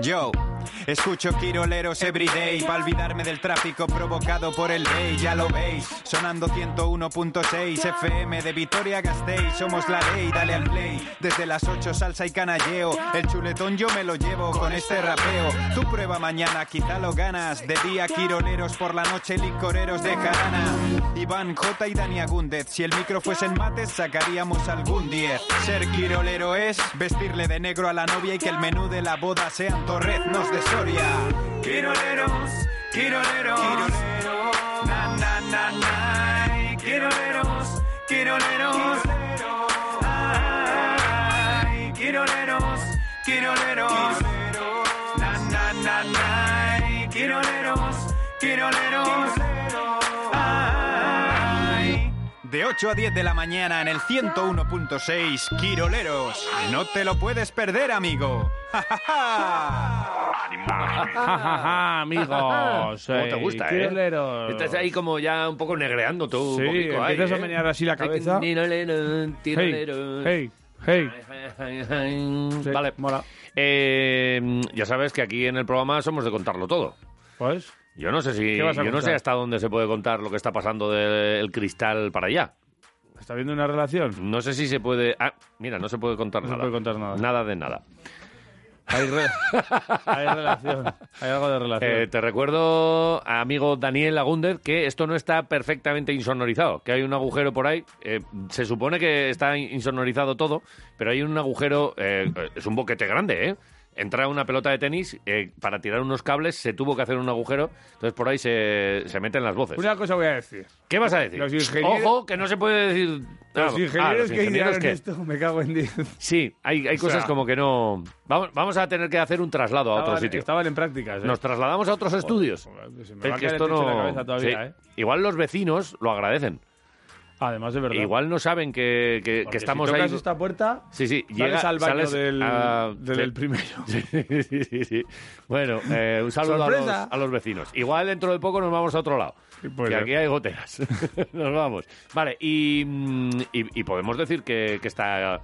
Yo escucho quiroleros everyday para olvidarme del tráfico provocado por el ley, ya lo veis. Sonando 101.6 FM de Vitoria Gasteiz, somos la ley, dale al play. Desde las 8 salsa y canalleo, el chuletón yo me lo llevo con este rapeo. Tu prueba mañana, quizá lo ganas. De día quiroleros, por la noche licoreros de jarana. Iván J y Dani Agúndez, si el micro fuese en mates sacaríamos algún 10. Ser quirolero es vestirle de negro a la novia y que el menú de la boda sean torreznos de Soria. Quiroleros, quiroleros, quiroleros, na na na na. Quiroleros, quiroleros, ay, quiroleros, quiroleros, na na na na. Quiroleros, quiroleros, ay. De 8 a 10 de la mañana en el 101.6 Quiroleros. No te lo puedes perder, amigo. ¡Ja, ja, ja! Ja, ja, ja, amigos. ¿Cómo te eh, gusta, eh? quiroleros. Estás ahí como ya un poco negreando tú. Sí, un poquito ahí, empiezas a ¿eh? menear así la cabeza. Tirolero, Hey, tirolero. hey, hey. Sí, Vale. Mola. Eh, ya sabes que aquí en el programa somos de contarlo todo. Pues, Yo no sé si, ¿Qué vas a yo no contar? sé hasta dónde se puede contar lo que está pasando del cristal para allá. ¿está viendo una relación? No sé si se puede. Ah, mira, no se puede contar No se nada. puede contar nada. Nada de nada. Hay, re- hay relación. Hay algo de relación. Eh, te recuerdo, amigo Daniel Agúndez, que esto no está perfectamente insonorizado, que hay un agujero por ahí. eh, se supone que está in- insonorizado todo, pero hay un agujero, eh, eh, es un boquete grande, ¿eh? Entra una pelota de tenis, eh, para tirar unos cables se tuvo que hacer un agujero, entonces por ahí se, se meten las voces. Una cosa voy a decir. ¿Qué vas Pues a decir? Los ingenieros- Ojo, que no se puede decir... Ah, Los ah, ingenieros, los que ingenieros idearon que- esto, me cago en 10. Sí, hay, hay O cosas sea- como que no... Vamos, vamos a tener que hacer un traslado a otro Estaban- sitio. Estaban en prácticas, ¿eh? Nos trasladamos a otros estudios. Se me va Es a que caer el esto techo en la no. cabeza todavía, sí. ¿eh? Igual los vecinos lo agradecen. Además, de verdad. Igual no saben que, que- que Porque estamos si tocas ahí. esta puerta, Sí, sí, sales llega- al baño sales del, a- del- sí. del primero. Sí, sí, sí, sí. Bueno, eh, un saludo a los, Sorpresa. a los vecinos. Igual dentro de poco nos vamos a otro lado. Sí, puede que ser. aquí hay goteras. nos vamos. Vale, y, mm, y- y podemos decir que, que está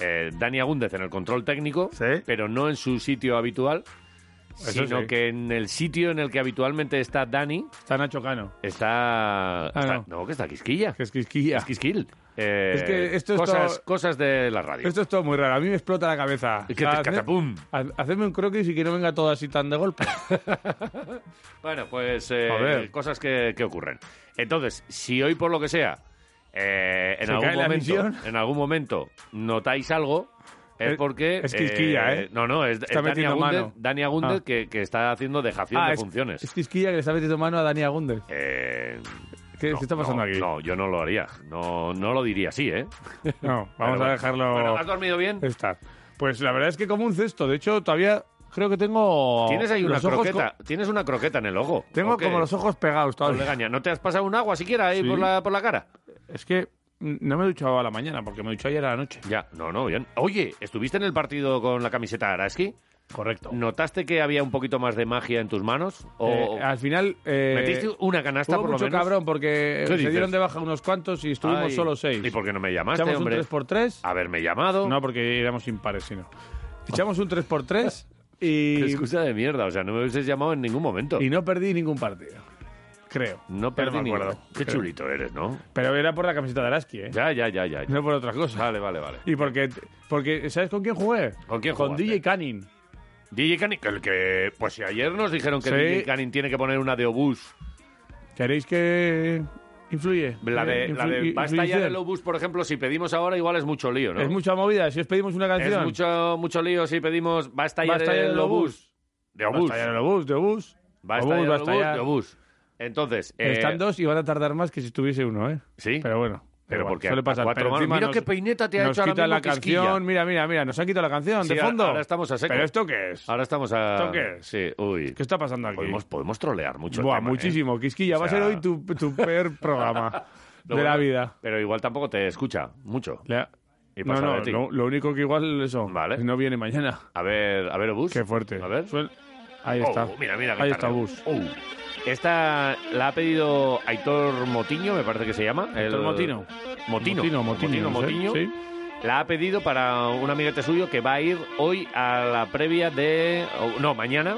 eh, Dani Agúndez en el control técnico, Sí. pero no en su sitio habitual, sino sí. que en el sitio en el que habitualmente está Dani, Está Nacho Cano. Ah, Está. está- no. no. que está Quisquilla. Que es quisquilla. Es Quisquil. Eh, Es que esto es cosas, todo- cosas de la radio. Esto es todo muy raro. A mí me explota la cabeza. Y que te hace- catapum. ha- Hacedme un croquis y que no venga todo así tan de golpe. Bueno, pues. eh, A ver. Cosas que, que ocurren. Entonces, si hoy por lo que sea. eh, en, Se algún cae la momento, emisión. en algún momento notáis algo. Es Es- porque. Eh, es Quisquilla, ¿eh? No, no, es, es Dani metiendo Agúndez, mano. Dani Agúndez Ah. que, que está haciendo dejación de es, funciones. es quisquilla que le está metiendo mano a Dani Agúndez. Eh, ¿Qué no, qué está pasando no, aquí? No, yo no lo haría. No, no lo diría así, ¿eh? No, Pero vamos bueno. a dejarlo Bueno, ¿Has dormido bien? estar. Pues la verdad es que como un cesto. De hecho, todavía creo que tengo. Tienes ahí una los ojos croqueta. Tienes una croqueta en el ojo. co- Tengo ¿O qué? como los ojos pegados Ole, todavía. gaña. ¿No te has pasado un agua siquiera ahí Sí. por, la, por la cara? Es que mm, no me he duchado a la mañana porque me duché ayer a la noche. Ya, no, no, bien. Oye, ¿estuviste en el partido con la camiseta Araski? Correcto. ¿Notaste que había un poquito más de magia en tus manos? ¿O al final. eh, metiste una canasta hubo por lo mucho menos? cabrón porque ¿Qué se dices? dieron de baja unos cuantos y estuvimos Ay, solo seis. ¿Y por qué no me llamaste, Echamos hombre? un 3x3. Haberme llamado. No, porque éramos impares, sino. Echamos un 3x3 y, Excusa de mierda, o sea, no me hubieses llamado en ningún momento. y no perdí ningún partido. Creo. No Ya perdí me ni- acuerdo. Qué Creo. chulito eres, ¿no? Pero era por la camiseta de Araski, ¿eh? Ya, ya, ya, ya. ya. No por otra cosa. Vale, vale, vale. Y porque, porque, ¿sabes con quién jugué? ¿Con quién Con jugaste? DJ Canning. DJ Canin, que, el que- pues si ayer nos dijeron que Sí. DJ Canin tiene que poner una de obús ¿Queréis que influye? La de, Eh, la influ- de i- Basta ya influencer. del Obus, por ejemplo, si pedimos ahora, igual es mucho lío, ¿no? Es mucha movida. Si os pedimos una Es canción. mucho, mucho lío si pedimos Basta ya Basta ya del del Obus. Obús. De Obús. Basta ya del obús, de obús. Basta ya Obús, del basta Obús, ya. de Obús. Entonces, eh, Están dos y van a tardar más que si estuviese uno, ¿eh? sí, Pero bueno. Pero igual, porque suele a pasar. cuatro Pero manos- encima mira nos- qué peineta te ha nos hecho ahora quita mismo la Quisquilla. canción. Mira, mira, mira. Nos han quitado la canción Sí, de a- fondo. ahora estamos a seco. ¿Pero esto qué es? ahora estamos a... ¿Esto qué es? Sí, uy. ¿Qué está pasando aquí? Podemos, podemos trolear mucho. el Buah, tema, ¿eh? muchísimo. Quisquilla, O va a ser sea- hoy tu, tu peor programa de Lo la bueno, vida. Pero igual tampoco te escucha mucho. Le- Y No, pasa no, de ti. lo, lo único que igual eso. Vale. No viene mañana. A ver, a ver, Obús. Qué fuerte. A ver. Suel- Ahí Oh, está. mira, mira, qué Ahí tarde. está Bus. Oh. Esta la ha pedido Aitor Motiño, me parece que se llama. Aitor Motino. Motino. Motino, Motino, Motino, no sé, Motiño. sí. la ha pedido para un amiguete suyo que va a ir hoy a la previa de. o- No, mañana.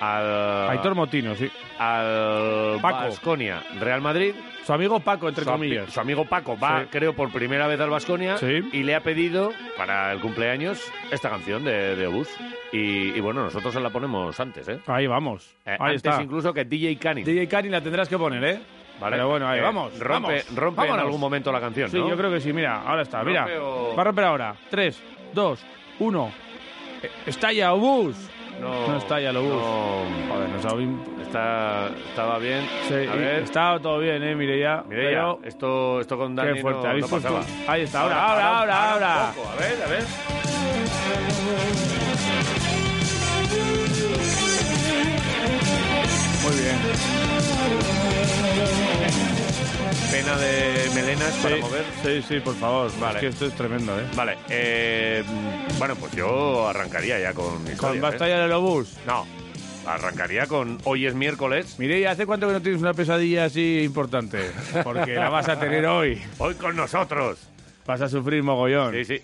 Al. Aitor Motino, sí. Al. Paco. Baskonia, Real Madrid. Su amigo Paco, entre Su, comillas. ami- su amigo Paco va, Sí. creo, por primera vez al Basconia Sí. y le ha pedido para el cumpleaños esta canción de, de Obús. Y, y bueno, nosotros se la ponemos antes, ¿eh? Ahí vamos. Eh, ahí antes está. incluso que DJ Canning. DJ Cani la tendrás que poner, ¿eh? ¿vale? Pero bueno, ahí Eh, vamos. Rompe, vamos, rompe en vámonos. algún momento la canción, Sí, ¿no? yo creo que sí. Mira, ahora está. Mira, ¿Rompe o- va a romper ahora. 3, 2, 1. Eh, ¡Estalla, Obús! No, No está ya el Obús. no. Joder, nos ha... Sí, Está, estaba bien. a y- ver, Está todo bien, ¿eh, Mireia? Mireia, Pero- esto, esto con Dani Qué fuerte, no, no ¿habéis visto? pasaba. Ahí está, ahora, ahora, ahora, ahora. un poco, A ver, a ver. Muy bien. Pena de melenas para Sí, mover. sí, sí, por favor. Vale. Es que esto es tremendo, ¿eh? Vale, eh, bueno, pues yo arrancaría ya con mi Con historia, Basta ¿eh? ya del obús. No, arrancaría con hoy es miércoles. Mireia, ¿hace cuánto que no tienes una pesadilla así importante? Porque la vas a tener hoy. Hoy con nosotros. Vas a sufrir mogollón. Sí, sí.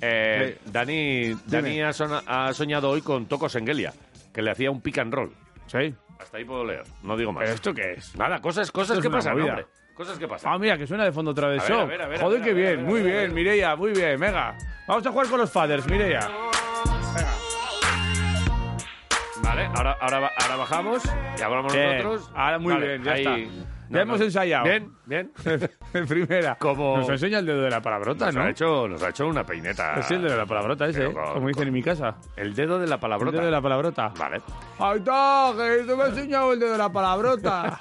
Eh, Dani, Dani ha, sona- ha soñado hoy con Toco Sengelia, que le hacía un pick and roll. ¿Sí? Hasta ahí puedo leer, no digo más. ¿Pero esto qué es? Nada, cosas, cosas Esto es que una pasan, movida. hombre. Cosas que pasan. Ah, mira, que suena de fondo otra vez. A ver, a Shock. ver, a ver, a Joder, ver, qué a ver, a bien. ver, Muy a ver, a bien, ver. Mireia, muy bien. Venga. Vamos a jugar con los fathers, Mireia. Vale, ahora, ahora, ba- ahora bajamos y hablamos Bien, nosotros. ahora Ah, muy Vale, bien, ya ahí- está. No, ya no. hemos ensayado. Bien, bien. En primera. Como- Nos enseña el dedo de la palabrota, Nos, ¿no? Pues ha hecho, nos ha hecho una peineta. Es el dedo de la palabrota ese, Pero ¿eh? con- como dicen con- en mi casa. El dedo de la El palabrota. dedo de la palabrota. Vale. ¡Ay, está! ¡Que tú me has enseñado el dedo de la palabrota!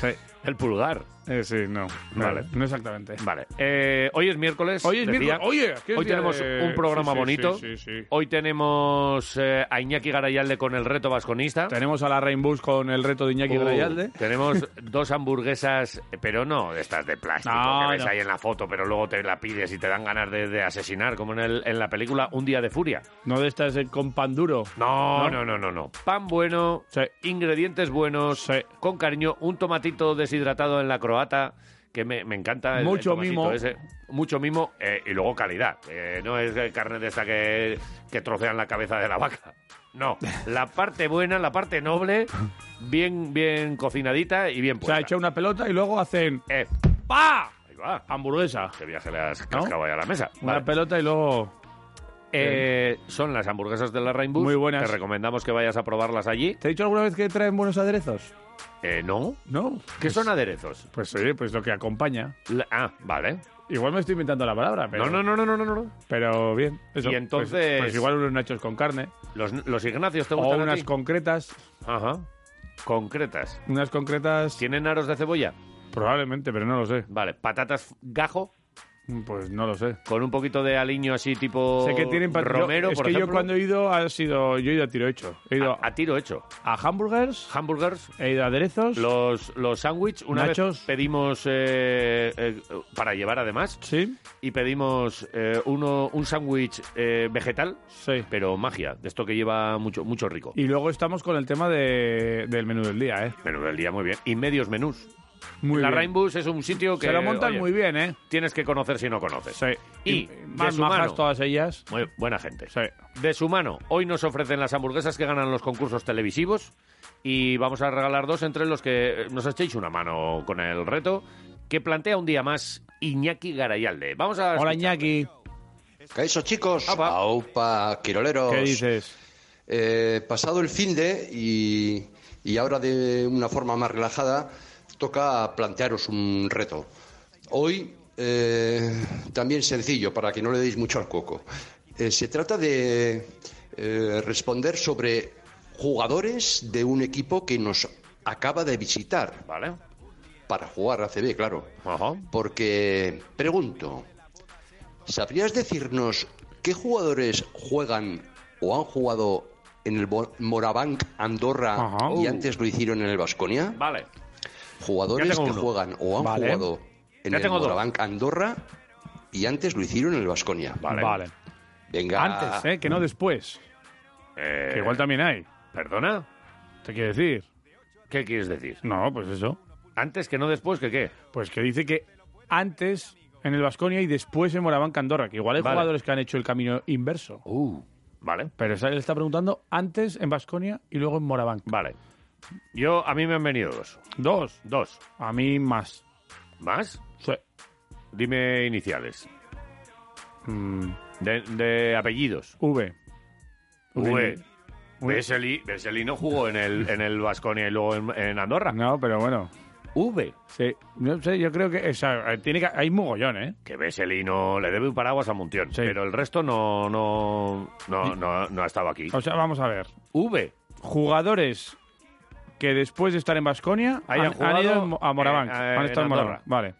sí. El pulgar. Eh, sí, no. Vale. No exactamente. Vale. Eh, hoy es miércoles. Hoy es decía. miércoles. Oye, ¿qué Hoy día tenemos de- un Sí, programa sí, bonito. sí, sí, sí. Hoy tenemos eh, a Iñaki Garayalde con el reto vasconista. Tenemos a la Rainbows con el reto de Iñaki Uh, Grayalde. tenemos dos hamburguesas, pero no de estas de plástico No, que ves no. ahí en la foto, pero luego te la pides y te dan ganas de, de asesinar, como en, el- en la película Un Día de Furia. No de estas eh, con pan duro. No, no, ¿No? no, no, no. Pan bueno, Sí. ingredientes buenos, Sí. con cariño, un tomatito deshidratado en la croata, que me, me encanta. el- el Mucho tomatito mimo. ese. Mucho mimo eh, y luego calidad. Eh, no es eh, carne de esta que, que trocean la cabeza de la vaca. No, la parte buena, la parte noble, bien, bien cocinadita y bien O sea, puesta. echa una pelota y luego hacen Eh, ¡Pa! ahí va. Hamburguesa. Qué viaje le has cascado ahí a la mesa. Una Vale. pelota y luego. Eh, son las hamburguesas de la Rainbow. Muy buenas. Te recomendamos que vayas a probarlas allí. ¿Te he dicho alguna vez que traen buenos aderezos? Eh, no, No. ¿Qué son aderezos? Pues oye, pues lo que acompaña. La- ah, vale. Igual me estoy inventando la palabra, pero. No, no, no, no, no, no, no. Pero bien. eso. Y Pues- entonces- Pues, igual unos nachos con carne. Los, los Ignacios te O gustan a unas ti? concretas. Ajá. Concretas. Unas concretas. ¿Tienen aros de cebolla? Probablemente, pero no lo sé. Vale. ¿Patatas gajo? Pues no lo sé. Con un poquito de aliño así tipo Sé que tienen pat- yo- romero, Es por que ejemplo. yo cuando he ido ha sido. Yo he ido a tiro hecho. He ido a, a tiro hecho. a hamburgers, Hamburgers, he ido a aderezos. los, los sándwich, una Nachos. vez pedimos eh, eh, para llevar además Sí, y pedimos eh, uno, un sándwich eh, vegetal, sí. pero magia, de esto que lleva mucho, mucho rico. Y luego estamos con el tema de, del menú del día, ¿eh? Menú del día muy bien. Y medios menús. Muy la bien. Rainbows es un sitio que Se lo montan oye, muy bien, ¿eh? tienes que conocer si no conoces. Sí. Y de más su mano. majas todas ellas. Muy buena gente. Sí. De su mano, hoy nos ofrecen las hamburguesas que ganan los concursos televisivos y vamos a regalar dos entre los que eh, nos echéis una mano con el reto que plantea un día más Iñaki Garayalde. Vamos a Hola, escuchar. Iñaki. ¿Qué hizo, chicos? Apa. Aupa, Quiroleros. ¿Qué dices? Eh, pasado el fin de y, y ahora de una forma más relajada, toca plantearos un reto. Hoy, eh, también sencillo, para que no le deis mucho al coco. Eh, se trata de eh, responder sobre jugadores de un equipo que nos acaba de visitar Vale. para jugar ACB, claro. Ajá. Porque, pregunto, ¿sabrías decirnos qué jugadores juegan o han jugado en el Bo- Morabanc Andorra Ajá. y Uh. antes lo hicieron en el Vasconia? Vale. Ya Jugadores tengo que uno. juegan o han Vale. jugado en Ya el tengo dos. Morabanc Andorra y antes lo hicieron en el Vasconia. Vale. Venga. Antes, ¿eh? Que no después. Eh, Que igual también hay. ¿Perdona? ¿Te quiere decir? ¿Qué quieres decir? No, pues eso. ¿Antes que no después que qué? Pues que dice que antes en el Vasconia y después en Moraván Candorra, que igual hay Vale. jugadores que han hecho el camino inverso. Uh, vale. Pero esa le está preguntando antes en Vasconia y luego en Moraván. Vale. Yo, a mí me han venido dos. Dos. Dos. A mí más. ¿Más? Sí. Dime iniciales. Mm, De, de apellidos. v. V. Vesely, Vesely no jugó en el, en el Vasconia y luego en, en Andorra. No, pero bueno. V. Sí. No sé, yo creo que. o sea, tiene que hay mogollón, ¿eh? Que Vesely no le debe un paraguas a Montión. Sí. Pero el resto no, no, no, no, no ha estado aquí. O sea, vamos a ver. V. Jugadores que después de estar en Vasconia Hayan han, jugado han ido en Mo- a Moraván. en- eh, han estado en en Andorra. Moraván. Vale.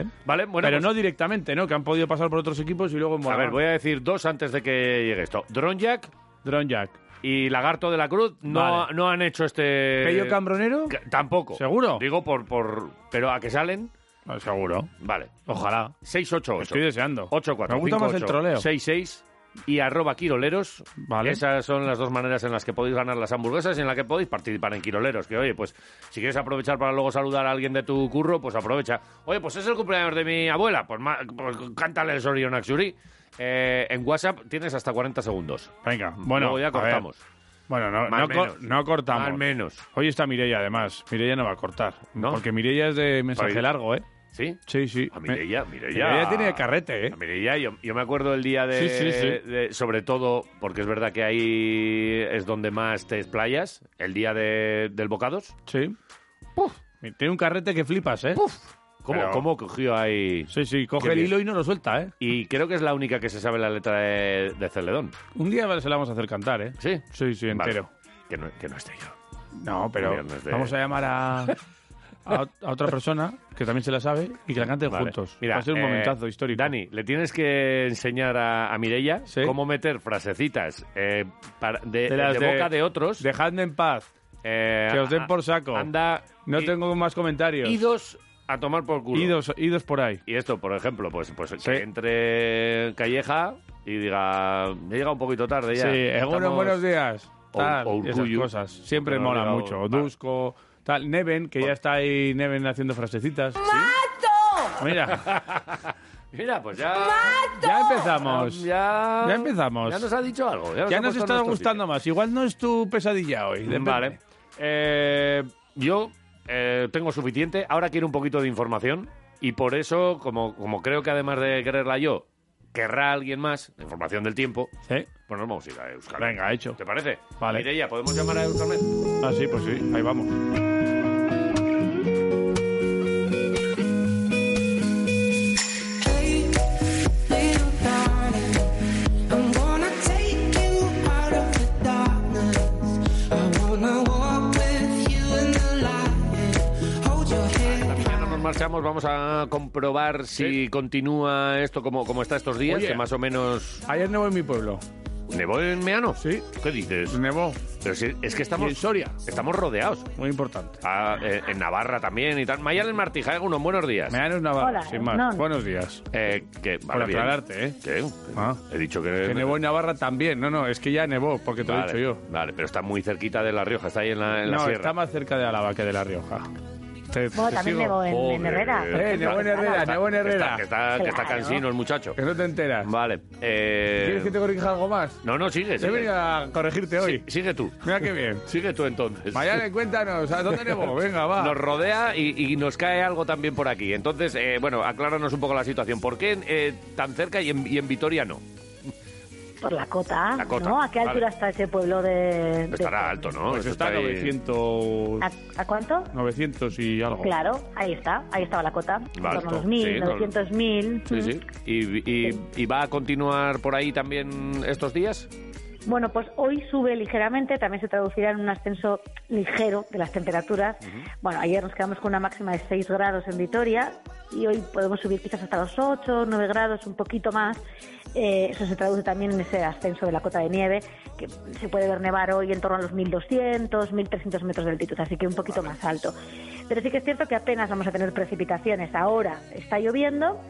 Vale. Vale, bueno. pero pues- no directamente, ¿no? Que han podido pasar por otros equipos y luego en A Moraván. ver, voy a decir dos antes de que llegue esto. Dronjak Drone Jack. y Lagarto de la Cruz no, Vale. no han hecho este. Pello Cambronero. Ca- Tampoco. ¿Seguro? Digo por, por. Pero a que salen. Ah, seguro. Vale. Ojalá. 688. Estoy deseando. 84. Me gusta más el troleo. 66 y arroba quiroleros. Vale. Esas son las dos maneras en las que podéis ganar las hamburguesas y en las que podéis participar en quiroleros. Que oye, pues si quieres aprovechar para luego saludar a alguien de tu curro, pues aprovecha. Oye, pues es el cumpleaños de mi abuela. Pues, ma- pues cántale el Sorion Axuri. Eh, en WhatsApp tienes hasta 40 segundos. Venga. Bueno, Luego ya a ver. cortamos. Bueno, no, Más no, co- menos. no cortamos. Al menos. Hoy está Mireia, además. Mireia no va a cortar. ¿No? Porque Mireia es de mensaje Oye. largo, ¿eh? ¿Sí? Sí, sí. A Mireia, Mireia. Mireia tiene carrete, ¿eh? A Mireia, yo, yo me acuerdo el día Sí, de, sí, sí. de- Sobre todo, porque es verdad que ahí es donde más te explayas, el día de- del Bocados. Sí. Tiene un carrete que flipas, ¿eh? ¿Cómo, Pero- cómo cogió ahí? Sí, sí. Coge Qué el bien. hilo y no lo suelta, ¿eh? Y creo que es la única que se sabe la letra de, de Celedón. Un día se la vamos a hacer cantar, ¿eh? ¿Sí? Sí, sí, Vale. entero. Que no, que no esté yo. No, pero Viernes de- vamos a llamar a, a, ot- a otra persona que también se la sabe y que la canten Vale. juntos. Mira, Va a ser un eh, momentazo histórico. Dani, le tienes que enseñar a, a Mireia Sí. cómo meter frasecitas eh, para- de, De las de de- boca de otros. Dejadme en paz. eh, que os den por saco. Anda. No y- tengo más comentarios. Idos a tomar por culo. Idos, idos por ahí. Y esto, por ejemplo, pues, pues Sí. que entre Calleja y diga, he llegado un poquito tarde ya. Sí, algunos Estamos- buenos días. O- Tal, o y esas Urcuyu. cosas. Siempre Bueno, mola digo, mucho. vale. Dusko, tal. Neven, que ya está ahí Neven haciendo frasecitas. Mira, Mira, pues ya... ya empezamos. Ya, Ya empezamos. Ya nos ha dicho algo. Ya nos, Ya ha nos puesto está nuestro gustando más. Igual no es tu pesadilla hoy. sitio. depende. Vale. Eh, yo eh, tengo suficiente. Ahora quiero un poquito de información. Y por eso, como, como creo que además de quererla yo, querrá alguien más, la información del tiempo, Sí. pues nos vamos a ir a Euskal. Venga, hecho. ¿Te parece? Vale. Mireia, ¿podemos llamar a Euskalmet? Ah, sí, pues sí. Ahí vamos. Hey, little darling, I'm gonna take you out of the darkness. I wanna walk with you in the light. Hold your hand. Ya no nos marchamos, vamos a comprobar si continúa esto como, como está estos días, Oye. que más o menos... Ayer nevó en mi pueblo. ¿Nevó en Meano? Sí. ¿Qué dices? Nevó. Pero si- es Y que en estamos, Soria. estamos rodeados. Muy importante. Ah, eh, en Navarra también y tal. Mayalen Martija, unos buenos días. Meanos Navarra, Hola, sin más. Hernán. Buenos días. Eh, que, vale, Por bien. aclararte, ¿eh? ¿Qué? Ah. He dicho que... Que nevó en Navarra también. No, no, es que ya nevó, porque te Vale, lo he dicho yo. Vale, pero está muy cerquita de La Rioja, está ahí en la, en la no, sierra. está más cerca de Álava que de La Rioja. Te, Bueno, te también nevó sigo. en, en Joder. Herrera. Eh, nevó en Herrera, nevó en Que está, Herrera. que está, que está Claro. cansino el muchacho. Que no te enteras. Vale. eh, ¿Quieres que te corrija algo más? No, no, sigue, Te he sigue. venido a corregirte Sí, hoy. sigue tú. Mira qué bien. Sigue tú entonces. Mañana cuéntanos, ¿a dónde nevó? Venga, va. Nos rodea y, y nos cae algo también por aquí. Entonces, eh, bueno, acláranos un poco la situación. ¿Por qué eh, tan cerca y en, y en Vitoria no? Por la cota, La cota, ¿no? ¿A qué vale. altura está ese pueblo de...? de- Estará alto, ¿no? Pues Eso está ahí- 900, ¿A, a cuánto? 900 y algo. Ah. Claro, ahí está, ahí estaba la cota. Vale, en torno a los sí, mil, no- novecientos mil. Sí, sí. ¿Y, y- y va a continuar por ahí también estos días? Bueno, pues hoy sube ligeramente, también se traducirá en un ascenso ligero de las temperaturas. Mm. Bueno, ayer nos quedamos con una máxima de 6 grados en Vitoria y hoy podemos subir quizás hasta los 8, 9 grados, un poquito más. Eh, eso se traduce también en ese ascenso de la cota de nieve, que se puede ver nevar hoy en torno a los 1200, 1300 metros de altitud, así que un poquito más alto. Pero sí que es cierto que apenas vamos a tener precipitaciones. Ahora está lloviendo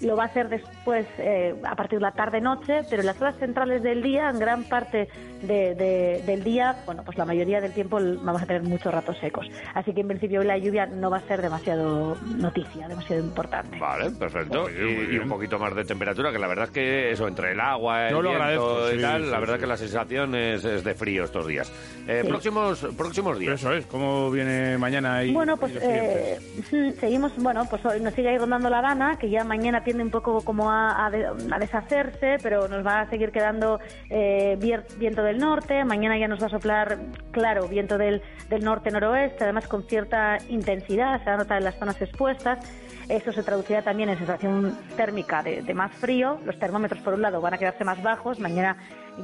Lo va a hacer después, eh, a partir de la tarde-noche, pero en las horas centrales del día, en gran parte de- de- del día, bueno, pues la mayoría del tiempo l- vamos a tener muchos ratos secos. Así que en principio hoy la lluvia no va a ser demasiado noticia, demasiado importante. Vale, Eh, perfecto. Muy bien, muy Y, y bien. un poquito más de temperatura, que la verdad es que eso, entre el agua, el Yo lo viento agradezco, y sí, tal, sí, la verdad sí. que la sensación es, es de frío estos días. Eh, Sí. próximos, próximos Pero días. eso es, ¿cómo viene mañana? Y, Bueno, pues y los siguientes? eh, sí, seguimos, bueno, pues hoy nos sigue ahí rondando la Habana, que ya mañana tiende un poco como a, a de- a deshacerse, pero nos va a seguir quedando eh, vier- viento del norte, mañana ya nos va a soplar, claro, viento del, del norte-noroeste, además con cierta intensidad, se va a notar en las zonas expuestas. Eso se traducirá también en sensación térmica de, de más frío. Los termómetros, por un lado, van a quedarse más bajos. Mañana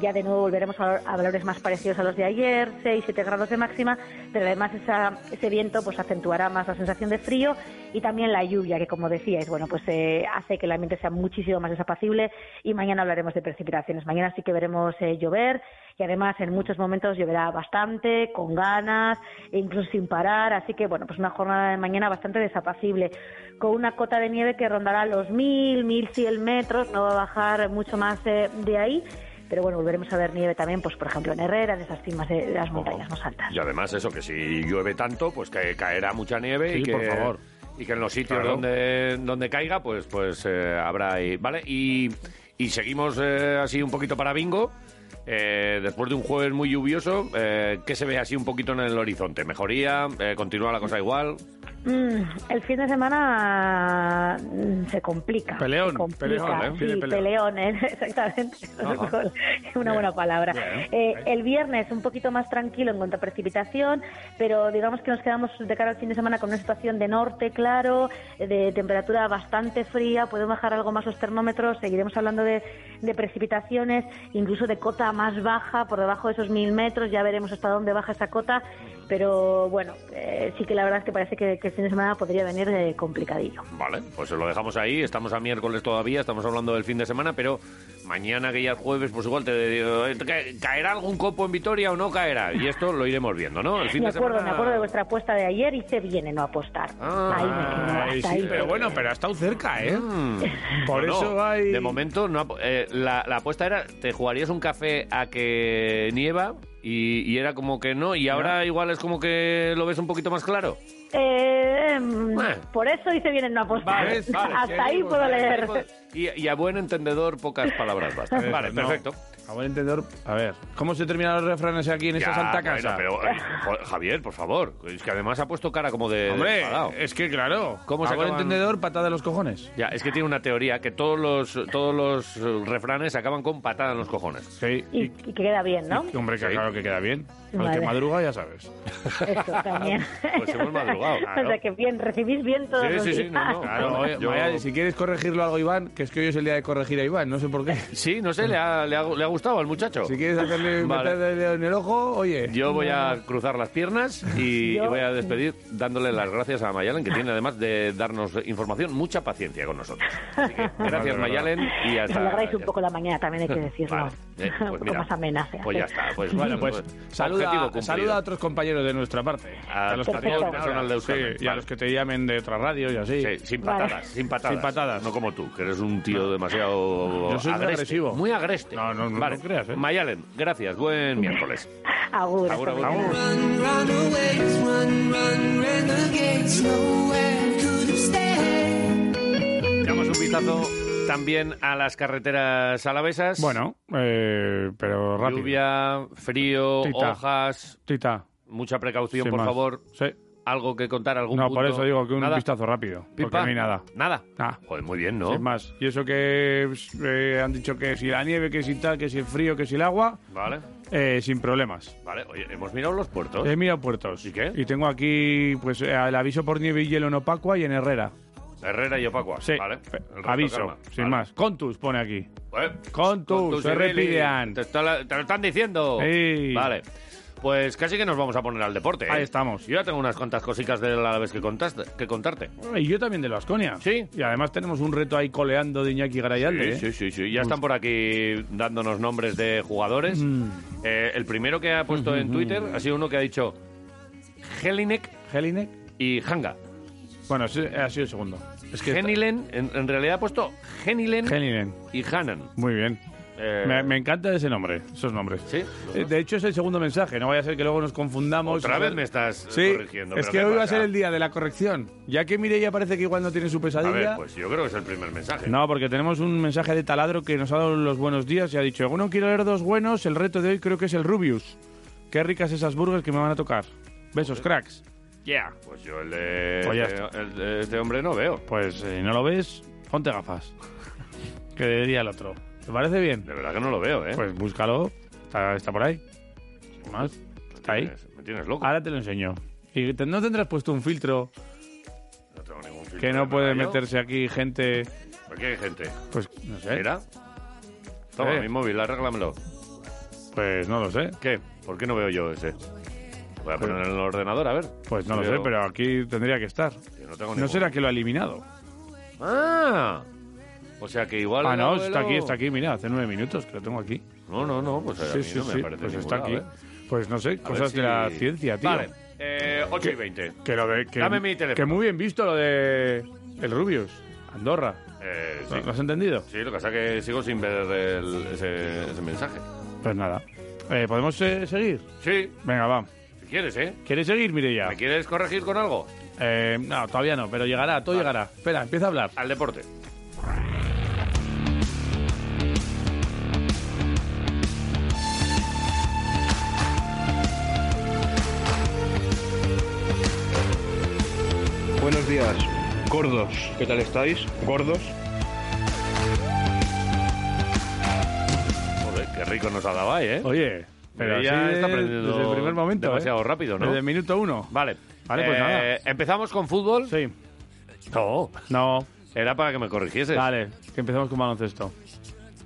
ya de nuevo volveremos a, a valores más parecidos a los de ayer, 6, 7 grados de máxima, pero además esa- ese viento pues acentuará más la sensación de frío y también la lluvia, que como decíais, bueno, pues eh, hace que el ambiente sea muchísimo más desapacible y mañana hablaremos de precipitaciones. Mañana sí que veremos eh, llover y además en muchos momentos lloverá bastante, con ganas, e incluso sin parar, así que bueno, pues una jornada de mañana bastante desapacible, con una cota de nieve que rondará los 1.000, 1.100 metros, no va a bajar mucho más eh, de ahí, pero bueno, volveremos a ver nieve también, pues por ejemplo en Herrera, en esas cimas de, de las montañas más altas. Y además eso, que si llueve tanto, pues que caerá mucha nieve Sí, y que... por favor. Y que en los sitios Claro. donde, donde caiga, pues, pues eh, habrá ahí, ¿vale? Y, y seguimos eh, así un poquito para bingo. Eh, después de un jueves muy lluvioso, eh, ¿qué se ve así un poquito en el horizonte? ¿Mejoría? Eh, ¿Continúa la cosa igual? Mm, el fin de semana mm, se complica. Peleón, se complica, peleón, ¿eh? sí, Viene peleón. peleón, ¿eh? exactamente. Ajá. Una buena palabra. bien, Eh, el viernes un poquito más tranquilo en cuanto a precipitación, pero digamos que nos quedamos de cara al fin de semana con una situación de norte claro, de temperatura bastante fría, pueden bajar algo más los termómetros, seguiremos hablando de, de precipitaciones, incluso de cota más baja, por debajo de esos mil metros, ya veremos hasta dónde baja esa cota, pero bueno, eh, sí que la verdad es que parece que, que el fin de semana podría venir eh, complicadillo. Vale, pues lo dejamos ahí. Estamos a miércoles todavía, estamos hablando del fin de semana, pero mañana que ya es jueves, pues igual te digo, eh, ¿ca- ¿caerá algún copo en Vitoria o no caerá? Y esto lo iremos viendo, ¿no? El fin Me de acuerdo, semana. me acuerdo de vuestra apuesta de ayer, hice bien en no apostar. Ah, Ahí me quedo, Ay, hasta sí, ahí. pero bueno, pero ha estado cerca, ¿eh? Mm. Por No, no, eso hay... De momento, no, ha- eh, la, la apuesta era, te jugarías un café a que nieva y, y era como que no, y ahora igual es como que lo ves un poquito más claro. Eh, em, Bueno. por eso hice bien en no apostar. Hasta ahí seguimos, puedo vale, leer. Y, y a buen entendedor, pocas palabras bastan. Eso, Vale, no. perfecto. A buen entendedor, a ver, ¿cómo se terminan los refranes aquí en esta Ya, santa bueno, casa? pero, eh, jo- Javier, por favor, es que además ha puesto cara como de... de Hombre, enfadado. es que claro, ¿Cómo se a buen acaban- entendedor, patada de los cojones. Ya, es que tiene una teoría que todos los, todos los eh, refranes acaban con patada en los cojones. Sí, Y, y que queda bien, ¿no? y- hombre, que Sí. claro que queda bien. Al Vale. que madruga, ya sabes. Eso también. Pues hemos madrugado, o sea claro. que bien, recibís bien todos Sí, los sí, sí, días. no, no. Claro, oye, Yo- Maya, si quieres corregirlo algo, Iván, que es que hoy es el día de corregir a Iván, no sé por qué. Sí, no sé, le ha, le ha, le ha gustado al muchacho. Si quieres hacerle Vale. meterle el dedo en el ojo, oye. Yo voy a cruzar las piernas y, Yo- y voy a despedir dándole las gracias a Mayalen, que tiene además de darnos información, mucha paciencia con nosotros. Así que gracias Vale, vale. Mayalen y hasta... alegráis un ya poco la mañana, también hay que decirlo. Vale, eh, un pues poco mira, más amena. se pues ya hace. está. Pues Bueno, pues saluda, objetivo cumplido. saluda a otros compañeros de nuestra parte. A los todo el llamen personal ahora. de Euskadi. Sí, Y a Vale. los que te llamen de otras radios y así. Sí, sin Vale. patadas, sin patadas. Sin patadas. No como tú, que eres un tío demasiado Yo soy muy agreste, agresivo. Muy agreste. No, no, no, Vale. no creas, ¿eh? Mayalen, gracias. Buen miércoles. Agur, hasta Agur, agur. mañana. Agur. Run, run aways, run, run, renegades. Nowhere could have stayed. Damos un vistazo también a las carreteras alavesas. Bueno, eh, pero rápido. Lluvia, frío, Tita. hojas, Tita, mucha precaución, sin por más. favor. Sí. Algo que contar, algún No, punto? por eso digo que un ¿Nada? vistazo rápido. Porque Pipa. no hay nada. Ah. Nada. Nada. Joder, Pues muy bien, ¿no? Sin más. Y eso que eh, han dicho que si la nieve, que si tal, que si el frío, que si el agua, Vale, eh, sin problemas. vale. Oye, hemos mirado los puertos. He mirado puertos. ¿Y qué? Y tengo aquí pues eh, el aviso por nieve y hielo en Opacua y en Herrera. Herrera y Opacua. Sí. Vale. Pe- El resto Aviso, calma. sin Vale. más. Contus pone aquí. Eh, Contus, se Ibeli. repidean. Te, está la- te lo están diciendo. Sí. Vale. Pues casi que nos vamos a poner al deporte. ¿eh? Ahí estamos. Yo ya tengo unas cuantas cositas de la vez que, contaste, que contarte. Y yo también de la Asconia. Sí. Y además tenemos un reto ahí coleando de Iñaki Sí, Garayalde. ¿eh? sí, sí, sí. Ya están por aquí dándonos nombres de jugadores. Mm. Eh, el primero que ha puesto en Twitter ha sido uno que ha dicho Helinek Jelinek. y Hanga. Bueno, sí, ha sido el segundo. Es que- Genilen, en, en realidad ha puesto Genilen Genilen. y Hanan. Muy bien. Eh, Me, me encanta ese nombre, esos nombres. Sí, los Eh, dos. De hecho, es el segundo mensaje. No vaya a ser que luego nos confundamos. Otra A ver. vez me estás eh, Sí, corrigiendo. es ¿pero que qué hoy va a pasa? ser el día de la corrección. Ya que Mireia parece que igual no tiene su A pesadilla. ver, pues yo creo que es el primer mensaje. No, porque tenemos un mensaje de taladro que nos ha dado los buenos días y ha dicho: Uno quiero leer dos buenos, el reto de hoy creo que es el Rubius. Qué ricas esas burgers que me van a tocar. Besos, cracks. Yeah. Pues yo el de, Pues ya el de- el de este hombre no veo. Pues si no lo ves, ponte gafas. que diría el otro. ¿Te parece bien? De verdad que no lo veo, ¿eh? Pues búscalo. Está, está por ahí. Sin más. Está Me ahí. tienes- Me tienes loco. Ahora te lo enseño. Y te- no tendrás puesto un filtro No tengo ningún filtro que de no puede nada yo. meterse aquí gente. ¿Por qué hay gente? Pues no sé. Mira. Toma, Eh. mi móvil, arréglamelo. Pues no lo sé. ¿Qué? ¿Por qué no veo yo ese? Voy a poner en el ordenador, a ver. Pues no lo Veo- sé, pero aquí tendría que estar. Yo no tengo No ningún- será que lo ha eliminado. ¡Ah! O sea que igual... Ah, el no, abuelo- está aquí, está aquí, mira, hace nueve minutos que lo tengo aquí. No, no, no, pues a mí no me aparece pues está aquí. ninguna, a ver. Pues no sé, ¿eh? A ver cosas si- de la ciencia, tío. Vale, eh, 8 y 20. Que lo de, que, Dame mi teléfono. que muy bien visto lo de el Rubius, Andorra. Eh, sí. ¿Lo- ¿Lo has entendido? Sí, lo que pasa es que sigo sin ver el- ese, ese mensaje. Pues nada. Eh, ¿Podemos eh, seguir? Sí, Venga, va. si quieres, ¿eh? ¿Quieres seguir, Mireia? ¿Me quieres corregir con algo? Eh, no, todavía no, pero llegará, todo llegará. Espera, empieza a hablar. Al deporte. Buenos días, gordos. ¿Qué tal estáis? ¿Gordos? Joder, qué rico nos ha dado ahí, ¿eh? Oye, pero Mireia así está de- aprendiendo desde el primer momento. demasiado ¿eh? rápido, ¿no? Desde el minuto uno. Vale. Vale, pues Eh, nada. ¿Empezamos con fútbol? Sí. No, No, era para que me corrigieses. vale, que empezamos con baloncesto.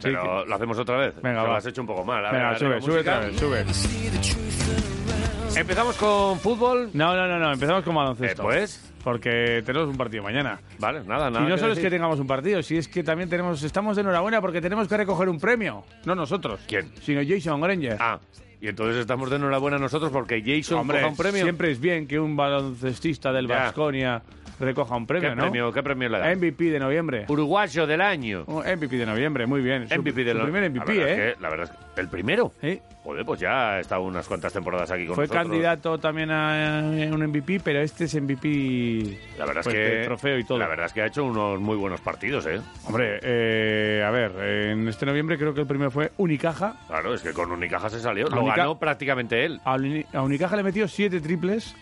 Pero lo hacemos otra vez. Venga, Que lo va. has hecho un poco mal. A ver, Venga, arriba, sube, sube música. otra vez, sube. Empezamos con fútbol. No, no, no, no, empezamos con baloncesto. Después. Porque tenemos un partido mañana. Vale, nada, Y nada. no solo es que decir. tengamos un partido, si es que también tenemos, estamos de enhorabuena porque tenemos que recoger un premio. No nosotros. ¿Quién? Sino Jason Granger. Ah, y entonces estamos de enhorabuena nosotros porque Jason Hombre, coja un premio. siempre es bien que un baloncestista del Ya. Vasconia recoja un ¿Qué premio, ¿no? premio, ¿Qué premio le da? MVP de noviembre. Uruguayo del año. Un MVP de noviembre, muy bien. Su- MVP su, del primer MVP, la verdad ¿eh? Es que, la verdad es que el primero. Sí. Joder, pues ya ha estado unas cuantas temporadas aquí con Fue nosotros. candidato también a eh, un MVP, pero este es MVP La verdad pues, es de que trofeo y todo. La verdad es que ha hecho unos muy buenos partidos, ¿eh? Hombre, eh, a ver, en este noviembre creo que el primero fue Unicaja. Claro, es que con Unicaja se salió. A Lo Unica- ganó prácticamente él. A Uni- a Unicaja le metió siete triples.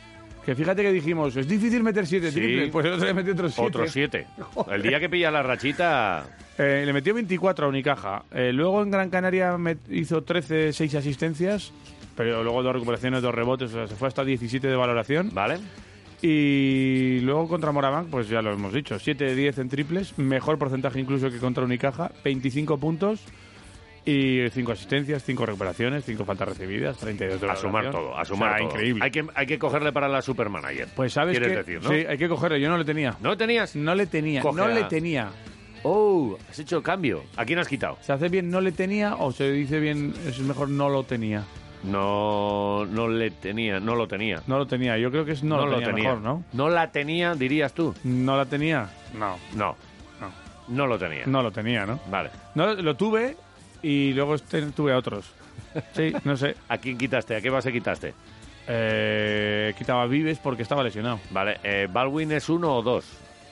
Que fíjate que dijimos, es difícil meter siete Sí. triples. Pues el otro le metió otros siete. Otros siete. El día que pilla la rachita, Eh, le metió 24 a Unicaja. Eh, luego en Gran Canaria met- hizo 13, 6 asistencias. Pero luego dos recuperaciones, dos rebotes. O sea, se fue hasta 17 de valoración. ¿vale? Y luego contra Morabank, pues ya lo hemos dicho, 7 de 10 en triples, mejor porcentaje incluso que contra Unicaja, 25 puntos y 5 asistencias, 5 recuperaciones, 5 faltas recibidas, 32 de A sumar valoración. todo, a sumar O sea, todo. increíble. Hay que, hay que cogerle para la supermanager. Pues sabes Quieres que decir, ¿no? Sí, hay que cogerlo, yo no le tenía. ¿No tenías? No le tenía, no Cógela. le tenía. Oh, has hecho cambio. ¿A quién has quitado? ¿Se hace bien no le tenía o se dice bien es mejor no lo tenía? No, no le tenía, no lo tenía. No lo tenía, yo creo que es no, lo, tenía, mejor, ¿no? la tenía, dirías tú. No la tenía. No, No, no. no lo tenía. No lo tenía, ¿no? Vale. No, lo tuve y luego este- tuve a otros. Sí, no sé. ¿A quién quitaste? ¿A qué base quitaste? Eh, quitaba Vives porque estaba lesionado. Vale, eh, Baldwin es uno o dos.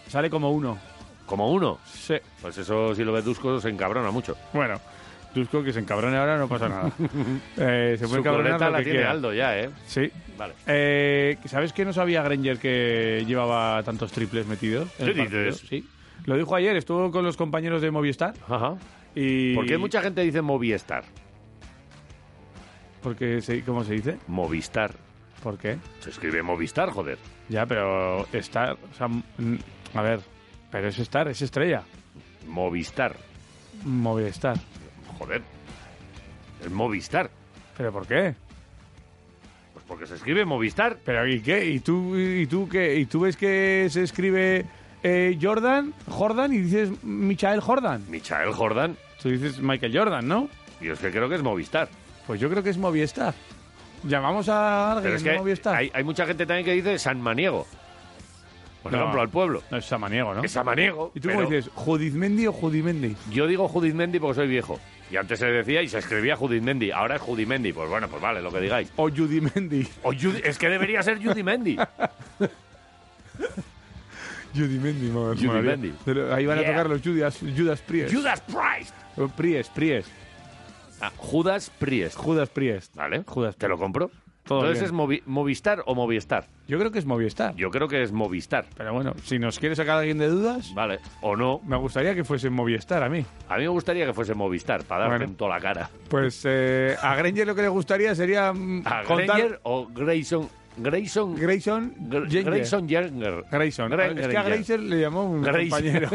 Sale como uno. Como uno. Sí. Pues eso, si lo ves Dusko, se encabrona mucho. Bueno, Dusko que se encabrone ahora no pasa nada. Eh, se puede Su encabronar coleta lo la que tiene quiera. Aldo ya, ¿eh? Sí. Vale. Eh, ¿Sabes que no sabía Granger que llevaba tantos triples metidos? en ¿Qué el partido? dices? Sí. Lo dijo ayer, estuvo con los compañeros de Movistar Ajá. y... ¿Por qué mucha gente dice Movistar? Porque, se- ¿cómo se dice? Movistar. ¿Por qué? Se escribe Movistar, joder. Ya, pero estar... o sea, mm, a ver, pero es estar, es estrella. Movistar. Movistar. Joder. Es Movistar. ¿Pero por qué? Pues porque se escribe Movistar. Pero ¿y qué? ¿Y tú, y tú qué? ¿Y tú ves que se escribe eh, Jordan, Jordan y dices Michael Jordan? Michael Jordan. Tú dices Michael Jordan, ¿no? Yo es que creo que es Movistar. Pues yo creo que es Movistar. Llamamos a alguien Pero es de que Movistar. hay, hay mucha gente también que dice San Maniego. por No. ejemplo, al pueblo. No, es samaniego, ¿no? Es samaniego. ¿Y tú pero cómo dices? ¿Judizmendi o Judimendi? Yo digo Judizmendi porque soy viejo. Y antes se decía y se escribía Judizmendi. Ahora es Judimendi. Pues bueno, pues vale, lo que digáis. O Judimendi. O Yudi- es que debería ser Judimendi. Judimendi, madre Judy molaría. Mendy. Pero Ahí van Yeah. a tocar los Judas, Judas Priest. Judas Priest. O Priest, Priest. Ah, Judas Priest. Judas Priest. Vale. Judas Te lo compro. Todo Entonces bien. es Movi- Movistar o Movistar. Yo creo que es Movistar. Yo creo que es Movistar. Pero bueno, si nos quiere sacar alguien de dudas, Vale. O no. me gustaría que fuese Movistar a mí. A mí me gustaría que fuese Movistar para darle Bueno. en toda la cara. Pues eh, a Granger lo que le gustaría sería mm, ¿A contar- Granger o Grayson? Grayson. Grayson Gr- Granger. Grayson Younger. Grayson. Gra- es que a Granger le llamó un Grayson. compañero.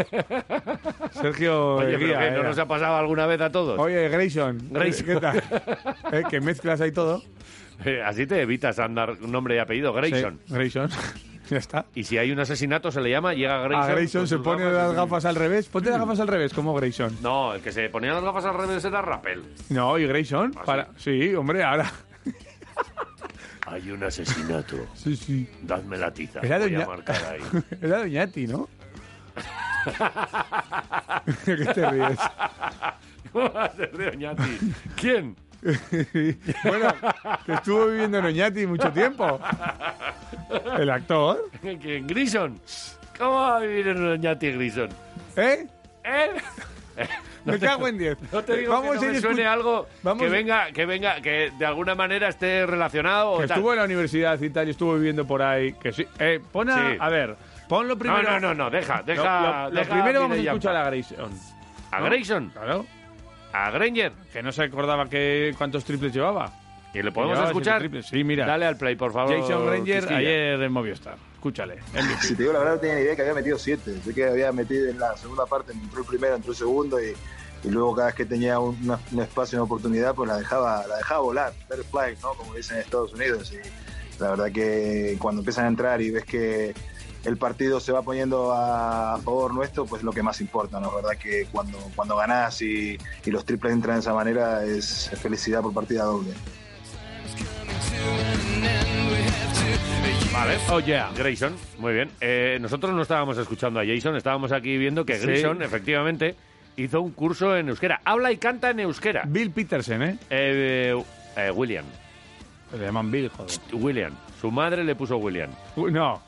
Sergio Oye, pero Eguía, que no era. nos ha pasado alguna vez a todos. Oye, Grayson. Grayson. ¿Qué tal? Eh, que mezclas ahí todo. Eh, Así te evitas andar nombre y apellido, Grayson. Sí, Grayson. ya está. Y si hay un asesinato, se le llama, llega Grayson. A Grayson con se sus pone gafas las y- gafas al revés. Ponte las gafas al revés, como Grayson. No, el que se ponía las gafas al revés era Rappel. No, y Grayson. ¿Ah, para... sí, hombre, ahora. Hay un asesinato. Sí, sí. Dadme la tiza. Era Voy doña- a marcar ahí. Era Doñati, ¿no? ¿Qué te ríes? ¿Cómo va a ser de Oñati? ¿Quién? bueno, que estuvo viviendo en Oñati mucho tiempo. El actor, ¿Quién? ¿Grison? ¿Cómo va a vivir en Oñati Grison? ¿eh? ¿Eh? Me cago en 10. No te digo Vamos que a no ir me escu- suene algo vamos- que venga, que venga, que de alguna manera esté relacionado o Que tal. estuvo en la universidad y tal, y estuvo viviendo por ahí. Que sí. Eh, pon a, Sí. a ver, pon lo No, primero. no, no, no, deja, Lo- deja. lo- lo deja primero vamos a Mireia escuchar a en paz. Grayson. a, ¿no? Grayson, Claro. a Granger. Que no se acordaba que cuántos triples llevaba. ¿Y le Llevaba podemos siete escuchar? triples. Sí, mira. Dale al play, por favor. Jason Granger Quisquilla. ayer en Movistar. Escúchale. Si te digo la verdad, no tenía ni idea que había metido siete. Sé que había metido en la segunda parte, me entró el primero, entró el segundo y, y luego cada vez que tenía un, una- un espacio, una oportunidad, pues la dejaba, la dejaba volar, butterfly, ¿no? Como dicen en Estados Unidos. Y la verdad que cuando empiezan a entrar y ves que el partido se va poniendo a favor nuestro, pues es lo que más importa, ¿no? La verdad que cuando, cuando ganás y, y los triples entran de esa manera es felicidad por partida doble. Vale. Oh, yeah. Grayson, muy bien. Eh, nosotros no estábamos escuchando a Jason, estábamos aquí viendo que Sí. Grayson, efectivamente, hizo un curso en euskera. Habla y canta en euskera. Bill Peterson, ¿eh? Eh, eh, William, Le llaman Bill, joder. William. Su madre le puso William. Uy, No.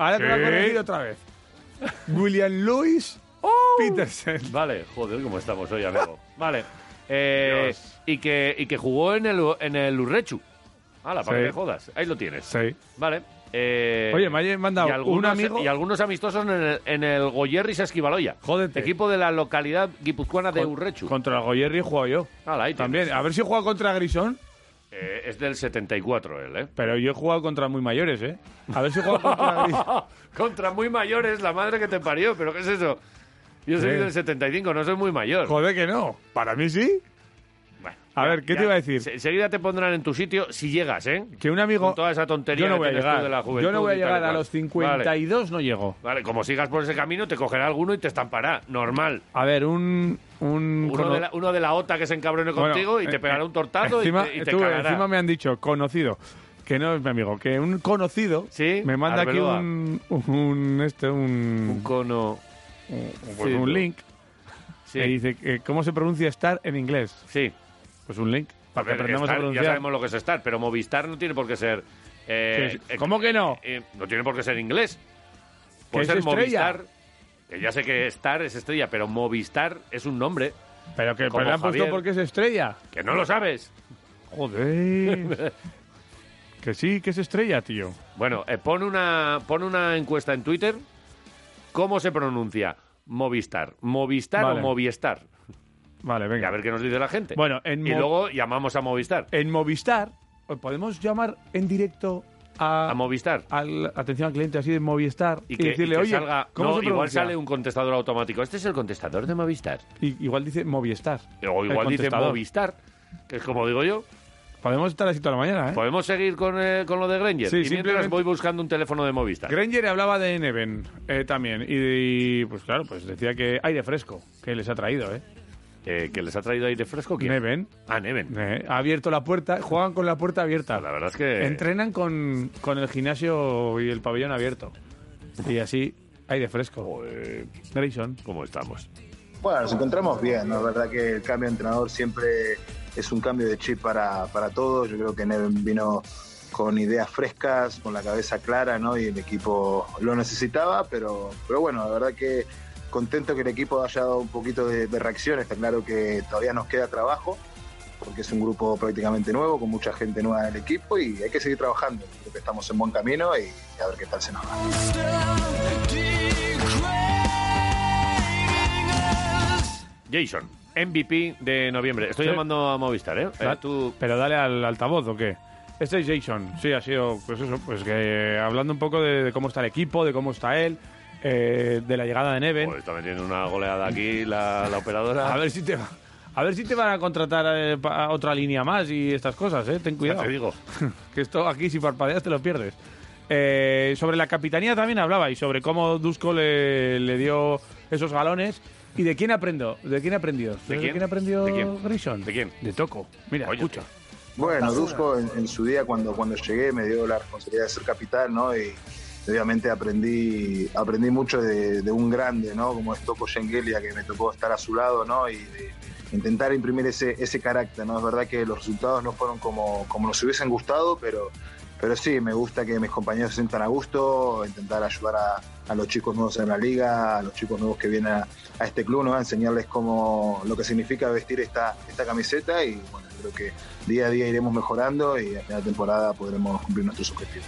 Ahora te lo voy ¿Sí? a corregir otra vez. William Lewis Peterson. Vale, joder, cómo estamos hoy, amigo. Vale. Eh, Dios. y, que, y que jugó en el, en el Urrechu. Hala, para Sí. que te jodas. Ahí lo tienes. Sí. Vale. Eh, Oye, me ha mandado y algunos- un amigo- Y algunos amistosos en el, en el Goyerris Esquivaloya. Jódete. Equipo de la localidad guipuzcoana de Urrechu. Contra el Goyerri he jugado yo. Hala, ahí También. tienes. A ver si he jugado contra Grisón. Eh, es del 74 él, ¿eh? Pero yo he jugado contra muy mayores, ¿eh? A ver si he jugado contra Grisón. Contra muy mayores, la madre que te parió. ¿Pero qué es eso? Yo soy Sí. del 75, no soy muy mayor. Joder que no. Para mí sí. Bueno, A ver, ¿qué te iba a decir? se- Enseguida te pondrán en tu sitio si llegas, ¿eh? Que un amigo... Con toda esa tontería yo no que voy a tienes tú llegar. de la juventud yo no voy a y tal y llegar a cual. los 52, no llego. Vale, como sigas por ese camino, te cogerá alguno y te estampará. Normal. A ver, un... un Uno, cono- de la, uno de la OTA que se encabrone Bueno, contigo y te eh, pegará un tortazo encima, y te, y te tú, cagará. encima me han dicho conocido, que no es mi amigo, que un conocido Sí, me manda Arbeloa. aquí un, un este Un un, cono. un- pues un link Sí. que dice que, cómo se pronuncia estar en inglés. sí. Pues un link para que Pero aprendamos a Star, ya pronunciar. sabemos lo que es estar, pero Movistar no tiene por qué ser. eh, Que- eh, ¿Cómo que no? eh, no tiene por qué ser inglés. Puede es ser estrella. Movistar. Que ya sé que Star es estrella, pero Movistar es un nombre Pero que pues, como pero le han Javier. puesto porque es estrella. que no lo sabes. Joder. que sí, que es estrella, tío. Bueno, eh, pon, una, pon una encuesta en Twitter. ¿Cómo se pronuncia Movistar? ¿Movistar Vale. o Movistar? Vale, Y a venga. ver qué nos dice la gente. Bueno, en y Mo- luego llamamos a Movistar. En Movistar pues podemos llamar en directo a, A Movistar. al- atención al cliente así de Movistar y, Y que, decirle, y que oye, salga. ¿cómo no, se igual pronuncia?". sale un contestador automático. Este es el contestador de Movistar. Y- igual dice Movistar. O el igual dice contestador. Movistar. Que es como digo yo. Podemos estar así toda la mañana, ¿eh? ¿Podemos seguir con, eh, con lo de Granger? Sí, y mientras simplemente- voy buscando un teléfono de Movistar. Granger hablaba de Neven eh, también. Y, y, pues claro, pues decía que aire fresco, que les ha traído, ¿eh? Eh, ¿Que les ha traído aire fresco? ¿Quién? Neven Ah, Neven. eh, ha abierto la puerta, juegan con la puerta abierta. La verdad es que... Entrenan con, con el gimnasio y el pabellón abierto. Y así hay de fresco. Grayson. ¿Cómo estamos? Bueno, nos encontramos bien, ¿no? Es verdad que el cambio de entrenador siempre es un cambio de chip para, para todos. Yo creo que Neven vino con ideas frescas, con la cabeza clara, ¿no? Y el equipo lo necesitaba, pero, pero bueno, la verdad que contento que el equipo haya dado un poquito de, de reacción. Está claro que todavía nos queda trabajo, porque es un grupo prácticamente nuevo, con mucha gente nueva en el equipo y hay que seguir trabajando. Creo que estamos en buen camino y a ver qué tal se nos va. Jason, MVP de noviembre. Estoy Sí. llamando a Movistar, ¿eh? Da- Eh, tú- Pero dale al altavoz o qué. Este es Jason, sí, ha sido, pues eso, pues que eh, hablando un poco de, de cómo está el equipo, de cómo está él, eh, de la llegada de Neven. Joder, está metiendo Pues una goleada aquí la, la operadora. A ver si te va- a ver si te van a contratar eh, pa- a otra línea más y estas cosas, eh. Ten Ya cuidado. te digo. que esto aquí si parpadeas te lo pierdes. Eh, sobre la capitanía también hablaba y sobre cómo Dusko le, le dio esos galones y de quién aprendió, de quién aprendió, ¿De quién? aprendió ¿De quién? Grayson? ¿De quién? De Toco. Mira, Oye, escucha. Bueno, Dusko en, en su día cuando, cuando llegué me dio la responsabilidad de ser capitán, ¿no? Y obviamente aprendí, aprendí mucho de, de un grande, ¿no? Como es Toko Shengelia, que me tocó estar a su lado, ¿no? Y de intentar imprimir ese, ese carácter, ¿no? Es verdad que los resultados no fueron como, como nos hubiesen gustado, pero, pero sí, me gusta que mis compañeros se sientan a gusto, intentar ayudar a, a los chicos nuevos en la liga, a los chicos nuevos que vienen a, a este club, ¿no? A enseñarles cómo, lo que significa vestir esta, esta camiseta y bueno, creo que día a día iremos mejorando y a final de temporada podremos cumplir nuestros objetivos.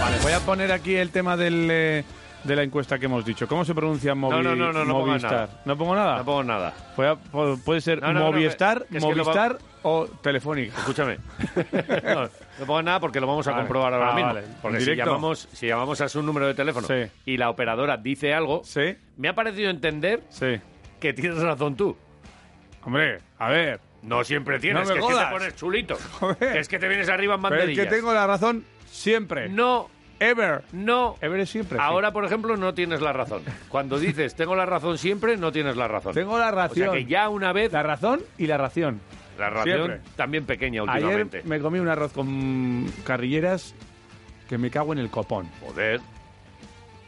Vale, voy a poner aquí el tema del, eh, de la encuesta que hemos dicho. ¿Cómo se pronuncia Movi- no, no, no, no pongas Movistar? nada. ¿No pongo nada? Tampoco nada. Voy a- po- puede ser No, no, no, Movistar, que- es que lo va- Movistar o Telefónica. Escúchame. no, no pongo nada porque lo vamos a Vale. comprobar ahora Ah, mismo. vale. Porque ¿En si directo? llamamos, si llamamos a su número de teléfono Sí. y la operadora dice algo, Sí, me ha parecido entender sí. que tienes razón tú. Hombre, a ver. No siempre tienes, No me que es que te jodas. pones chulito. Joder. Que es que te vienes arriba en Pero es banderillas. que tengo la razón siempre. No, Ever. no. Ever es siempre. sí. Ahora, por ejemplo, no tienes la razón. Cuando dices tengo la razón siempre, no tienes la razón. Tengo la o sea ración. que ya una vez La la, razón y la ración. ración Siempre. también pequeña últimamente. Ayer me comí un arroz con carrilleras que me cago en el copón. Joder,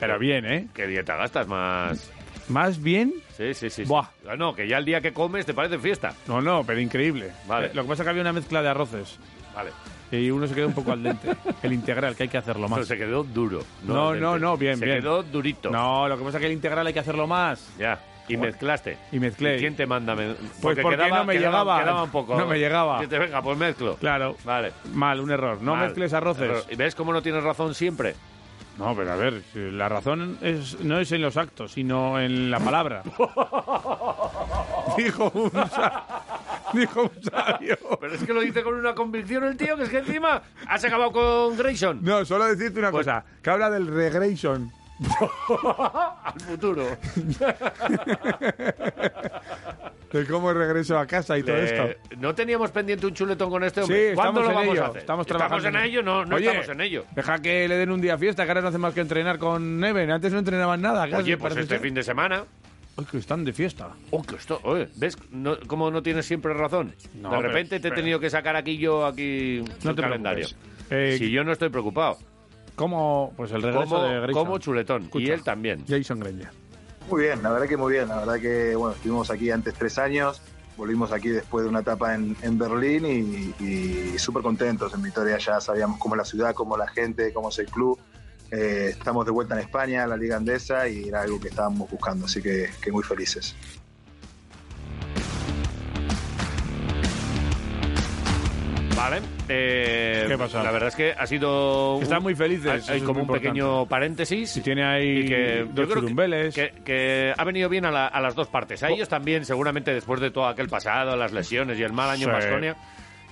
Pero bien, ¿eh? qué dieta gastas más. Más bien. Sí, sí, sí. sí. Buah. Ah, No, que ya el día que comes te parece fiesta. No, no, pero increíble. Vale. Eh, Lo que pasa es que había una mezcla de arroces Vale. y uno se quedó un poco al dente. el integral, que hay que hacerlo Pero más. se quedó duro. No, Al no, dente. no, bien, se bien. quedó durito. No, lo que pasa es que el integral hay que hacerlo más. Ya. Y mezclaste. Y mezclé. Pues ¿Y ¿Quién te manda? me- porque no me quedaba, llegaba. Quedaba un poco. No me llegaba. Que te venga, pues mezclo. Claro. Vale. Mal, un error. No Mal. mezcles arroces. Pero, ¿y ¿Ves cómo no tienes razón siempre? No, pero a ver, si la razón es, no es en los actos, sino en la palabra. dijo un sa- dijo un sabio. Pero es que lo dice con una convicción el tío, que es que encima has acabado con Grayson. No, solo decirte pues una cosa, que habla del regression. Al futuro. De cómo regreso a casa y todo Eh, esto. no teníamos pendiente un chuletón con Sí, este hombre. ¿Cuándo estamos lo en vamos ello, a hacer? Estamos trabajando. en ello, no, no Oye, estamos en ello. Deja que le den un día fiesta, que ahora no hace más que entrenar con Neven. Antes no entrenaban nada. casi, Oye, pues parece este ser. fin de semana. Ay, que están de fiesta. Oh, que esto, oye, ¿Ves no- cómo no tienes siempre razón? No, de pero repente te espera. he tenido que sacar aquí yo aquí No el te calendario. preocupes. Eh, si yo no estoy preocupado. ¿Cómo? Pues el regreso Como, de Grayson. como chuletón. Y Escucha. él también. Jason Granger. Muy bien, la verdad que muy bien. La verdad que, bueno, estuvimos aquí antes tres años, volvimos aquí después de una etapa en, en Berlín y, y súper contentos. En Vitoria ya sabíamos cómo es la ciudad, cómo es la gente, cómo es el club. Eh, estamos de vuelta en España, en la Liga Andesa, y era algo que estábamos buscando, así que, que muy felices. Vale. eh, ¿Qué pasa? La verdad es que ha sido. un- Están muy felices, eso Hay es como muy un importante. pequeño paréntesis. Si tiene ahí y que yo dos creo que, churumbeles. que- que ha venido bien a, la- a las dos partes. A ellos también, seguramente después de todo aquel pasado, las lesiones y el mal Sí. año en Baskonia,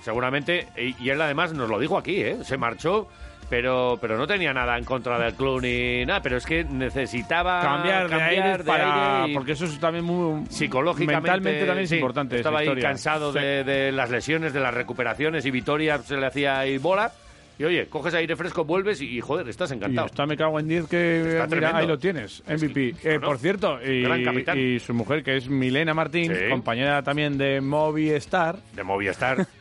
seguramente. Y, y él además nos lo dijo aquí, ¿eh? Se marchó. Pero, pero no tenía nada en contra del club ni nada, pero es que necesitaba cambiar de aire de para aire y- porque eso es también muy psicológicamente mentalmente también es sí, importante esa estaba ahí historia. cansado Sí. de, de las lesiones de las recuperaciones y Vitoria se le hacía ahí bola y oye coges aire fresco vuelves y joder estás y encantado está me cago en 10 que mira, tremendo. ahí lo tienes MVP que- Eh, no, no. por cierto y, Gran capitán. y su mujer que es Milena Martín Sí. compañera también de Movistar de Movistar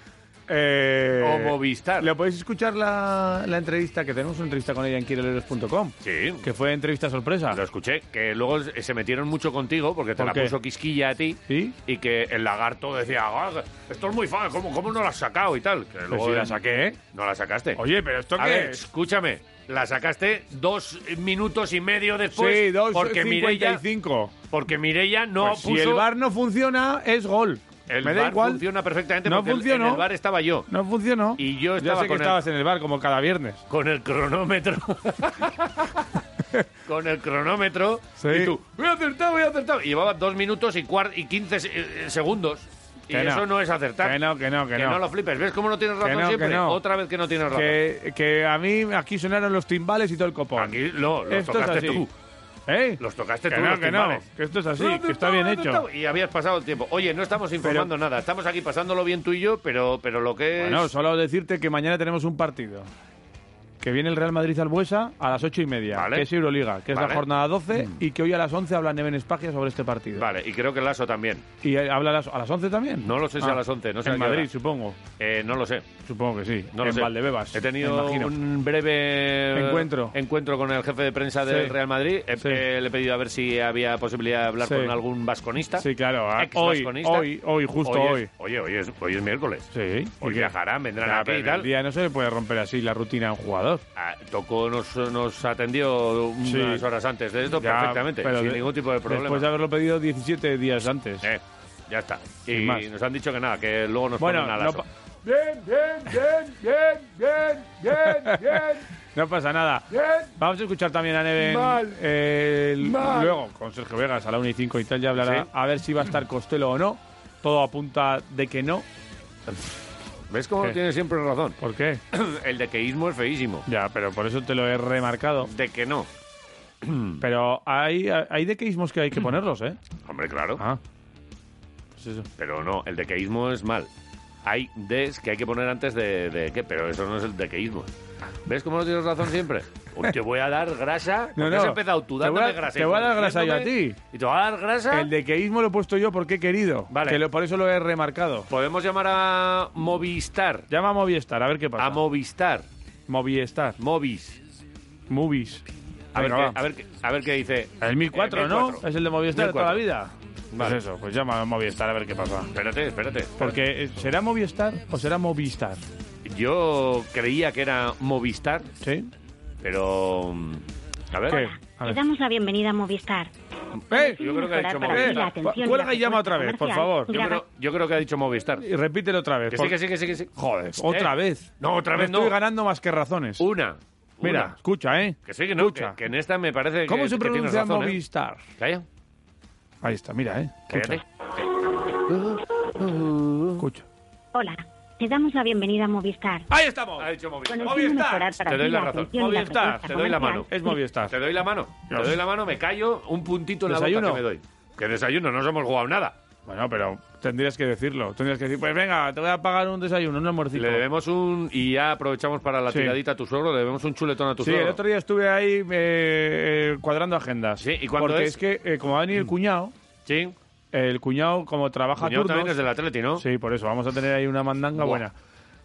Eh, O Movistar. ¿Le podéis escuchar la, la entrevista? Que tenemos una entrevista con ella en quiroleros.com. Sí. Que fue entrevista sorpresa. Lo escuché, que luego se metieron mucho contigo porque te ¿Por la qué? puso quisquilla a ti ¿Sí? y que el lagarto decía, "Ah, esto es muy fácil, ¿cómo, cómo no la has sacado y tal? Que luego Pues sí la en- saqué, ¿eh? No la sacaste. Oye, pero ¿esto a qué ver, es? escúchame, la sacaste dos minutos y medio después sí, dos pues, porque Mireia 55. porque Mireia no Pues puso Si el bar no funciona, es gol. el Me da bar igual. funciona perfectamente No porque el- funcionó. en el bar estaba yo No funcionó. Y yo ya estaba sé que con el- estabas en el bar como cada viernes. con el cronómetro. con el cronómetro. Sí. Y tú, voy a acertar, voy a acertar. Y llevaba dos minutos y, cuar- y 15 se- eh, segundos. Y Que no. eso no es acertar. Que no, que no, que Que no. lo flipes. ¿Ves cómo no tienes Que razón no, que siempre? no. Otra vez que no tienes razón. Que, que a mí aquí sonaron los timbales y todo el copón. Aquí no, los esto es tocaste así. tú. ¿Eh? Los tocaste que tú, no, los que no. timbales. Que esto es así, No, que está bien no, hecho. no, Y habías pasado el tiempo. Oye, no estamos informando nada. Estamos aquí pasándolo bien tú y yo, pero, pero lo que es... Bueno, solo decirte que mañana tenemos un partido. Que viene el Real Madrid al Buesa a las ocho y media, Vale. que es Euroliga, que es Vale. Mm. la jornada 12, y que hoy a las 11 habla Neven Espagia sobre este partido. Vale, y creo que Lasso también. ¿Y eh, habla a las, a las 11 también? Ah, No lo sé si a las 11, no sé a En qué hora. Madrid, supongo. Eh, no lo sé. Supongo que sí. No lo en sé. Valdebebas. He me tenido imagino. un breve eh, Encuentro. encuentro con el jefe de prensa del Sí. Real Madrid. He- Sí. eh, le he pedido a ver si había posibilidad de hablar Sí. con algún vasconista. Sí, claro. ah, Ex Hoy, vasconista. hoy, hoy, justo hoy. es- oye, hoy es, hoy es miércoles. Sí. Hoy ¿y qué? viajarán, vendrán Ya, aquí pero y en tal. El día no se le puede romper así la rutina a un jugador. Ah, Tocó nos, nos atendió Sí. unas horas antes de esto Ya, perfectamente, pero sin de- ningún tipo de problema. Después de haberlo pedido 17 días antes. Eh, ya está. Y Sin más. nos han dicho que nada, que luego nos bueno, ponen a no Lasso. pa- bien, bien, bien, bien, bien, bien, bien. No pasa nada. Vamos a escuchar también a Neven. eh, el- Luego, con Sergio Vegas a la 1 y 5 y tal, ya hablará Sí. a ver si va a estar Costello o no. Todo apunta de que no. ¿Ves cómo ¿Qué? tiene siempre razón? ¿Por qué? El de queísmo es feísimo. Ya, pero por eso te lo he remarcado. De que no. Pero hay, hay dequeísmos que hay que ponerlos, ¿eh? Hombre, claro. Ah. Pues eso. Pero no, el dequeísmo es mal. Hay des que hay que poner antes de, de qué, pero eso no es el dequeísmo. ¿Ves cómo no tienes razón siempre? Uy, te voy a dar grasa. No, porque no. has empezado tú Te dándome voy a- grasa. y te voy a dar grasa yo a diciéndome, ti. ¿Y te voy a dar grasa? El dequeísmo lo he puesto yo porque he querido. Vale. Que lo- por eso lo he remarcado. Podemos llamar a Movistar. Llama a Movistar, a ver qué pasa. A Movistar. Movistar. Movis. Movies. A ver, Venga, qué, va. a, ver, qué- a ver qué dice. El 1004, El ¿no? Es el de Movistar de 1004. toda la vida. Vale. Pues eso, pues llama a Movistar a ver qué pasa. Espérate, espérate. Porque, eh, ¿será Movistar o será Movistar? Yo creía que era Movistar, ¿Sí? pero. mm, A ver. ¿Qué? A Le ver. damos la bienvenida a Movistar. ¡Eh! Yo creo que ha dicho Para ¡Eh! decir la Movistar. atención Pa- Cuelga la y llama respuesta otra vez, por comercial. favor. Yo creo, yo creo que ha dicho Movistar. Y repítelo otra vez. Que sí, por- que sí, que sí, que sí. Joder. Otra ¿eh? vez. No, otra Me vez no. Estoy ganando más que razones. Una. Mira, Una. escucha, ¿eh? Que sí, que no. Que, Escucha. que en esta me parece que. ¿Cómo se que tienes pronuncia razón, ¿eh? Movistar? Calla. Ahí está, mira, ¿eh? Escucha, Cállate. escucha. Hola, le damos la bienvenida a Movistar. ¡Ahí estamos! Ha dicho Con el Movistar. fin de mejorar para Te doy ti la razón. atención y la Movistar, respuesta te doy la comercial. Es Movistar. Te doy la mano. Te Dios. doy la mano, me callo. Un puntito en ¿Desayuno? la boca que me doy. Que desayuno, no nos hemos jugado nada. Bueno, pero tendrías que decirlo. Tendrías que decir, pues venga, te voy a pagar un desayuno, un almuercito. Le debemos un. Y ya aprovechamos para la Sí. tiradita a tu suegro, le debemos un chuletón a tu Sí, suegro. el otro día estuve ahí eh, eh, cuadrando agendas. Sí, ¿y cuándo Porque es? Mm. es, que, eh, como va a venir el cuñado, Sí. el cuñado, como trabaja Cuñado turnos. también es del Atleti, ¿no? Sí, por eso, vamos a tener ahí una mandanga Buah. buena.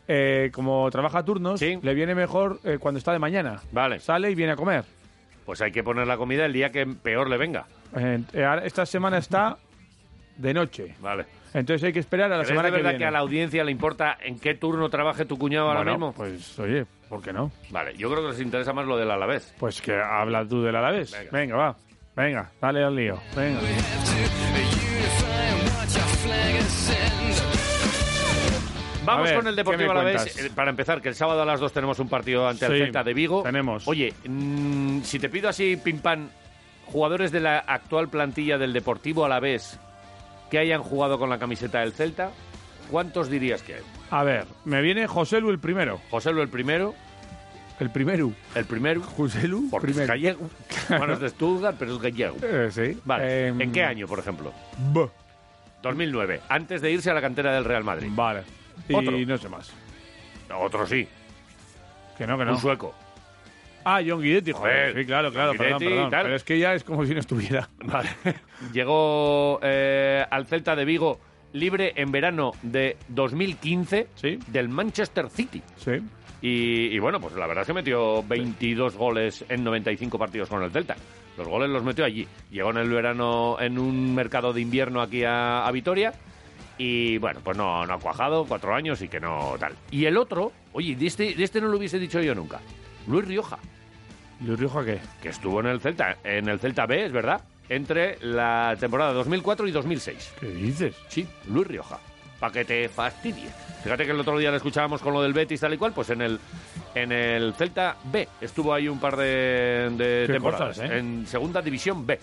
Eh, como trabaja turnos, Sí. le viene mejor eh, cuando está de mañana. Vale. Sale y viene a comer. Pues hay que poner la comida el día que peor le venga. Eh, eh, ahora- esta semana está de noche. Vale. Entonces hay que esperar a la ¿Pero es semana de que verdad viene. que, a la audiencia le importa en qué turno trabaje tu cuñado ahora Bueno, mismo? Pues oye, ¿por qué no? Vale, yo creo que les interesa más lo del Alavés. Pues que habla tú del Alavés. Venga. Venga, va. Venga, dale al lío. Venga. Vamos ver, con el Deportivo ¿qué me Alavés. cuentas? eh, Para empezar, que el sábado a las 2 tenemos un partido ante Sí, el Celta de Vigo. tenemos. Oye, mm, si te pido así, pim pam, jugadores de la actual plantilla del Deportivo Alavés que hayan jugado con la camiseta del Celta, ¿cuántos dirías que hay? A ver, me viene José Lu el primero. José Lu el primero, El primero. el primero, José Lu porque es primero. gallego. Bueno, es de Stuttgart, pero es gallego. Eh, sí. Vale, Em, ¿en qué año, por ejemplo? B. 2009, antes de irse a la cantera del Real Madrid. Vale. Y Otro. no sé más. Otro sí, Que no, que un no. sueco. Ah, John Guidetti, joder. Joder, Sí, claro, claro, John perdón, Guidetti, perdón. tal. Pero es que ya es como si no estuviera. Vale. Llegó eh, al Celta de Vigo libre en verano de 2015 Sí. del Manchester City. Sí. Y, y bueno, pues la verdad es que metió 22 goles en 95 partidos con el Celta. Los goles los metió allí. Llegó en el verano en un mercado de invierno aquí a, a Vitoria. Y bueno, pues no, no ha cuajado, cuatro años y que no tal. Y el otro, oye, de este, de este no lo hubiese dicho yo nunca. Luis Rioja, ¿Luis Rioja qué? que estuvo en el Celta, en el Celta B, es verdad, entre la temporada 2004 y 2006. ¿Qué dices? Sí, Luis Rioja. Para que te fastidie. Fíjate que el otro día lo escuchábamos con lo del Betis tal y cual, pues en el en el Celta B. Estuvo ahí un par de, de Qué temporadas. cosas, ¿eh? En segunda división B.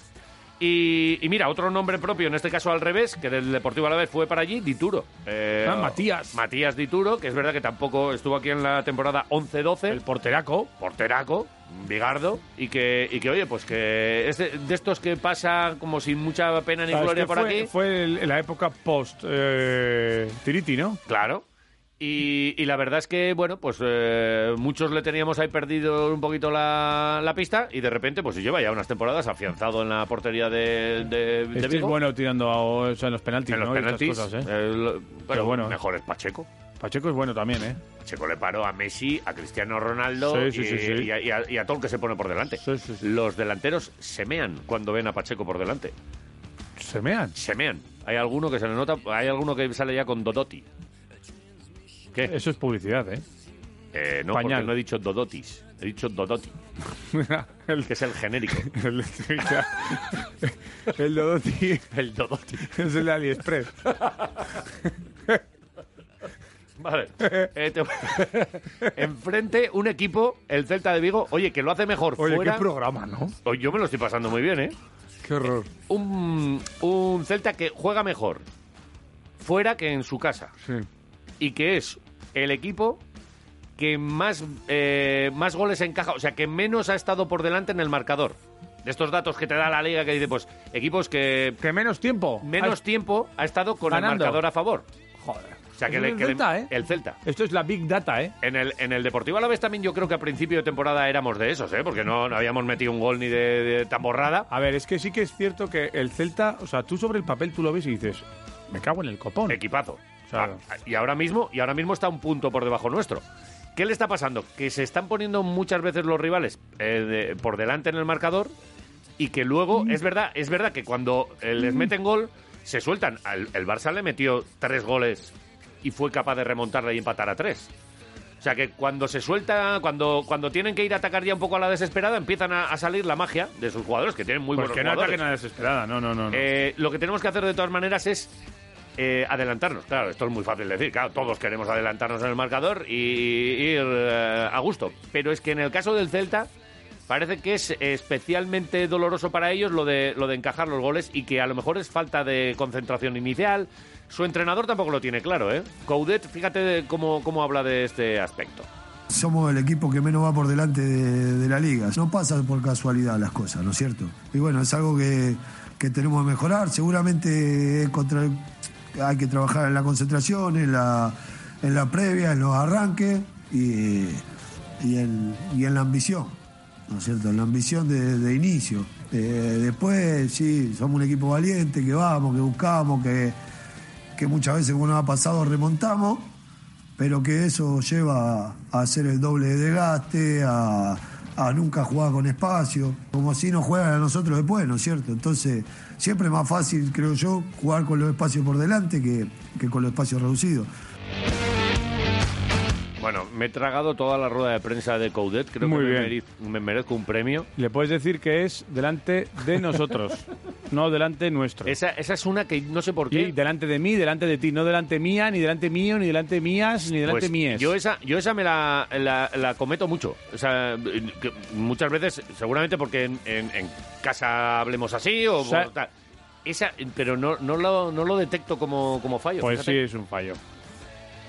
Y, y mira, otro nombre propio, en este caso al revés, que del Deportivo Alavés fue para allí, Dituro. Eh, Ah, Matías. Matías Dituro, que es verdad que tampoco estuvo aquí en la temporada 11-12 El porteraco. porteraco, Vigardo, y que, y que oye, pues que es de, de estos que pasa como sin mucha pena ni Ah, es gloria que por fue, aquí. Fue el- la época post eh, Tiriti, ¿no? Claro. Y, y la verdad es que, bueno, pues eh, muchos le teníamos ahí perdido un poquito la, la pista y de repente, pues lleva ya unas temporadas afianzado en la portería de, de, de Este es Vigo. bueno tirando a, o sea, en los penaltis, en los ¿no? Y estas penaltis. cosas, ¿eh? eh, lo- bueno, bueno, ¿eh? mejor es Pacheco. Pacheco es bueno también, ¿eh? Pacheco le paró a Messi, a Cristiano Ronaldo Sí, sí, y, sí, sí. y a, y a- y a todo el que se pone por delante. Sí, sí, sí. Los delanteros semean cuando ven a Pacheco por delante. Se mean. semean. Hay alguno que se le nota, hay alguno que sale ya con Dodoti. ¿Qué? Eso es publicidad, ¿eh? Eh, no, pañal. porque no he dicho Dodotis, he dicho Dodoti, el, que es el genérico. el, el Dodoti el Dodoti. es el de AliExpress. Vale. Eh, te- Enfrente un equipo, el Celta de Vigo, oye, que lo hace mejor Oye, fuera. qué programa, ¿no? Oye, Yo me lo estoy pasando muy bien, ¿eh? Qué horror. Un, un Celta que juega mejor fuera que en su casa. Sí. y que es el equipo que más, eh, más goles encaja, o sea, que menos ha estado por delante en el marcador. De estos datos que te da la liga que dice, pues, equipos que Que menos tiempo. menos tiempo ha estado con el Ganando. marcador a favor. Ay, Joder. O sea, que, Eso le- es que le- Celta, ¿eh? el Celta. Esto es la Big Data, ¿eh? En el, en el Deportivo Alavés también yo creo que a principio de temporada éramos de esos, ¿eh? Porque no, no habíamos metido un gol ni de, de tan borrada. A ver, es que sí que es cierto que el Celta, o sea, tú sobre el papel tú lo ves y dices, me cago en el copón. Equipazo. Claro. Ah, Y ahora mismo, y ahora mismo está un punto por debajo nuestro. ¿Qué le está pasando? Que se están poniendo muchas veces los rivales eh, de- por delante en el marcador y que luego, Mm. es verdad, es verdad que cuando eh, les meten gol, se sueltan. Al- el Barça le metió tres goles y fue capaz de remontarla y empatar a tres. O sea que cuando se suelta, cuando, cuando tienen que ir a atacar ya un poco a la desesperada, empiezan a, a salir la magia de sus jugadores, que tienen muy Pues buenos que no jugadores. ataquen a la desesperada, no, no, no. no. Eh, lo que tenemos que hacer de todas maneras es eh, adelantarnos. Claro, esto es muy fácil decir. Claro, todos queremos adelantarnos en el marcador y ir eh, a gusto. Pero es que en el caso del Celta parece que es especialmente doloroso para ellos lo de, lo de encajar los goles y que a lo mejor es falta de concentración inicial. Su entrenador tampoco lo tiene claro, ¿eh? Coudet, fíjate de cómo, cómo habla de este aspecto. Somos el equipo que menos va por delante de, de la liga. No pasa por casualidad las cosas, ¿no es cierto? Y bueno, es algo que, que tenemos que mejorar. Seguramente es contra- hay que trabajar en la concentración, en la, en la previa, en los arranques y, y en, y en la ambición, ¿no es cierto? En la ambición de, de inicio. Eh, después, sí, somos un equipo valiente, que vamos, que buscamos, que, que muchas veces como nos ha pasado remontamos, pero que eso lleva a hacer el doble de desgaste, a, a nunca jugar con espacio, como si nos juegan a nosotros después, ¿no es cierto? Entonces, siempre es más fácil, creo yo, jugar con los espacios por delante que, que con los espacios reducidos. Bueno, me he tragado toda la rueda de prensa de Coudet. Creo Muy que me bien. meri- me merezco un premio. Le puedes decir que es delante de nosotros, no delante nuestro. Esa, esa es una que no sé por qué. Y delante de mí, delante de ti, no delante mía, ni delante mío, ni delante mías, ni delante Pues mías. Yo esa, yo esa me la, la- la cometo mucho. O sea, que muchas veces, seguramente porque en, en- en casa hablemos así o, O sea- por tal. Esa, pero no, no, lo, no lo detecto como, como fallo. Pues sí, fíjate. es un fallo.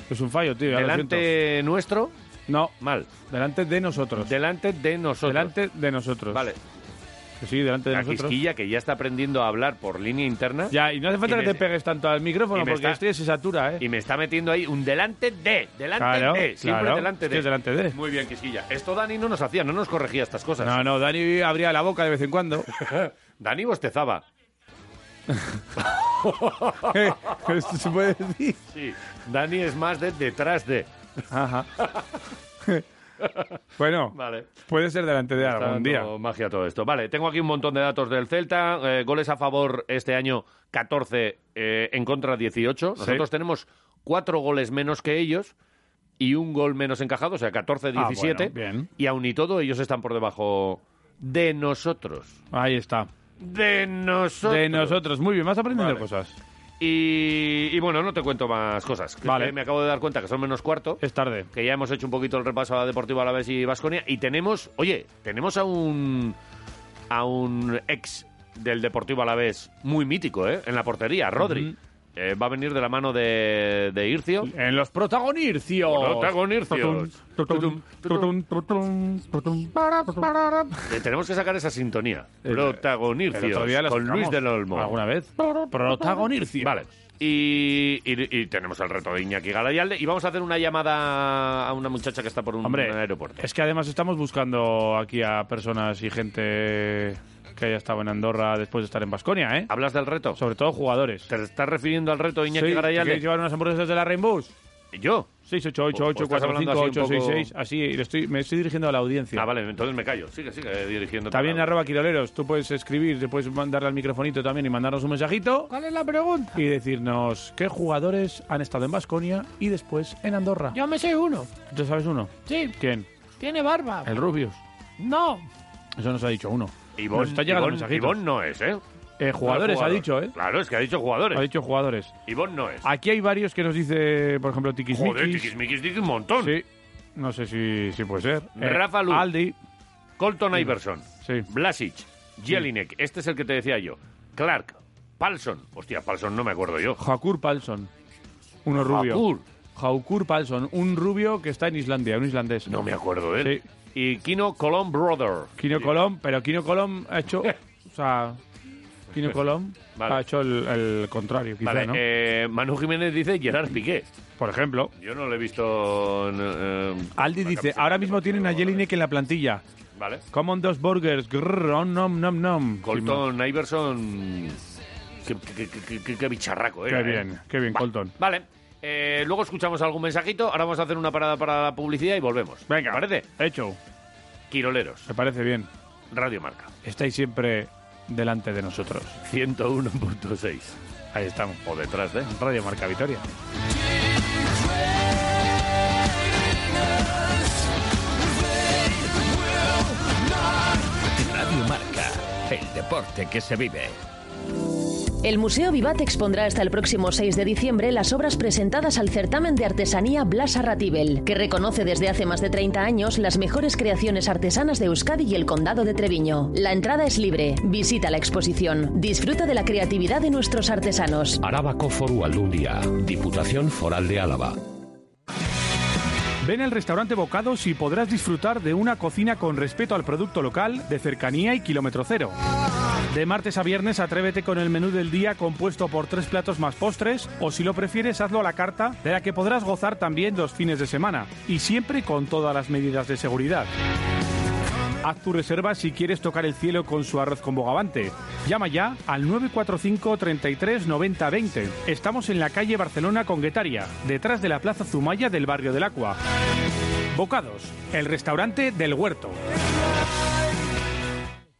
Es un fallo, tío. ya lo siento. Delante nuestro, No, mal. delante de nosotros. Delante de nosotros. Delante de nosotros. Vale. Que Sí, delante de La nosotros. quisquilla que ya está aprendiendo a hablar por línea interna. Ya, y no hace falta Y que me- te pegues tanto al y micrófono me porque está- este se satura, ¿eh? Y me está metiendo ahí un delante de, delante Claro, de, siempre claro. delante Es de. que es delante de. Muy bien, Quisquilla. Esto Dani no nos hacía, no nos corregía estas cosas. No, no, Dani abría la boca de vez en cuando. Dani bostezaba. ¿Esto se puede decir? Sí, Dani es más de detrás de. Ajá. Bueno, Vale. puede ser delante de Está algún día. dando magia todo esto. Vale, tengo aquí un montón de datos del Celta. Eh, goles a favor este año 14, eh, en contra 18. Nosotros Sí. tenemos cuatro goles menos que ellos y un gol menos encajado, o sea, 14-17. Ah, bueno, bien. Y aun y todo, ellos están por debajo de nosotros. Ahí está. De nosotros. De nosotros. Muy bien, vas aprendiendo Vale. cosas. Y, y bueno, no te cuento más cosas. que Vale. es que Me acabo de dar cuenta que son menos cuarto. Es tarde. que ya hemos hecho un poquito el repaso a Deportivo Alavés y Vasconia y tenemos, oye, tenemos a un a un ex del Deportivo Alavés muy mítico, ¿eh? En la portería, Rodri. Ujú. Eh, va a venir de la mano de, de Ircio. En los protagonircios. Protagonircios. Tutum, tutum, tutum, tutum, tutum, para, para. Eh, tenemos que sacar esa sintonía. El- Protagonircios. Eh, el otro día la con Luis sacamos del Olmo. ¿Alguna vez? Protagonircios. Vale. Y, y- y tenemos el reto de Iñaki Galayalde. Y vamos a hacer una llamada a una muchacha que está por un, eh, Hombre, aeropuerto. es que además estamos buscando aquí a personas y gente que haya estado en Andorra después de estar en Basconia, ¿eh? ¿Hablas del reto? Sobre todo jugadores. ¿Te estás refiriendo al reto de Iñaki Sí, ¿te Garayalde? quieres llevar unas hamburguesas de la Rainbow? ¿Yo? 688 Pues estás hablando así un poco- 866 Así, le estoy, me estoy dirigiendo a la audiencia. Ah, vale, entonces me callo. Sigue, sigue dirigiendo. También en arroba quiroleros. Tú puedes escribir, te puedes mandarle al microfonito también y mandarnos un mensajito. ¿Cuál es la pregunta? Y decirnos qué jugadores han estado en Basconia y después en Andorra. Yo me sé uno. ¿Tú sabes uno? Sí, ¿Quién? tiene barba. El Rubius. No. Eso nos ha dicho uno. Ivón, Nos está llegando Ivón- mensajitos. Ivón no es, ¿eh? Eh, jugadores, No es jugador. ha dicho, ¿eh? Claro, es que ha dicho jugadores. Ha dicho jugadores. Ivón no es. Aquí hay varios que nos dice, por ejemplo, Tiquismiquis. Joder, Tiquismiquis dice un montón. Sí. No sé si, si puede ser. Rafa Lu. Eh, Aldi. Colton Iverson, Sí. Blasic, Jelinek, este es el que te decía yo. Clark, Palson. Hostia, Palson no me acuerdo yo. Jakur Palson. Uno rubio. Jakur. Jaukur Palson. Un rubio que está en Islandia, un islandés. No me acuerdo de él. Sí. Y Kino Colón Brother. Kino Colom, pero Kino Colom ha hecho. o sea. Kino Colom Vale. ha hecho el, el contrario, quizá, Vale, ¿no? eh, Manu Jiménez dice Gerard Piqué. Por ejemplo. Yo no lo he visto. en, eh, Aldi la dice: camiseta Ahora del mismo tienen a Deportivo Jelinek en la plantilla. Alavés". Vale. Common dos burgers. Grrr, om nom nom nom. Colton Iverson. Qué, qué- qué- qué- qué bicharraco, Qué era, ¿eh? bien, qué bien, Va, Colton. Vale. Eh, luego escuchamos algún mensajito. Ahora vamos a hacer una parada para la publicidad y volvemos. Venga. ¿Te parece? Hecho. Quiroleros, Me parece bien. Radio Marca, Estáis siempre delante de nosotros. 101.6. Ahí estamos. O detrás de. Radio Marca Vitoria. Radio Marca, el deporte que se vive. El Museo Vivat expondrá hasta el próximo 6 de diciembre las obras presentadas al certamen de artesanía Blas Arratibel, que reconoce desde hace más de 30 años las mejores creaciones artesanas de Euskadi y el Condado de Treviño. La entrada es libre. Visita la exposición. Disfruta de la creatividad de nuestros artesanos. Arabako Foru Aldundia, Diputación Foral de Álava. Ven al restaurante Bocados y podrás disfrutar de una cocina con respeto al producto local, de cercanía y kilómetro cero. De martes a viernes atrévete con el menú del día compuesto por tres platos más postres o si lo prefieres hazlo a la carta de la que podrás gozar también los fines de semana y siempre con todas las medidas de seguridad. Haz tu reserva si quieres tocar el cielo con su arroz con bogavante. Llama ya al 945 33 90 20. Estamos en la calle Barcelona con Guetaria, detrás de la Plaza Zumaya del barrio del Acua. Bocados, el restaurante del huerto.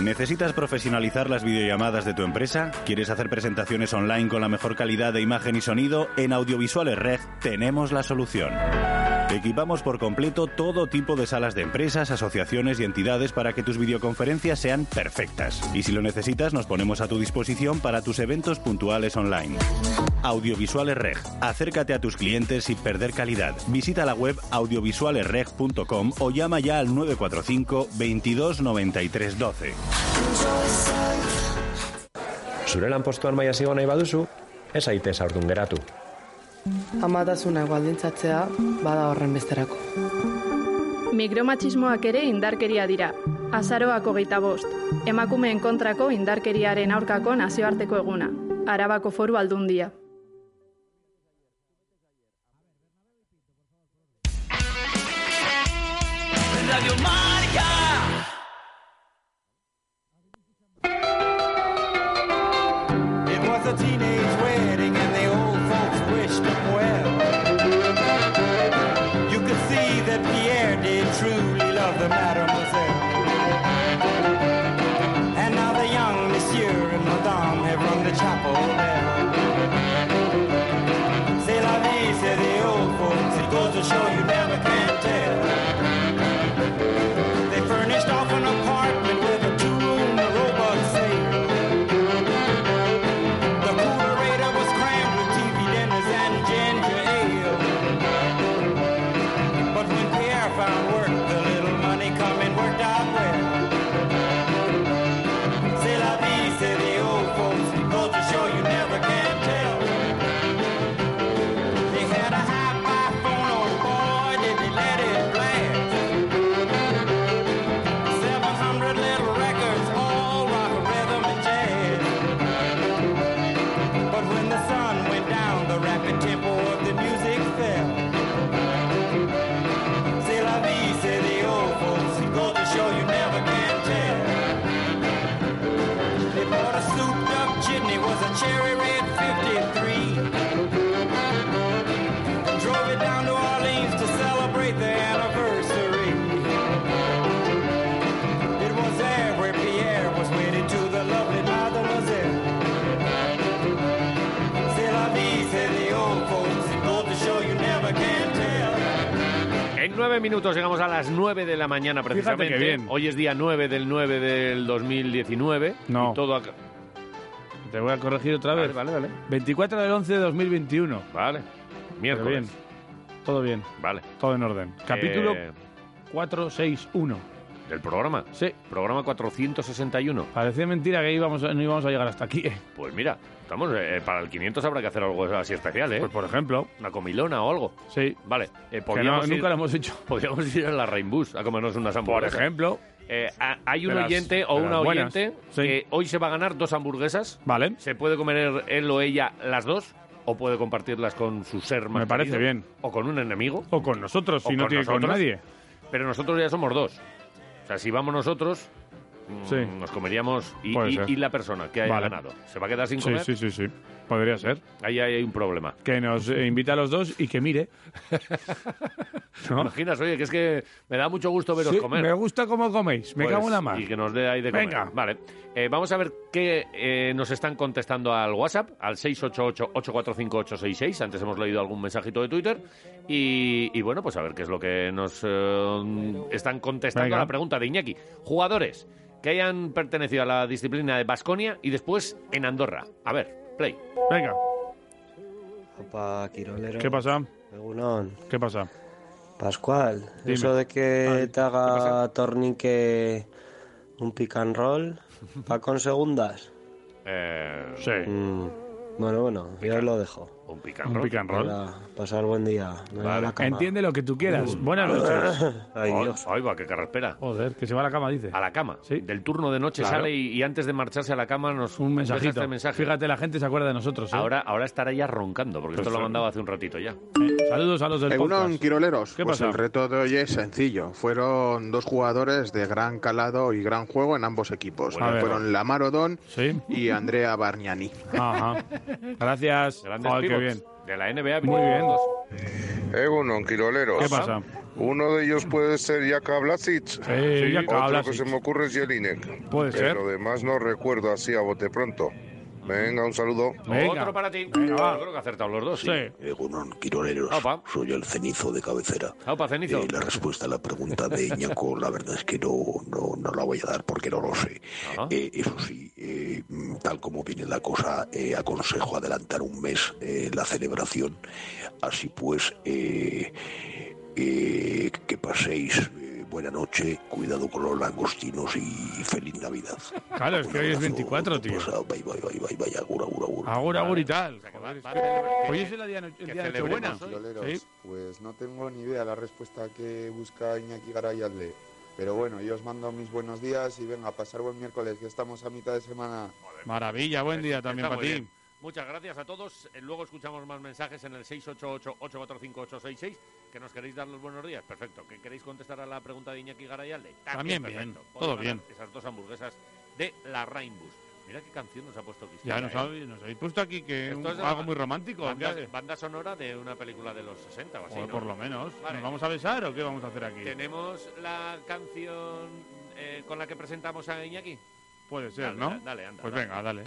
¿Necesitas profesionalizar las videollamadas de tu empresa? ¿Quieres hacer presentaciones online con la mejor calidad de imagen y sonido? En Audiovisuales Red tenemos la solución. Equipamos por completo todo tipo de salas de empresas, asociaciones y entidades para que tus videoconferencias sean perfectas. Y si lo necesitas, nos ponemos a tu disposición para tus eventos puntuales online. Audiovisuales Reg. Acércate a tus clientes sin perder calidad. Visita la web audiovisualesreg.com o llama ya al 945 22 93 12. Zure lanpostuan maia zigo nahi baduzu, ez aitez aurdun geratu. Amatasuna baldintzatzea bada horren besterako. Migromachismoak ere indarkeria dira. Azaroak hogeita bost. Emakumeen kontrako indarkeriaren aurkako nazioarteko eguna. Arabako foru aldundia. Radio Marca. It was a teenage wedding and the old folks wished them well. You could see that Pierre did truly love the mademoiselle. And now the young monsieur and madame have rung the chapel bell. C'est la vie, said the old folks. It goes to show you never can tell. They furnished off an apartment with a two-room robot safe. The coolerator was crammed with TV dinners and ginger ale. But when Pierre found work, the little money coming worked out well. C'est la vie, said the old folks. Goes to show you never can tell. They had a high-fi phone, oh boy, did they let it blast. 700 little records, all rock, rhythm, and jazz. But when the sun went down, the rapid tempo of the music fell. C'est la vie, say the old folks. It goes to show you never can tell. They bought a souped up chitney, was a cherry red 53. Drove it down to Orleans to celebrate the anniversary. It was there where Pierre was wedded to the lovely mademoiselle. C'est la vie, said the old folks. It goes to show you never can tell. En nueve minutos llegamos a las nueve de la mañana precisamente. Fíjate que bien. Hoy es día 9 del 9 del 2019. No. Y todo acá. Te voy a corregir otra vez. Vale, vale, vale. 24 del 11 de 2021. Vale. Miércoles. bien. Todo bien. Vale. Todo en orden. Capítulo Eh, 461. ¿Del programa? Sí. Eh, Programa 461. Parecía mentira que íbamos, no íbamos a llegar hasta aquí. eh. Pues mira, estamos eh, para el 500 habrá que hacer algo así especial, ¿eh? Pues por ejemplo. Una comilona o algo. Sí. Vale. eh, Que podríamos no- ir- nunca lo hemos hecho. Podríamos ir a la Rainbus a comernos unas hamburguesas. ejemplo. Eh, a- hay un De las- oyente o de una las buenas. oyente que hoy se va a ganar dos hamburguesas. Vale. Se puede comer él o ella las dos. O puede compartirlas con su ser más Me parece querido, bien. O con un enemigo. O con nosotros, O si no con tiene con nosotros. nadie. Pero nosotros ya somos dos. O sea, si vamos nosotros, mm, Sí. nos comeríamos y, Puede y- ser. y la persona que haya Vale. ganado. ¿Se va a quedar sin Sí, comer? sí, sí, sí. Podría ser. Ahí hay, hay un problema. Que nos eh, invita a los dos y que mire. ¿Te imaginas? Oye, que es que me da mucho gusto veros Sí, comer. Me gusta cómo coméis. Me Pues, cago en la mar. Y que nos dé ahí de comer. Venga. Vale. Eh, vamos a ver qué eh, nos están contestando al WhatsApp, al 688-845-866. Antes hemos leído algún mensajito de Twitter. Y, y bueno, pues a ver qué es lo que nos eh, están contestando Venga. a la pregunta de Iñaki. Jugadores que hayan pertenecido a la disciplina de Basconia y después en Andorra. A ver, play. Venga. Opa, Quirolero. ¿Qué pasa? Egunon. ¿Qué pasa? Pascual, Dime. eso de que te haga tornique un pick and roll, va con segundas. Mm, sí. bueno, bueno, yo os lo dejo. Un pick and Un roll. pick and roll. Para pasar buen día. Me voy a la cama. Entiende lo que tú quieras. Mm. Buenas noches. Ay, Oh, Dios. ahí va, qué carraspera. Joder, que se va a la cama, dice. A la cama. Del turno de noche Claro. sale y, y antes de marcharse a la cama nos Un deja mensajito. este mensaje. Fíjate, la gente se acuerda de nosotros. ¿eh? Ahora, ahora estará ya roncando, porque esto lo Perfecto. ha Eh, mandado hace un ratito ya. Saludos a los del Egunon, podcast. Quiroleros. ¿Qué pues pasa? el reto de hoy es sencillo. Fueron dos jugadores de gran calado y gran juego en ambos equipos. Bueno. A ver. Fueron Lamar Odón Sí. y Andrea Bargnani. Ajá. Gracias. Grandes Joder, qué pivots bien. De la NBA. Muy bien. Egunon, Quiroleros. ¿Qué pasa? Eh, Uno de ellos puede ser Jaka Blasic. Sí, Jaka Otro Blasic. que se me ocurre es Jelinek. Puede ser. Lo demás no recuerdo así a bote pronto. Venga, un saludo. Otro para ti. Yo creo que ha acertado los dos. Egunon, Quiroleros. Soy el cenizo de cabecera. Opa, cenizo. Eh, la respuesta a la pregunta de Iñaco, la verdad es que no, no, no la voy a dar porque no lo sé. Eh, eso sí, eh, mm, tal como viene la cosa, eh, aconsejo adelantar un mes eh, la celebración. Así pues, eh, eh, que paséis eh, buena noche, cuidado con los langostinos y feliz Navidad. Claro, es que hoy es 24, tío. Pues, oh, Ahora, ahora y tal. Hoy es el día, el día de Nochebuena. Sí. Pues no tengo ni idea la respuesta que busca Iñaki Garay Alde. Pero bueno, yo os mando mis buenos días y venga, a pasar buen miércoles, que estamos a mitad de semana. Maravilla, buen día también Está para muy ti. bien. Muchas gracias a todos. Eh, Luego escuchamos más mensajes en el 688-845-866. ¿Que nos queréis dar los buenos días? Perfecto. ¿Que queréis contestar a la pregunta de Iñaki Garayalde? También bien, perfecto. todo Podéis bien. ganar Esas dos hamburguesas de la Rainbus. Mira qué canción nos ha puesto ¿eh? aquí. Ya nos, habéis, nos habéis puesto aquí que un- algo muy romántico. Banda, ¿qué? banda sonora de una película de los 60 o así, O ¿no? por lo menos. Vale. ¿Nos vamos a besar o qué vamos a hacer aquí? ¿Tenemos la canción eh, con la que presentamos a Iñaki? Puede ser, Dale, ¿no? da- dale, anda, Pues dale. venga, dale.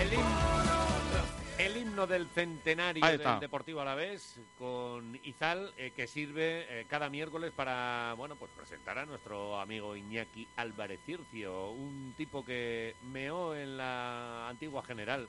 El himno, el himno del centenario Ahí del está. Deportivo Alavés con Izal, eh, que sirve eh, cada miércoles para bueno pues presentar a nuestro amigo Iñaki Álvarez Circio, un tipo que meó en la antigua general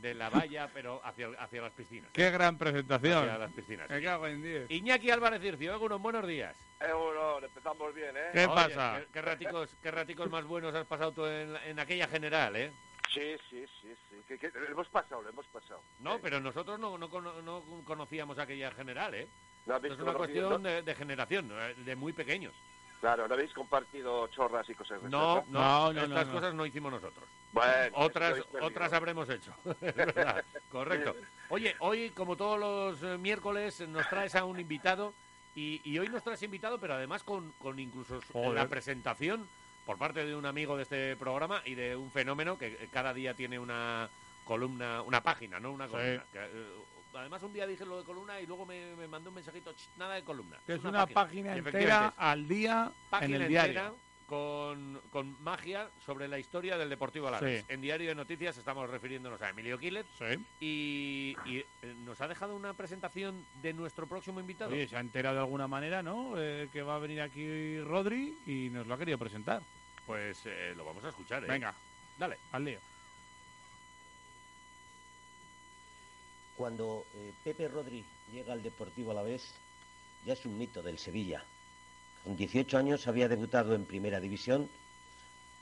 de la valla, pero hacia, hacia las piscinas. Qué gran presentación. Eh, Hacia las piscinas. Me cago en 10. Iñaki Álvarez Circio, Egunon, buenos días. Egunon, empezamos bien, ¿eh? ¿Qué pasa? Qué, qué raticos, qué raticos más buenos has pasado tú en, en aquella general, ¿eh? Sí, sí, sí, sí. Que, que lo hemos pasado, lo hemos pasado. No, pero nosotros no, no, cono- no conocíamos aquella general, ¿eh? No habéis es una conocido, cuestión ¿no? de, de generación, eh, de muy pequeños. Claro, no habéis compartido chorras y cosas de No, esas, no, estas cosas no hicimos nosotros. Bueno, otras, estoy perdido. otras habremos hecho. Es verdad, correcto. Oye, hoy, como todos los eh, miércoles, nos traes a un invitado y, y hoy nos traes invitado, pero además con, con incluso su- Joder. la presentación por parte de un amigo de este programa y de un fenómeno que eh, cada día tiene una columna, una página, ¿no? Una Sí. columna. que, eh, además, un día dije lo de columna y luego me, me mandó un mensajito, "Ch, nada de columna. Que es una página entera Efectivamente, al día en página el entera diario. Con, con magia sobre la historia del Deportivo Alavés. Sí. En Diario de Noticias estamos refiriéndonos a Emilio Quiles. Y, y, eh, nos ha dejado una presentación de nuestro próximo invitado. Oye, se ha enterado de alguna manera, ¿no? Eh, que va a venir aquí Rodri y nos lo ha querido presentar. Pues eh, lo vamos a escuchar, ¿eh? Venga. Dale. Al lío. Cuando eh, Pepe Rodríguez llega al Deportivo Alavés, ya es un mito del Sevilla. Con 18 años había debutado en Primera División,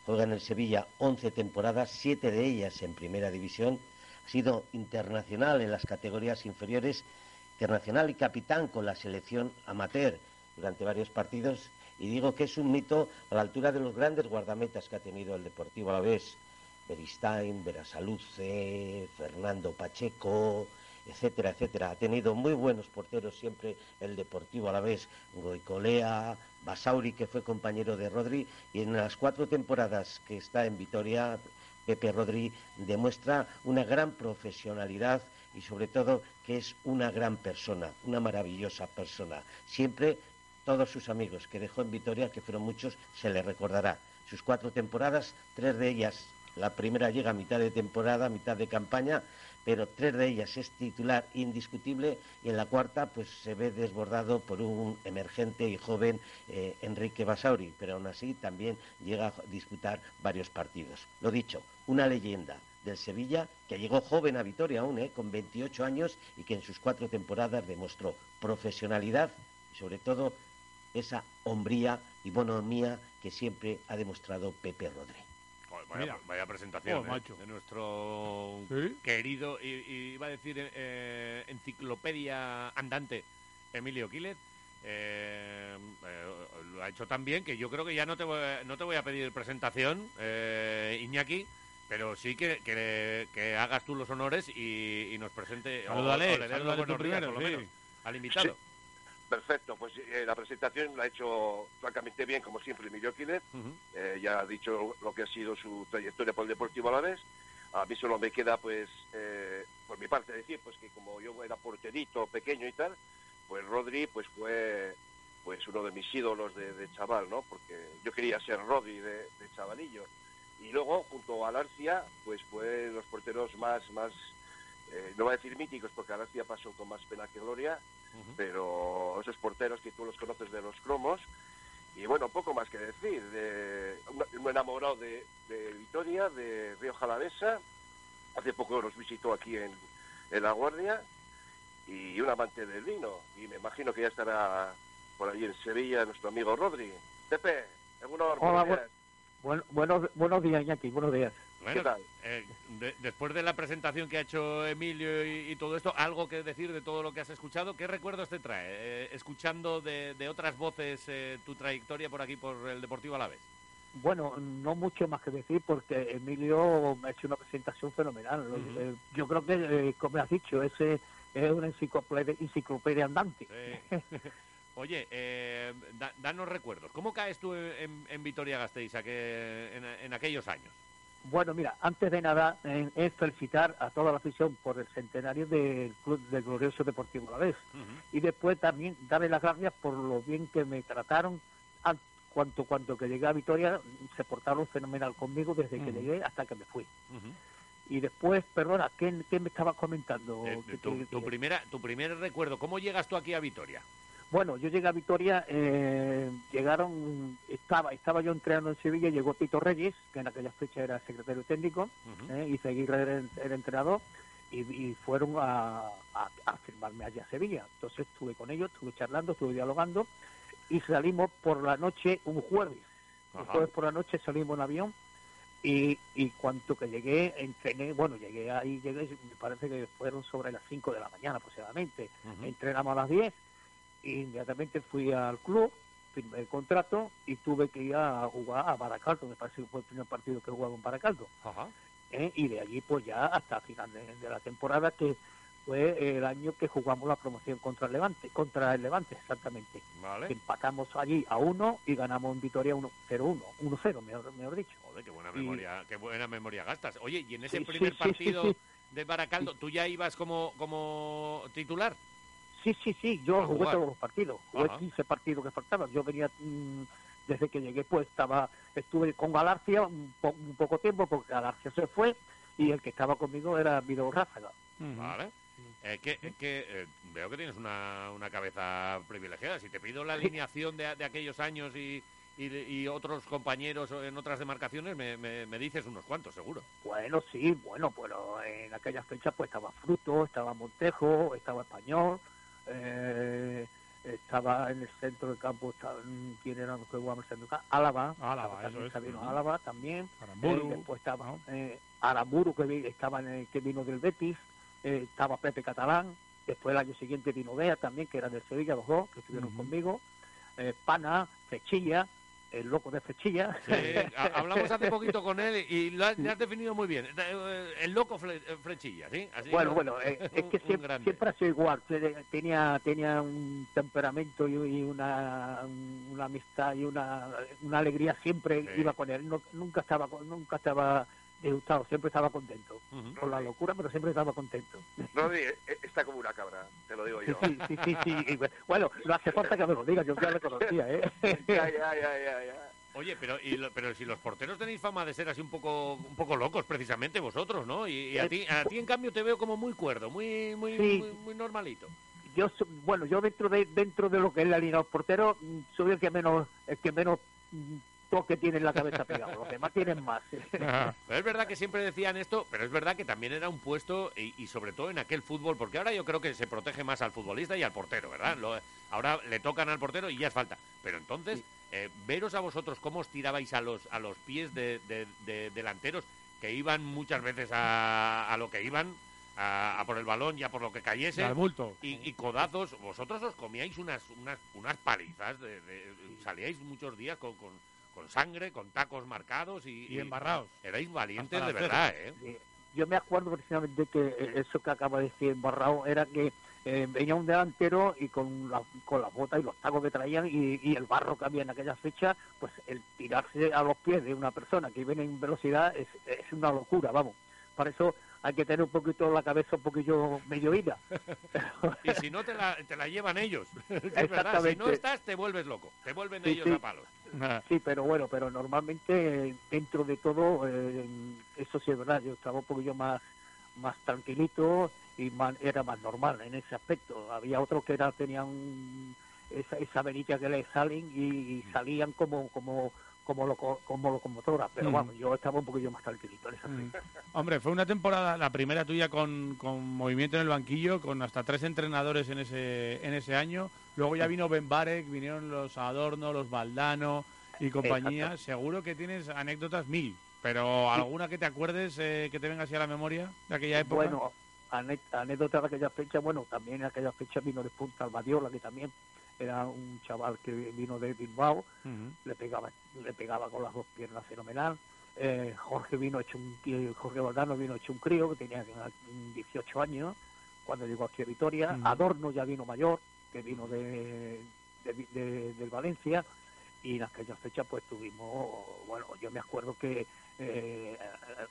juega en el Sevilla 11 temporadas, 7 de ellas en Primera División, ha sido internacional en las categorías inferiores, internacional y capitán con la selección amateur durante varios partidos y digo que es un mito a la altura de los grandes guardametas que ha tenido el Deportivo Alavés. Beristain, Verasaluce, Fernando Pacheco, etcétera, etcétera. Ha tenido muy buenos porteros siempre el Deportivo a la vez, Goicolea, Basauri, que fue compañero de Rodri, y en las cuatro temporadas que está en Vitoria, Pepe Rodri demuestra una gran profesionalidad y sobre todo que es una gran persona, una maravillosa persona. Siempre todos sus amigos que dejó en Vitoria, que fueron muchos, se le recordará. Sus cuatro temporadas, tres de ellas, la primera llega a mitad de temporada, mitad de campaña, pero tres de ellas es titular indiscutible y en la cuarta pues se ve desbordado por un emergente y joven eh, Enrique Basauri, pero aún así también llega a disputar varios partidos. Lo dicho, una leyenda del Sevilla que llegó joven a Vitoria aún, eh, con 28 años y que en sus cuatro temporadas demostró profesionalidad y sobre todo esa hombría y bonomía que siempre ha demostrado Pepe Rodríguez. Joder, vaya, Mira. vaya presentación Joder, ¿eh? macho. de nuestro Sí. querido, y, y iba a decir eh, enciclopedia andante, Emilio Quiles. Eh, eh, lo ha hecho tan bien que yo creo que ya no te voy, no te voy a pedir presentación, eh, Iñaki, pero sí que, que, que hagas tú los honores y, y nos presente o- Salúdale, o le des los salúdale tú buenos días, primero, por lo sí. menos, al invitado. Perfecto, pues eh, la presentación la ha hecho francamente bien, como siempre, Emilio Quiles. Ujú. Eh, ya ha dicho lo que ha sido su trayectoria por el Deportivo Alavés. A mí solo me queda, pues, eh, por mi parte decir, pues que como yo era porterito pequeño y tal, pues Rodri, pues fue pues uno de mis ídolos de, de chaval, ¿no? Porque yo quería ser Rodri de, de chavalillo. Y luego, junto a Alarcia, pues fue los porteros más, más eh, no voy a decir míticos, porque Alarcia pasó con más pena que gloria, pero esos porteros que tú los conoces de los cromos, Y bueno, poco más que decir. de- un, un enamorado de, de Vitoria, de Río Jalavesa. Hace poco nos visitó aquí en, en La Guardia. Y un amante del vino. Y me imagino que ya estará por allí en Sevilla nuestro amigo Rodri. Pepe, alguna Hola, bu- bueno, buenos, buenos días, Iñaki, buenos días. Bueno, eh, de- después de la presentación que ha hecho Emilio y, y todo esto, ¿algo que decir de todo lo que has escuchado? ¿Qué recuerdos te trae? eh, escuchando de, de otras voces eh, tu trayectoria por aquí, por el Deportivo Alavés. Bueno, no mucho más que decir porque Emilio me ha hecho una presentación fenomenal. Lo- Ujú. eh, Yo creo que, eh, como has dicho, ese es una enciclopedia, enciclopedia andante. Eh, Oye, eh, da- danos recuerdos. ¿Cómo caes tú en, en Vitoria-Gasteiz aquel- en, en aquellos años? Bueno, mira, antes de nada, eh, es felicitar a toda la afición por el centenario del club del glorioso Deportivo Alavés. y después también darle las gracias por lo bien que me trataron An- cuanto cuanto que llegué a Vitoria se portaron fenomenal conmigo desde que Ujú. llegué hasta que me fui y después perdona qué, qué me estabas comentando Eh, Oh, ¿Qué tu, te- tu primera, tu primer recuerdo, ¿cómo llegas tú aquí a Vitoria? bueno yo llegué a Vitoria eh, llegaron estaba estaba yo entrenando en Sevilla llegó Tito Reyes que en aquella fecha era secretario técnico ¿eh? y seguir el, el entrenador y, y fueron a, a- a firmarme allá a Sevilla. Entonces estuve con ellos, estuve charlando, estuve dialogando y salimos por la noche un jueves. Un Ajá. jueves por la noche salimos en avión y, y cuanto que llegué, entrené, bueno, llegué ahí, llegué, me parece que fueron sobre las 5 de la mañana aproximadamente. Ujú. Entrenamos a las 10 y inmediatamente fui al club, firmé el contrato y tuve que ir a jugar a Baracaldo, me parece que fue el primer partido que he jugado en Baracaldo. ¿eh? y de allí pues ya hasta final de, de la temporada que fue el año que jugamos la promoción contra el Levante, contra el Levante exactamente. Que empatamos allí a uno y ganamos en Vitoria 1-0-1, 1-0 mejor, mejor dicho. Joder, qué buena Y- memoria, qué buena memoria gastas. Oye, y en ese Sí, sí, primer sí, sí, partido sí. de Baracaldo, ¿tú ya ibas como, como titular? Sí, sí, sí, yo A jugué jugar. todos los partidos, jugué Ajá. 15 partidos que faltaban. Yo venía, mm, desde que llegué pues estaba, estuve con Galarcia un, po- un poco tiempo porque Galarcia se fue y el que estaba conmigo era Miro Ráfaga. Vale. Eh, que, eh, que, eh, veo que tienes una, una cabeza privilegiada. Si te pido la alineación de, de aquellos años y, y- y otros compañeros en otras demarcaciones, me, me- me dices unos cuantos, seguro. Bueno, sí, bueno, pero en aquella fecha pues estaba Fruto, estaba Montejo, estaba Español, eh, estaba en el centro del campo, estaba, mm, ¿quién era los que jugaba en el centro del campo? Álava. Álava, estaba eso también es, Sabino ujú. Álava también. Aramburu, Eh, después estaba eh, Aramburu, que, vi- estaba en el- que vino del Betis, eh, estaba Pepe Catalán, después el año siguiente vino Bea también, que era del Sevilla, los dos, que estuvieron Ujú. conmigo, eh, Pana, Fechilla, el loco de Fechilla. Eh, ha- hablamos hace poquito con él y lo has, le has definido muy bien. Eh, El loco Fle- eh, Frechilla, ¿sí? Así bueno, lo- bueno, eh, es un- que un siempre, grande. siempre ha sido igual. que Tenía, tenía un temperamento y, y una, una amistad y una, una alegría. Siempre Sí. iba con él. no- nunca estaba con- nunca estaba disgustado, siempre estaba contento. Ujú. Con la locura, pero siempre estaba contento. Rodri eh, está como una cabra, te lo digo yo. Sí, sí, sí. sí, y bueno, no hace falta que me lo diga, yo ya lo conocía, ¿eh? ya, ya, ya, ya, ya. Oye, pero, y lo- pero si los porteros tenéis fama de ser así un poco, un poco locos, precisamente vosotros, ¿no? Y, y a, Eh, ti, a ti, en cambio, te veo como muy cuerdo, muy, muy, Sí. muy, muy normalito. yo so- bueno yo dentro de dentro de lo que es la línea de los porteros mm, soy el que menos el que menos mm, toque tiene en la cabeza pegado los demás tienen más Pero es verdad que siempre decían esto, pero es verdad que también era un puesto, y, y sobre todo en aquel fútbol, porque ahora yo creo que se protege más al futbolista y al portero, ¿verdad? Lo- ahora le tocan al portero y ya es falta. Pero entonces, eh, veros a vosotros cómo os tirabais a los, a los pies de, de- de delanteros que iban muchas veces a, a lo que iban, a, a por el balón y a por lo que cayese. Al bulto. Y, y codazos, vosotros os comíais unas, unas, unas palizas, de- de- salíais muchos días con, con- con sangre, con tacos marcados y, Y embarrados. Erais valientes Hasta de la verdad, cera. ¿eh? Sí. yo me acuerdo precisamente que eh, eso que acaba de decir Barrao era que eh, venía un delantero y con, la- con las botas y los tacos que traían y, y el barro que había en aquella fecha, pues el tirarse a los pies de una persona que viene en velocidad es, es una locura, vamos. Para eso hay que tener un poquito la cabeza un poquillo medio ida. Y si no, te la, te la llevan ellos. Es verdad, si Exactamente. no estás, te vuelves loco. Te vuelven Sí, ellos sí. a palos. Sí, pero bueno, pero normalmente eh, dentro de todo, eh, eso sí es verdad, yo estaba un poquillo más, más tranquilito y más- era más normal en ese aspecto. Había otros que era, tenían esa, esa venita que le salen y, Mm. y salían como como como loco- como locomotora, pero Mm. vamos, yo estaba un poquillo más tranquilito Mm. en esa fecha. Hombre, fue una temporada, la primera tuya con, con movimiento en el banquillo, con hasta tres entrenadores en ese, en ese año. Luego ya vino Ben Barek, vinieron los Adorno, los Valdano y compañía. Exacto. Seguro que tienes anécdotas mil, pero ¿alguna que te acuerdes eh, que te venga así a la memoria de aquella época? Bueno, ane- anécdota de aquella fecha, bueno, también en aquella fecha vino de Punta Albadiola, que también era un chaval que vino de Bilbao, le pegaba le pegaba con las dos piernas fenomenal. Eh, Jorge vino hecho un eh, Jorge Valdano vino hecho un crío que tenía mm, 18 años cuando llegó aquí a Vitoria. Ujú. Adorno ya vino mayor que vino de, de, de- del Valencia y en aquella fecha pues tuvimos bueno yo me acuerdo que eh,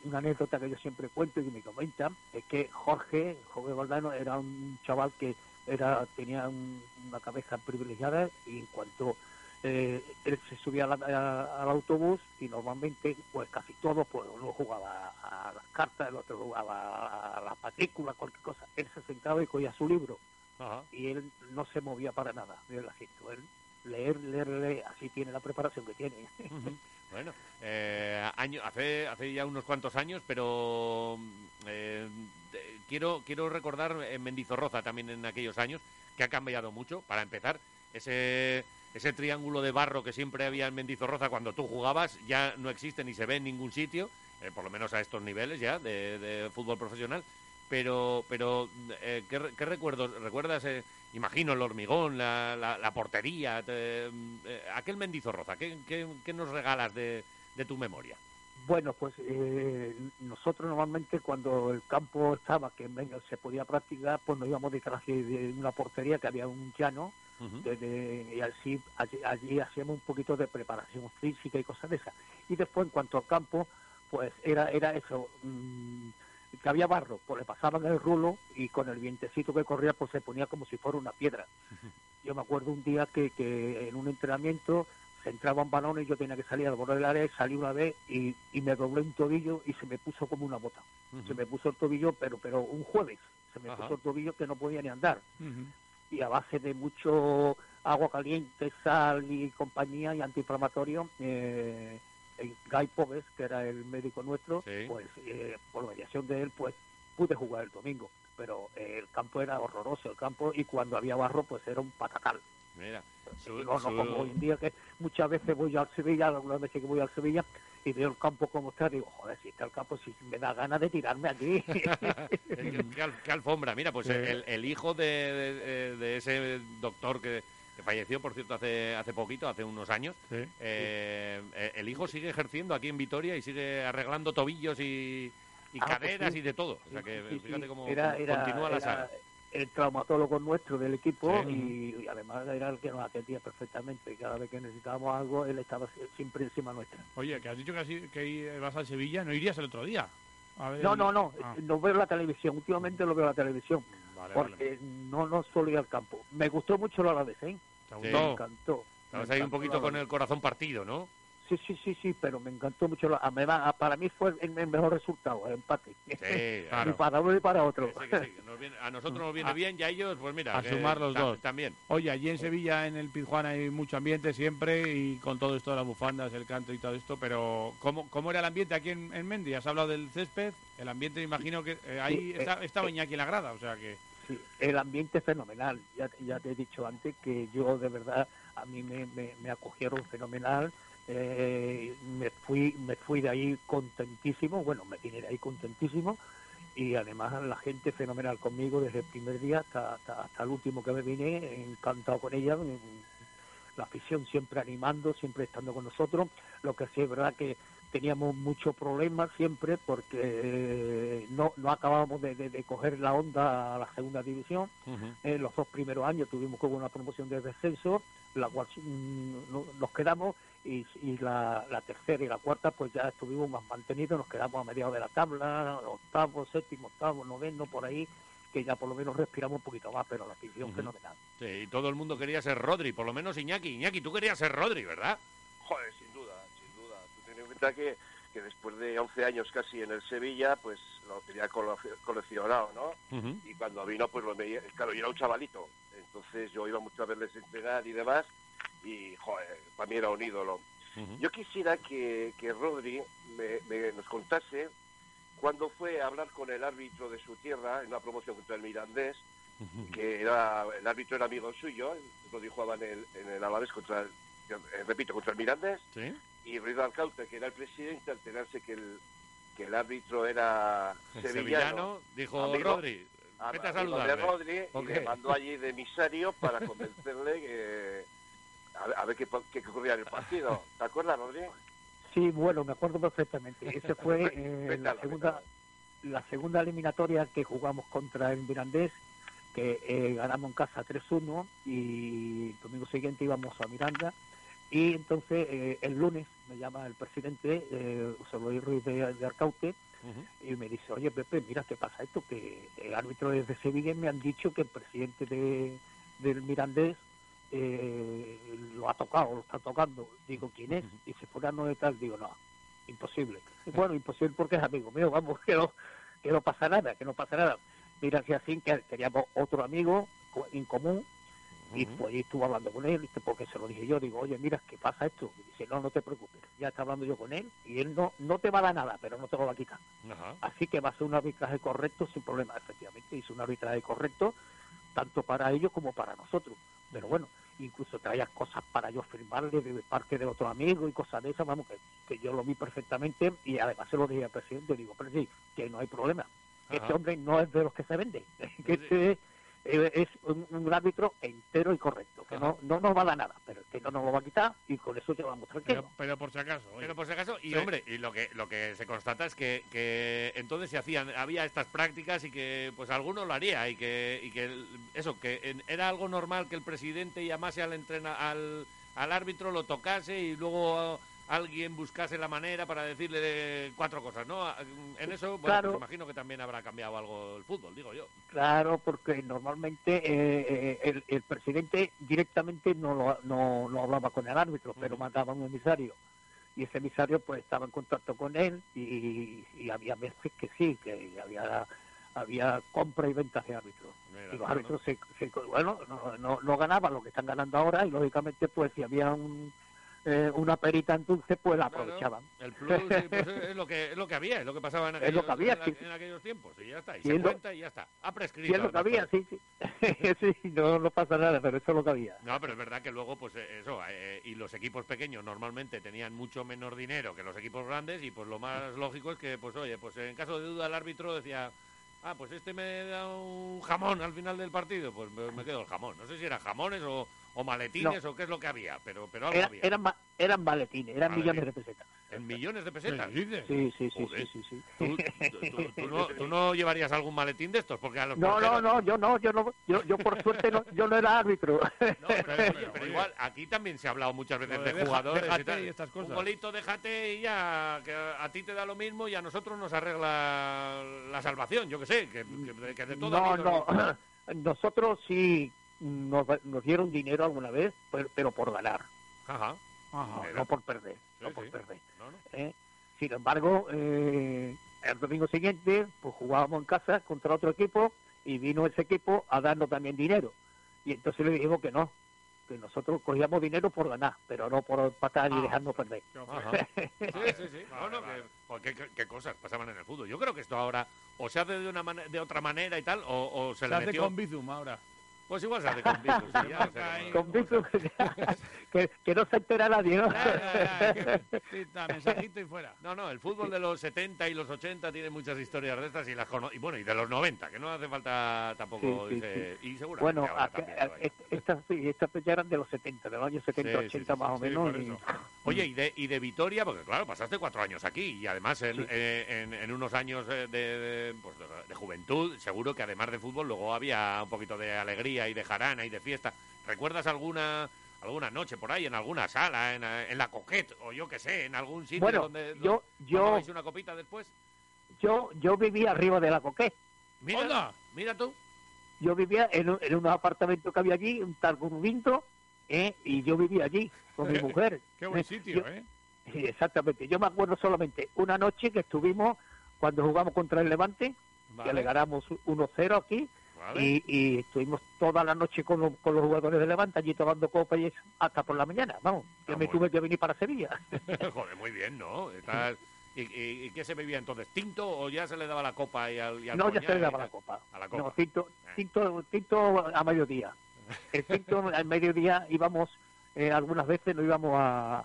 una anécdota que yo siempre cuento y que me comentan es que Jorge Jorge Valdano era un chaval que era tenía un- una cabeza privilegiada y en cuanto eh, él se subía a la- a- al autobús y normalmente, pues casi todos, pues uno jugaba a las cartas, el otro jugaba a las matrículas, cualquier cosa. Él se sentaba y cogía su libro y él no se movía para nada del asiento. Él leer, leer, leer, así tiene la preparación que tiene. Bueno, eh, año- hace, hace ya unos cuantos años, pero eh, de- quiero, quiero recordar en Mendizorroza también en aquellos años, que ha cambiado mucho, para empezar, ese, ese triángulo de barro que siempre había en Mendizorroza cuando tú jugabas, ya no existe ni se ve en ningún sitio, eh, por lo menos a estos niveles ya de, de fútbol profesional. Pero, pero eh, ¿qué, re- qué recuerdos? ¿Recuerdas, eh, imagino, el hormigón, la, la- la portería? te- eh, aquel Mendizorroza, ¿qué, qué, qué nos regalas de, de tu memoria? Bueno, pues eh, nosotros normalmente cuando el campo estaba, que en Bengal se podía practicar, pues nos íbamos detrás de- de una portería que había un llano desde- y así, allí, allí hacíamos un poquito de preparación física y cosas de esas. Y después, en cuanto al campo, pues era, era eso, mm, que había barro, pues le pasaban el rulo y con el vientecito que corría, pues se ponía como si fuera una piedra. Yo me acuerdo un día que, que en un entrenamiento se entraban balones, yo tenía que salir al borde del área, y salí una vez y, y me doblé un tobillo y se me puso como una bota. Se me puso el tobillo, pero, pero un jueves, se me Ajá. puso el tobillo que no podía ni andar y a base de mucho agua caliente, sal y compañía y antiinflamatorio, eh, el Guy Pobes, que era el médico nuestro, pues eh, por mediación de él, pues pude jugar el domingo. Pero eh, el campo era horroroso, el campo, y cuando había barro, pues era un patacal. Mira, su- No, no su- como pues hoy en día, que muchas veces voy al Sevilla, algunas veces que voy al Sevilla, y veo el campo como está, digo, joder, si está el campo, si me da ganas de tirarme aquí. ¿Qué, qué al- qué alfombra? Mira, pues Sí. el, el hijo de, de- de ese doctor que, que falleció, por cierto, hace, hace poquito, hace unos años, Sí. eh, eh, el hijo sigue ejerciendo aquí en Vitoria y sigue arreglando tobillos y, y Ah, pues caderas sí. y de todo. O sea Sí, que sí, sí. fíjate cómo Era- cómo era- continúa la era saga. El traumatólogo nuestro del equipo Sí. y, y además era el que nos atendía perfectamente. Cada vez que necesitábamos algo, él estaba sie- siempre encima nuestra. Oye, que has dicho que, has i- que i- vas al Sevilla, ¿no irías el otro día? A ver- No, no, no, Ah, no veo la televisión, últimamente lo veo la televisión, vale, vale. porque no, no suelo ir al campo. Me gustó mucho la vez, ¿eh? Sí. Me encantó. Estabas Me ahí un encantó poquito el con Alavés. el corazón partido, ¿no? Sí, sí, sí, sí, pero me encantó mucho. la- además, para mí fue el, el mejor resultado, el empate. Sí, claro. Y para uno y para otro. Sí, que sí, que nos viene- a nosotros nos viene A- bien y a ellos, pues mira. a que sumar los ta- dos. También. Oye, allí en Sevilla, en el Pizjuán, hay mucho ambiente siempre y con todo esto de las bufandas, el canto y todo esto, pero ¿cómo, cómo era el ambiente aquí en, en Mendy? Has hablado del césped, el ambiente me imagino que eh, ahí Sí, eh, está, estaba Iñaki en la grada, o sea que... Sí, el ambiente es fenomenal. Ya, ya te he dicho antes que yo de verdad a mí me, me- me acogieron fenomenal. Eh, me fui me fui de ahí contentísimo. Bueno, me vine de ahí contentísimo y además la gente fenomenal conmigo desde el primer día hasta, hasta, hasta el último que me vine, encantado con ella. Mm, La afición siempre animando, siempre estando con nosotros. Lo que sí es verdad que teníamos muchos problemas siempre porque eh, no, no acabábamos de, de- de coger la onda a la segunda división. En los dos primeros años tuvimos como una promoción de descenso, la cual mm, no- nos quedamos y, y la, la tercera y la cuarta pues ya estuvimos más mantenidos, nos quedamos a mediados de la tabla, octavo, séptimo, octavo, noveno, por ahí, que ya por lo menos respiramos un poquito más, pero la afición Ujú. fenomenal. Sí, y todo el mundo quería ser Rodri, por lo menos Iñaki. Iñaki, tú querías ser Rodri, ¿verdad? Joder, sin duda, sin duda. Tú ten en cuenta que, que después de 11 años casi en el Sevilla, pues lo tenía colo- coleccionado, ¿no? Y cuando vino, pues lo veía, claro, yo era un chavalito, Entonces yo iba mucho a verles entrenar y demás, y joder, para mí era un ídolo. Yo quisiera que, que Rodri me- me- nos contase cuando fue a hablar con el árbitro de su tierra en una promoción contra el Mirandés, que era el árbitro era amigo suyo, Rodri jugaba en el, en el Alavés contra, el- eh, repito, contra el Mirandés, ¿Sí? y Ruiz Alcauta, que era el presidente, al enterarse que el, que el árbitro era El sevillano, sevillano, dijo, "Rodri, a- vete a amigo de saludarle". Rodri, Ok. y le mandó allí de emisario para convencerle que, a, ver- a ver qué, pa- qué ocurría en el partido. ¿Te acuerdas, Rodri? Sí, bueno, me acuerdo perfectamente. Ese fue eh, la Vétala, segunda la segunda eliminatoria que jugamos contra el Mirandés, que eh, ganamos en casa 3-1 y el domingo siguiente íbamos a Miranda. Y entonces eh, el lunes me llama el presidente, eh, José Luis Ruiz de, de Arcaute, y me dice, oye Pepe, mira, ¿qué pasa esto? Que el árbitro es de Sevilla y me han dicho que el presidente de, del Mirandés eh, lo ha tocado, lo está tocando. Digo, ¿quién es? Dice, fulano de tal. Digo, no, imposible. Bueno, imposible porque es amigo mío, vamos, que no, que no pasa nada, que no pasa nada. Mira, si así, que teníamos otro amigo co- en común y pues ahí estuvo hablando con él, dice, porque se lo dije yo, digo, oye, mira, ¿qué pasa esto? Y dice, no, no te preocupes, ya está hablando yo con él y él no, no te va a dar nada, pero no te lo va a quitar. Así que va a ser un arbitraje correcto sin problema, efectivamente, hizo un arbitraje correcto tanto para ellos como para nosotros. Pero bueno, incluso traía cosas para yo firmarle de parte de otro amigo y cosas de esas, vamos, que, que yo lo vi perfectamente y además se lo dije al presidente, digo, pero sí, que no hay problema, que Ajá. este hombre no es de los que se vende, que este es, eh, es un, un árbitro entero y correcto, que no, no nos va a dar nada, pero que no nos lo va a quitar y con eso llevamos tranquilos. Pero por si acaso. Pero por si acaso, y Sí. hombre, y lo que lo que se constata es que, que entonces se hacían, había estas prácticas y que pues alguno lo haría y que, y que el- eso, que en- era algo normal que el presidente llamase al entrena, al, al árbitro, lo tocase y luego alguien buscase la manera para decirle de cuatro cosas, ¿no? A- En eso, bueno, Claro. pues imagino que también habrá cambiado algo el fútbol, digo yo. Claro, porque normalmente eh, eh, el, el presidente directamente no, lo- no, no hablaba con el árbitro, pero mandaba un emisario. Y ese emisario pues estaba en contacto con él y, y había veces que sí, que había, había compra y ventas de árbitros. Mira, Y los ¿no? árbitros, se, se- bueno, no, no, no ganaban lo que están ganando ahora y lógicamente pues si había un, eh, una perita entonces pues la aprovechaban. El plus eh, pues, es, es lo que, es lo que había, es lo que pasaba en Es aquellos, lo que había, en la- sí, sí. en aquellos tiempos, y ya está, y Sí, se es lo- cuenta y ya está. Ha prescrito. Sí, es lo que además, había, sí, sí. sí no, no pasa nada, pero eso es lo que había. No, pero es verdad que luego, pues eh, eso, eh, y los equipos pequeños normalmente tenían mucho menos dinero que los equipos grandes y pues lo Mm. más lógico es que, pues oye, pues en caso de duda el árbitro decía, ah, pues este me da un jamón al final del partido, pues me, me quedo el jamón. No sé si eran jamones o, o maletines o qué es lo que había, pero, pero algo Era- había. eran, ma- eran maletines, eran Maletines. millones de pesetas. En millones de pesetas. ¿Qué dices? Sí, sí, sí, Joder. sí, sí, ¿Tú, tú- tú no, tú no llevarías algún maletín de estos? Porque a los No, porteros- no, no, yo no, yo no, yo, yo por suerte no, yo no era árbitro. No, pero, oye, pero igual, aquí también se ha hablado muchas veces Lo de de, deja- jugadores déjate y, tal. y estas cosas. Un golito, déjate y ya, que a ti te da lo mismo y a nosotros nos arregla la salvación, yo que sé, que, que- que de todo No, a mí no, nosotros sí nos, nos dieron dinero alguna vez, pero, pero por ganar, Ajá. no, Pero- no por perder, Sí, no por sí. perder. No, no. ¿eh? Sin embargo, eh, el domingo siguiente pues jugábamos en casa contra otro equipo y vino ese equipo a darnos también dinero. Y entonces le dijimos que no, que nosotros cogíamos dinero por ganar, pero no por empatar Ah. y dejarnos perder. Ajá. Sí, sí, sí. No, no, que- pues, ¿qué, qué- qué cosas pasaban en el fútbol? Yo creo que esto ahora o se hace de, una mane- de otra manera y tal, o, o se, Se le hace metió... con Bizum ahora. Pues igual se hace con Bizu, sí, ya, o sea, que no- Con Bizu, que, que no se entera nadie, ¿no? mensajito y fuera. No, no, el fútbol de los 70 y los 80 tiene muchas historias de estas y las cono- y bueno, y de los 90, que no hace falta tampoco Sí, sí, dice- sí. y seguramente Bueno, ahora acá- eh, también lo hay. est- estas sí, estas ya eran de los 70, de los años 70, Sí, sí, 80 sí, más sí, o sí, menos. por y- eso. Oye, y de, y de Vitoria, porque claro, pasaste cuatro años aquí y además en, eh, en- en unos años eh, de, de, pues, de- de juventud, seguro que además de fútbol luego había un poquito de alegría y de jarana y de fiesta. ¿Recuerdas alguna alguna noche por ahí, en alguna sala, en, eh, en la Coquette o yo qué sé, en algún sitio Bueno, donde, yo- donde yo- tomabais una copita después? Yo yo vivía arriba de la coqueta. Mira, mira tú. Yo vivía en, un- en unos apartamentos que había allí, un tal Gurubinto, ¿eh? y yo vivía allí con mi mujer. Eh, Qué buen sitio, Yo- ¿eh? Sí, exactamente. Yo me acuerdo solamente una noche que estuvimos cuando jugamos contra el Levante, Vale. que le ganamos 1-0 aquí, Vale. Y, y estuvimos toda la noche con, los- con los jugadores de Levante allí tomando copa y eso, hasta por la mañana, vamos, Ah, que me tuve que venir para Sevilla. Joder, muy bien, ¿no? Estás- ¿Y, y, y qué se bebía entonces? ¿Tinto o ya se le daba la copa y al, y al no, ya coñac se le y daba tal? la copa. A la copa. No, tinto, Eh. tinto, tinto a mediodía. El tinto al mediodía íbamos, eh, algunas veces nos íbamos a,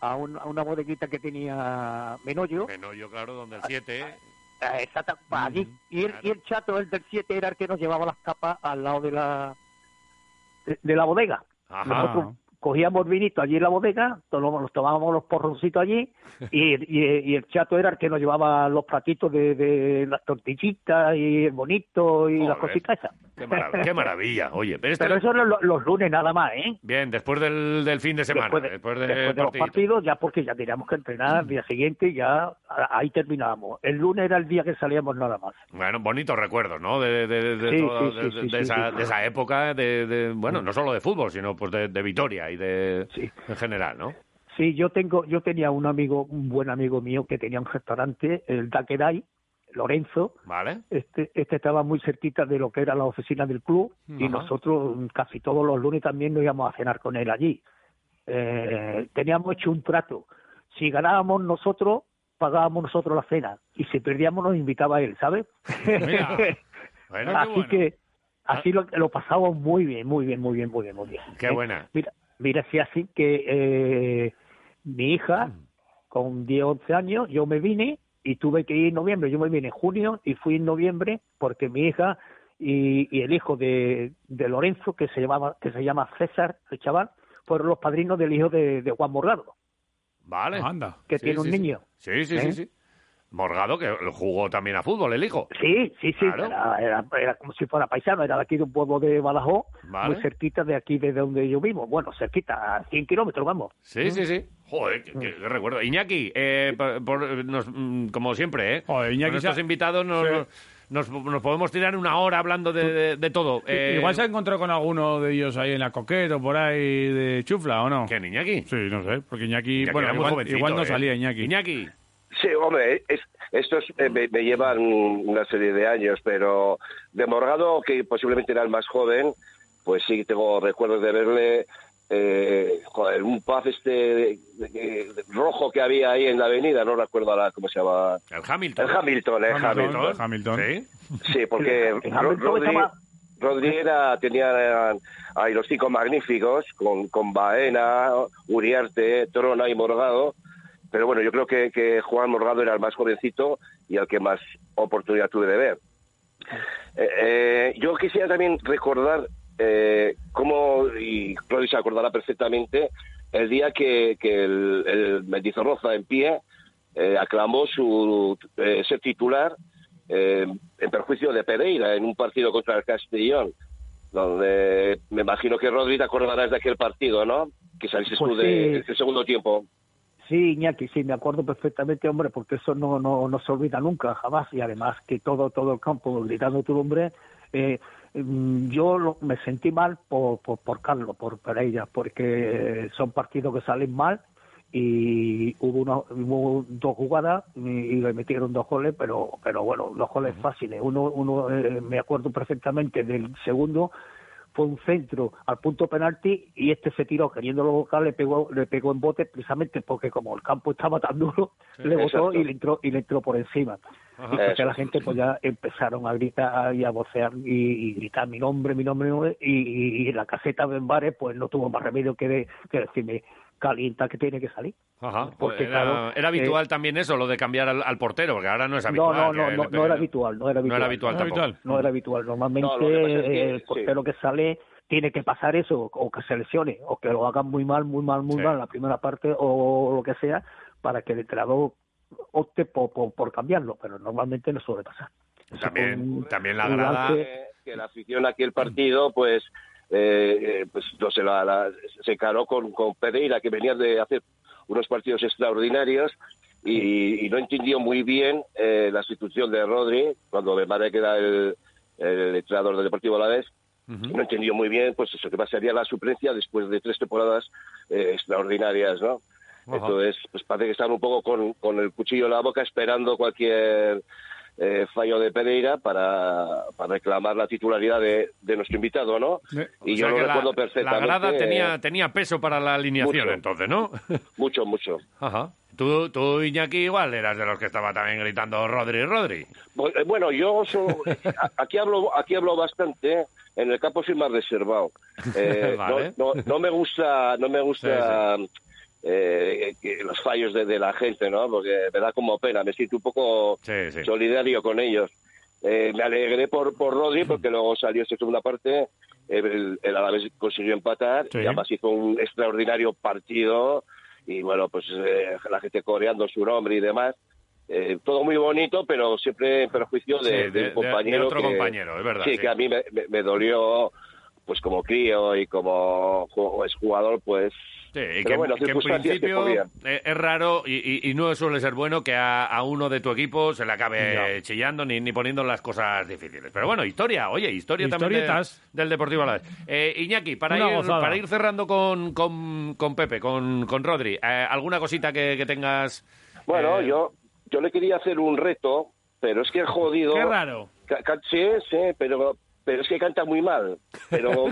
a, un- a una bodeguita que tenía Menollo. Que no, yo claro, donde el Ah, 7... Eh, exacta- pa' allí. y, el, y el chato, el del 7, era el que nos llevaba las capas al lado de la de, de la bodega. Nosotros cogíamos vinito allí en la bodega, tomábamos- nos tomábamos los porroncitos allí y, el- y el- y el chato era el que nos llevaba los platitos de, de las tortillitas y el bonito y las Joder. cositas esas. Qué maravilla, qué maravilla. Oye, pero, esta- Pero eso eran lo- los lunes nada más, ¿eh? Bien, después del, del fin de semana. Después, del Después de los partido. partidos, ya porque ya teníamos que entrenar al día siguiente, ya a- ahí terminábamos. El lunes era el día que salíamos nada más. Bueno, bonitos recuerdos, ¿no? De, de- de- de Sí, todo- sí, sí, de- sí, de sí, esa, sí. de esa época, de, de- bueno, no solo de fútbol, sino pues de, de Vitoria y de en general, ¿no? Sí, yo tengo, yo tenía un amigo, un buen amigo mío que tenía un restaurante, el Daquedai, Lorenzo. Vale. Este, este estaba muy cerquita de lo que era la oficina del club y Ajá. nosotros mm, casi todos los lunes también nos íbamos a cenar con él allí. Eh, teníamos hecho un trato. Si ganábamos nosotros, pagábamos nosotros la cena y si perdíamos nos invitaba él, ¿sabes? Mira. Bueno, qué así bueno. Ah. que así lo, lo pasamos muy bien, muy bien, muy bien, muy bien, muy bien. Qué ¿eh? buena. Mira, mira, si así que eh, mi hija, Mm. con 10, 11 años, yo me vine y tuve que ir en noviembre. Yo me vine en junio y fui en noviembre porque mi hija y, y el hijo de, de Lorenzo, que se, llamaba, que se llama César, el chaval, fueron los padrinos del hijo de, de Juan Morgado. Vale. Pues Anda. Que tiene un niño. Sí, sí, sí, ¿Eh? sí. Morgado, que jugó también a fútbol, el hijo. Sí, sí, sí, Claro. era, era- era como si fuera paisano, era de aquí de un pueblo de Badajoz, Vale. muy cerquita de aquí de donde yo vivo. Bueno, cerquita, a 100 kilómetros, vamos. Sí, sí, sí. Joder, qué, qué recuerdo. Iñaki, eh, por- por- nos- mm, como siempre, ¿eh? Iñaki Con estos se ha- invitados nos, Sí. nos, nos- nos podemos tirar una hora hablando de, de- de todo. Eh, Igual se ha encontrado con alguno de ellos ahí en la coqueta o por ahí de chufla, ¿o no? ¿Quién, Iñaki? Sí, no sé, porque Iñaki, Iñaki bueno, era muy igual, jovencito, igual no ¿eh? salía Iñaki. Iñaki. Sí, hombre, es- estos eh, me, me llevan una serie de años, pero de Morgado, que posiblemente era el más joven, pues sí, tengo recuerdos de verle eh, joder, un paz este eh, rojo que había ahí en la avenida, no recuerdo ahora cómo se llamaba. El Hamilton. El Hamilton, eh, Hamilton. Hamilton. Sí, porque El Ro- Hamilton Rodri, estaba- Rodri era- tenía eh, ahí los cinco magníficos con, con Baena, Uriarte, Trona y Morgado. Pero bueno, yo creo que, que Juan Morgado era el más jovencito y al que más oportunidad tuve de ver. Eh, eh, yo quisiera también recordar eh, cómo, y Claudio se acordará perfectamente, el día que, que el, el Mendizorroza en pie eh, aclamó su eh, ser titular eh, en perjuicio de Pereira en un partido contra el Castellón, donde me imagino que Rodri te acordarás de aquel partido, ¿no? Que saliste Pues tú de, sí. del segundo tiempo. Sí, Iñaki, sí, me acuerdo perfectamente, hombre, porque eso no, no, no se olvida nunca, jamás, y además que todo, todo el campo gritando tu nombre, eh, mm, yo lo- me sentí mal por, por, por Carlos, por Pereira, porque son partidos que salen mal y hubo, una, hubo dos jugadas y, y le metieron dos goles, pero, pero bueno, dos goles fáciles. Uno, uno eh, me acuerdo perfectamente del segundo, fue un centro al punto penalti y este se tiró queriéndolo buscar, le pegó, le pegó en bote precisamente porque como el campo estaba tan duro, Sí, le botó exacto. y le entró y le entró por encima. Ajá. Y pues ya la Eso. gente pues ya empezaron a gritar y a vocear y, y gritar mi nombre, mi nombre, mi nombre, y, y- y la caseta de Embares pues no tuvo más remedio que, de- que decirme calienta que tiene que salir. Ajá. Porque, era, Pues, claro, era habitual eh, también eso, lo de cambiar al, al portero, porque ahora no es No, habitual. no, que no, le no, peguen. no era habitual, no era habitual. No era habitual tampoco. No era habitual. Normalmente No, lo que pasa es que- eh, el portero que sale tiene que pasar eso, o que se lesione, o que lo hagan muy mal, muy mal, muy Sí. mal en la primera parte o lo que sea, para que el entrenador opte por, por, por cambiarlo, pero normalmente no suele pasar. También, también la un grada- lance. Que la afición aquí el partido, pues, eh, eh, pues no sé, la- la- se encaró con, con Pereira, que venía de hacer unos partidos extraordinarios. Y, y no entendió muy bien eh, la sustitución de Rodri, cuando me parece que era el, el entrenador del Deportivo Alavés, Mm. no entendió muy bien, pues eso, que pasaría la suplencia después de tres temporadas eh, extraordinarias, ¿no? Ajá. Entonces, pues parece que están un poco con, con el cuchillo en la boca esperando cualquier eh, fallo de Pereira para, para reclamar la titularidad de, de nuestro invitado, ¿no? Y yo O sea lo que la- recuerdo perfectamente. La grada tenía, eh, tenía peso para la alineación mucho. entonces, ¿no? Mucho, mucho. Ajá. Tú, tú, Iñaki, igual eras de los que estaba también gritando Rodri, Rodri. Bu- eh, Bueno, yo so- a- aquí hablo aquí hablo bastante. ¿eh? En el campo soy más reservado. Eh, no- Vale. no, no, me gusta no me gusta eh, que- los fallos de, de la gente, ¿no? Porque me da como pena. Me siento un poco sí. solidario con ellos. Eh, me alegré por, por Rodri porque luego salió esta segunda parte. eh, El, el Alavés consiguió empatar Sí. y además hizo un extraordinario partido y bueno, pues eh, la gente coreando su nombre y demás. Eh, todo muy bonito, pero siempre en perjuicio Sí, de, de- del de- compañero. de otro que- compañero, es verdad, Sí, sí. que a mí me, me- me dolió, pues como crío y como ju- exjugador, pues. Sí, y pero que, bueno, que en circunstancias que principio podían. eh, es raro y, y- y no suele ser bueno que a, a uno de tu equipo se le acabe chillando ni, ni poniendo las cosas difíciles. Pero bueno, historia, oye, historia también de- Historietas. del Deportivo Alavés. Eh, Iñaki, para Una ir, gozada. para ir cerrando con, con, con Pepe, con, con Rodri, eh, ¿alguna cosita que, que tengas? Bueno, eh, yo, yo le quería hacer un reto, pero es que es jodido. Qué raro. Ca- ca- Sí, sí, pero, pero es que canta muy mal. Pero,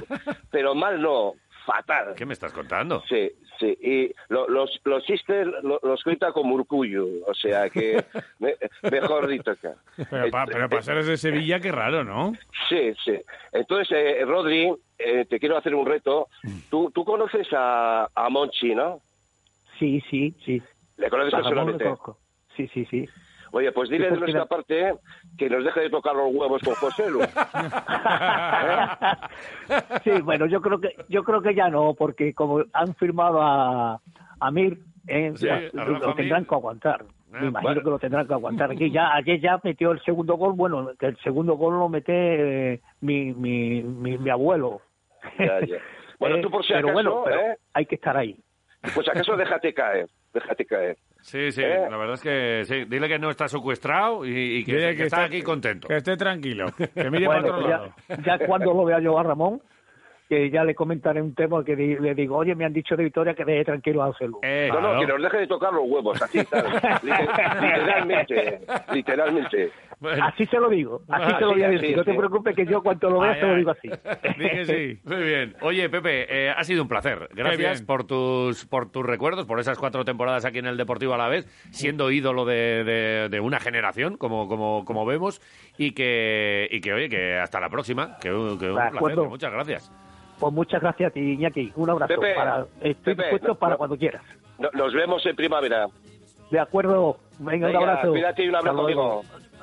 pero mal no, fatal. ¿Qué me estás contando? Sí, sí. Y lo- los, los chistes lo- los cuenta con murcullo. O sea que me- mejor dicho acá. Pero, pa- pero pasaros de Sevilla, qué raro, ¿no? Sí, sí. Entonces, eh, Rodri, eh, te quiero hacer un reto. Mm. Tú, tú conoces a, a Monchi, ¿no? Sí, sí, sí. ¿Le conoces A Ramón lo personalmente? conozco. Sí, sí, sí. Oye, pues dile Sí, de porque nuestra la- parte eh, que nos deje de tocar los huevos con José Lu. Ah. Sí, bueno, yo creo que yo creo que ya no, porque como han firmado a, a Mir, eh, Sí, ya, a Rafa lo tendrán Mir. Eh, que aguantar. Me imagino bueno. que lo tendrán que aguantar. Aquí ya, ayer ya metió el segundo gol, bueno, que el segundo gol lo mete eh, mi, mi, mi, mi abuelo. Ya, ya. Bueno, Eh, tú por si pero acaso, bueno, pero ¿eh? hay que estar ahí. Pues acaso déjate caer, déjate caer. Sí, sí, Eh. la verdad es que sí. Dile que no está secuestrado y, y que, Dile que que está está- aquí contento. Que esté tranquilo. Que mire Bueno, para otro pues lado. ya, ya cuando lo vea yo a Ramón, que ya le comentaré un tema que di- le digo, oye, me han dicho de Victoria que deje tranquilo a José Lu. no, no, que nos deje de tocar los huevos, así, tal. Liter- literalmente, literalmente. Así se lo digo, así Ah, se lo sí, voy a sí, decir. no te sí. preocupes que yo cuando lo vea Ay, se lo ay. digo así. Dije sí. Muy bien. Oye, Pepe, eh, ha sido un placer. Gracias bien. por tus, por tus recuerdos, por esas cuatro temporadas aquí en el Deportivo a la vez, siendo ídolo de, de- de una generación, como, como, como vemos, y que, y que, oye, que hasta la próxima. Que, un- que un De placer, acuerdo. que muchas gracias. Pues muchas gracias a ti, Iñaki. Un abrazo. Pepe, para, estoy Pepe, dispuesto no- para cuando quieras. No- nos vemos en primavera. De acuerdo. Venga, Venga, un abrazo. cuídate y un abrazo, Hasta luego.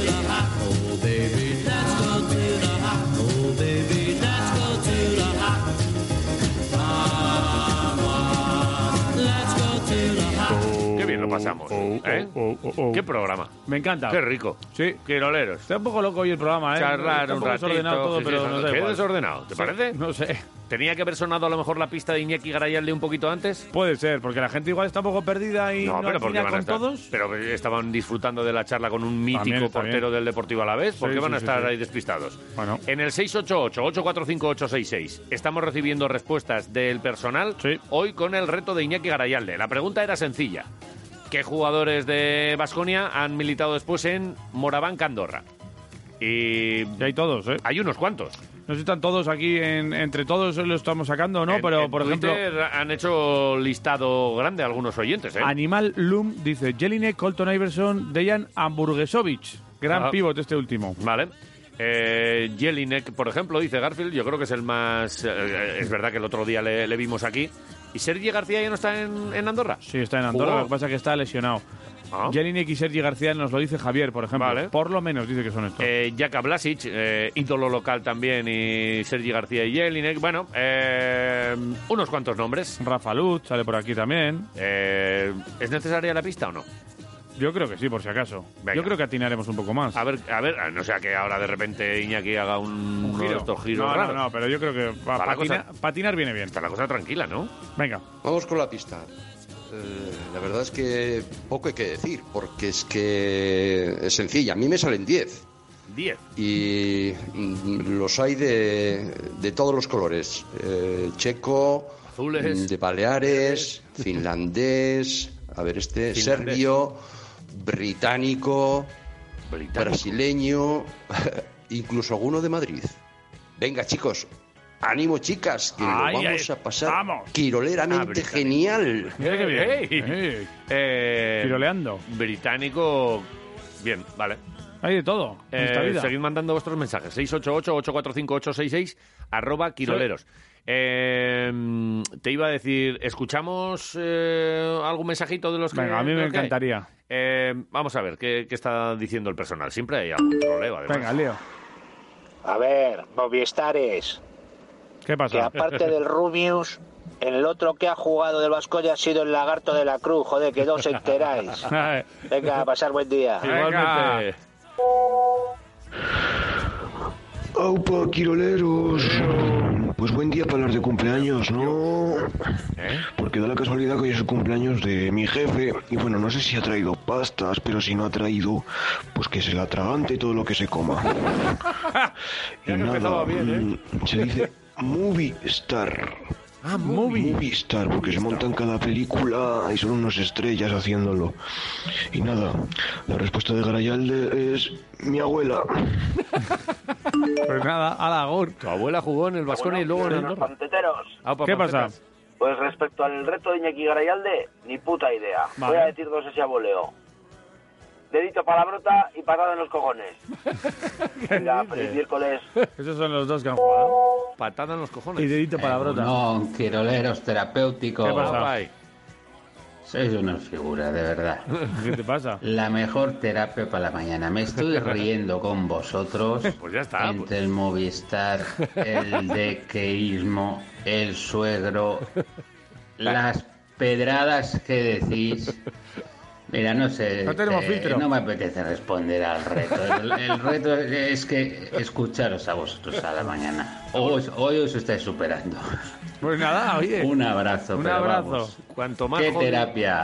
the hop. Oh baby. Let's go to the hop. Oh baby. Let's go to the hop. Mama. Let's go to the hop. Qué bien lo Oh, pasamos. ¿eh? Qué programa. Me encanta. Qué rico. Sí. Quiroleros. Está un poco loco hoy el programa, ¿eh? Charlar Está un poco ratito. desordenado todo, sí, pero sí, nos da ¿Qué igual. desordenado? ¿Te Sí, parece? No sé. ¿Tenía que haber sonado a lo mejor la pista de Iñaki Garayalde un poquito antes? Puede ser, porque la gente igual está un poco perdida y no, pero ¿por qué atina van a con estar? todos. Pero estaban disfrutando de la charla con un mítico También, también. portero del Deportivo a la vez. ¿Por Sí, qué van sí, a sí, estar sí. ahí despistados? Bueno. En el 688-845-866 estamos recibiendo respuestas del personal hoy con el reto de Iñaki Garayalde. La pregunta era sencilla. ¿Qué jugadores de Basconia han militado después en Moraván Candorra? Y... hay todos, ¿eh? Hay unos cuantos. No sé si están todos aquí, en- entre todos eh, lo estamos sacando, ¿no? pero, por ejemplo, Twitter han hecho listado grande algunos oyentes, ¿eh? Animal Loom dice Jelinek, Colton Iverson, Dejan Hamburguesovich. Gran Ah. pívot este último. Vale. Eh, Jelinek, por ejemplo, dice Garfield, yo creo que es el más... eh, es verdad que el otro día le, le vimos aquí. ¿Y Sergi García ya no está en, en Andorra? Sí, está en Andorra, Jugó. lo que pasa es que está lesionado. Ah. Jelinek y Sergi García nos lo dice Javier, por ejemplo. Vale. Por lo menos dice que son estos. Eh, Jaka Blasic, eh, ídolo local también, y Sergi García y Jelinek. Bueno, eh, unos cuantos nombres. Rafa Luz sale por aquí también. Eh, ¿Es necesaria la pista o no? Yo creo que sí, por si acaso. Yo creo que atinaremos un poco más. A ver, a ver, a no sea que ahora de repente Iñaki haga un, uno de giro. estos giros No, no, raros. no, pero yo creo que pa- Va la patina- cosa- patinar viene bien. Está la cosa tranquila, ¿no? Venga. Vamos con la pista. Eh, la verdad es que poco hay que decir, porque es que es sencilla. A mí me salen 10. 10. y mm, los hay de, de todos los colores. eh, checo, Azules. mm, de Baleares, finlandés, a ver este, Finlandés. serbio, británico, brasileño, incluso alguno de Madrid. Venga chicos, ánimo chicas, que Ay, lo ay, vamos a pasar vamos. Ah, quiroleramente británico. genial. Mira qué bien. Ey. Eh, Tiroleando. Británico. Bien, vale. Hay de todo. en esta Eh, vida. seguid mandando vuestros mensajes. 688-845-866, arroba quiroleros. Eh, te iba a decir, ¿escuchamos eh, algún mensajito de los que...? Venga, a mí de me los que hay? encantaría. Eh, vamos a ver, ¿qué, qué está diciendo el personal? Siempre hay algún troleo, además. Venga, Leo. A ver, Moviestares, ¿Qué pasa? que aparte del Rubius, el otro que ha jugado del Vascoya ha sido el Lagarto de la Cruz, joder, que no os enteráis. Venga, a pasar buen día. Igualmente. ¡Aupa, quiroleros! Pues buen día para los de cumpleaños, ¿no? Porque da la casualidad que hoy es el cumpleaños de mi jefe. Y bueno, no sé si ha traído pastas, pero si no ha traído, pues que se la atragante todo lo que se coma. y nada, mm, se dice movie star. Ah, movie. star, porque se montan cada película y son unas estrellas haciéndolo. Y nada, la respuesta de Garayalde es mi abuela. Pues nada, Alagor. Tu abuela jugó en el Vasconia y luego en el Andorra. pues, Panteteros, Ah, pa- ¿Qué pasa? pancetas. pues respecto al reto de Iñaki Garayalde, ni puta idea. Vale. Voy a decir dos ese aboleo. Dedito palabrota y patada en los cojones. Venga, feliz miércoles. Esos son los dos que han jugado. Patada en los cojones. Y dedito para brota. Eh, No, quiroleros terapéuticos. ¿Qué pasa? Sois una figura, de verdad. ¿Qué te pasa? La mejor terapia para la mañana. Me estoy riendo con vosotros. Pues ya está. Entre el Movistar, el dequeísmo, el suegro, las pedradas que decís. Mira, no sé. No tenemos este, filtro. No me apetece responder al reto. El, el reto es que escucharos a vosotros a la mañana. Hoy, os- hoy os estáis superando. Pues nada, oye. Un abrazo. Un pero abrazo. vamos. Cuanto más Qué jodido- terapia.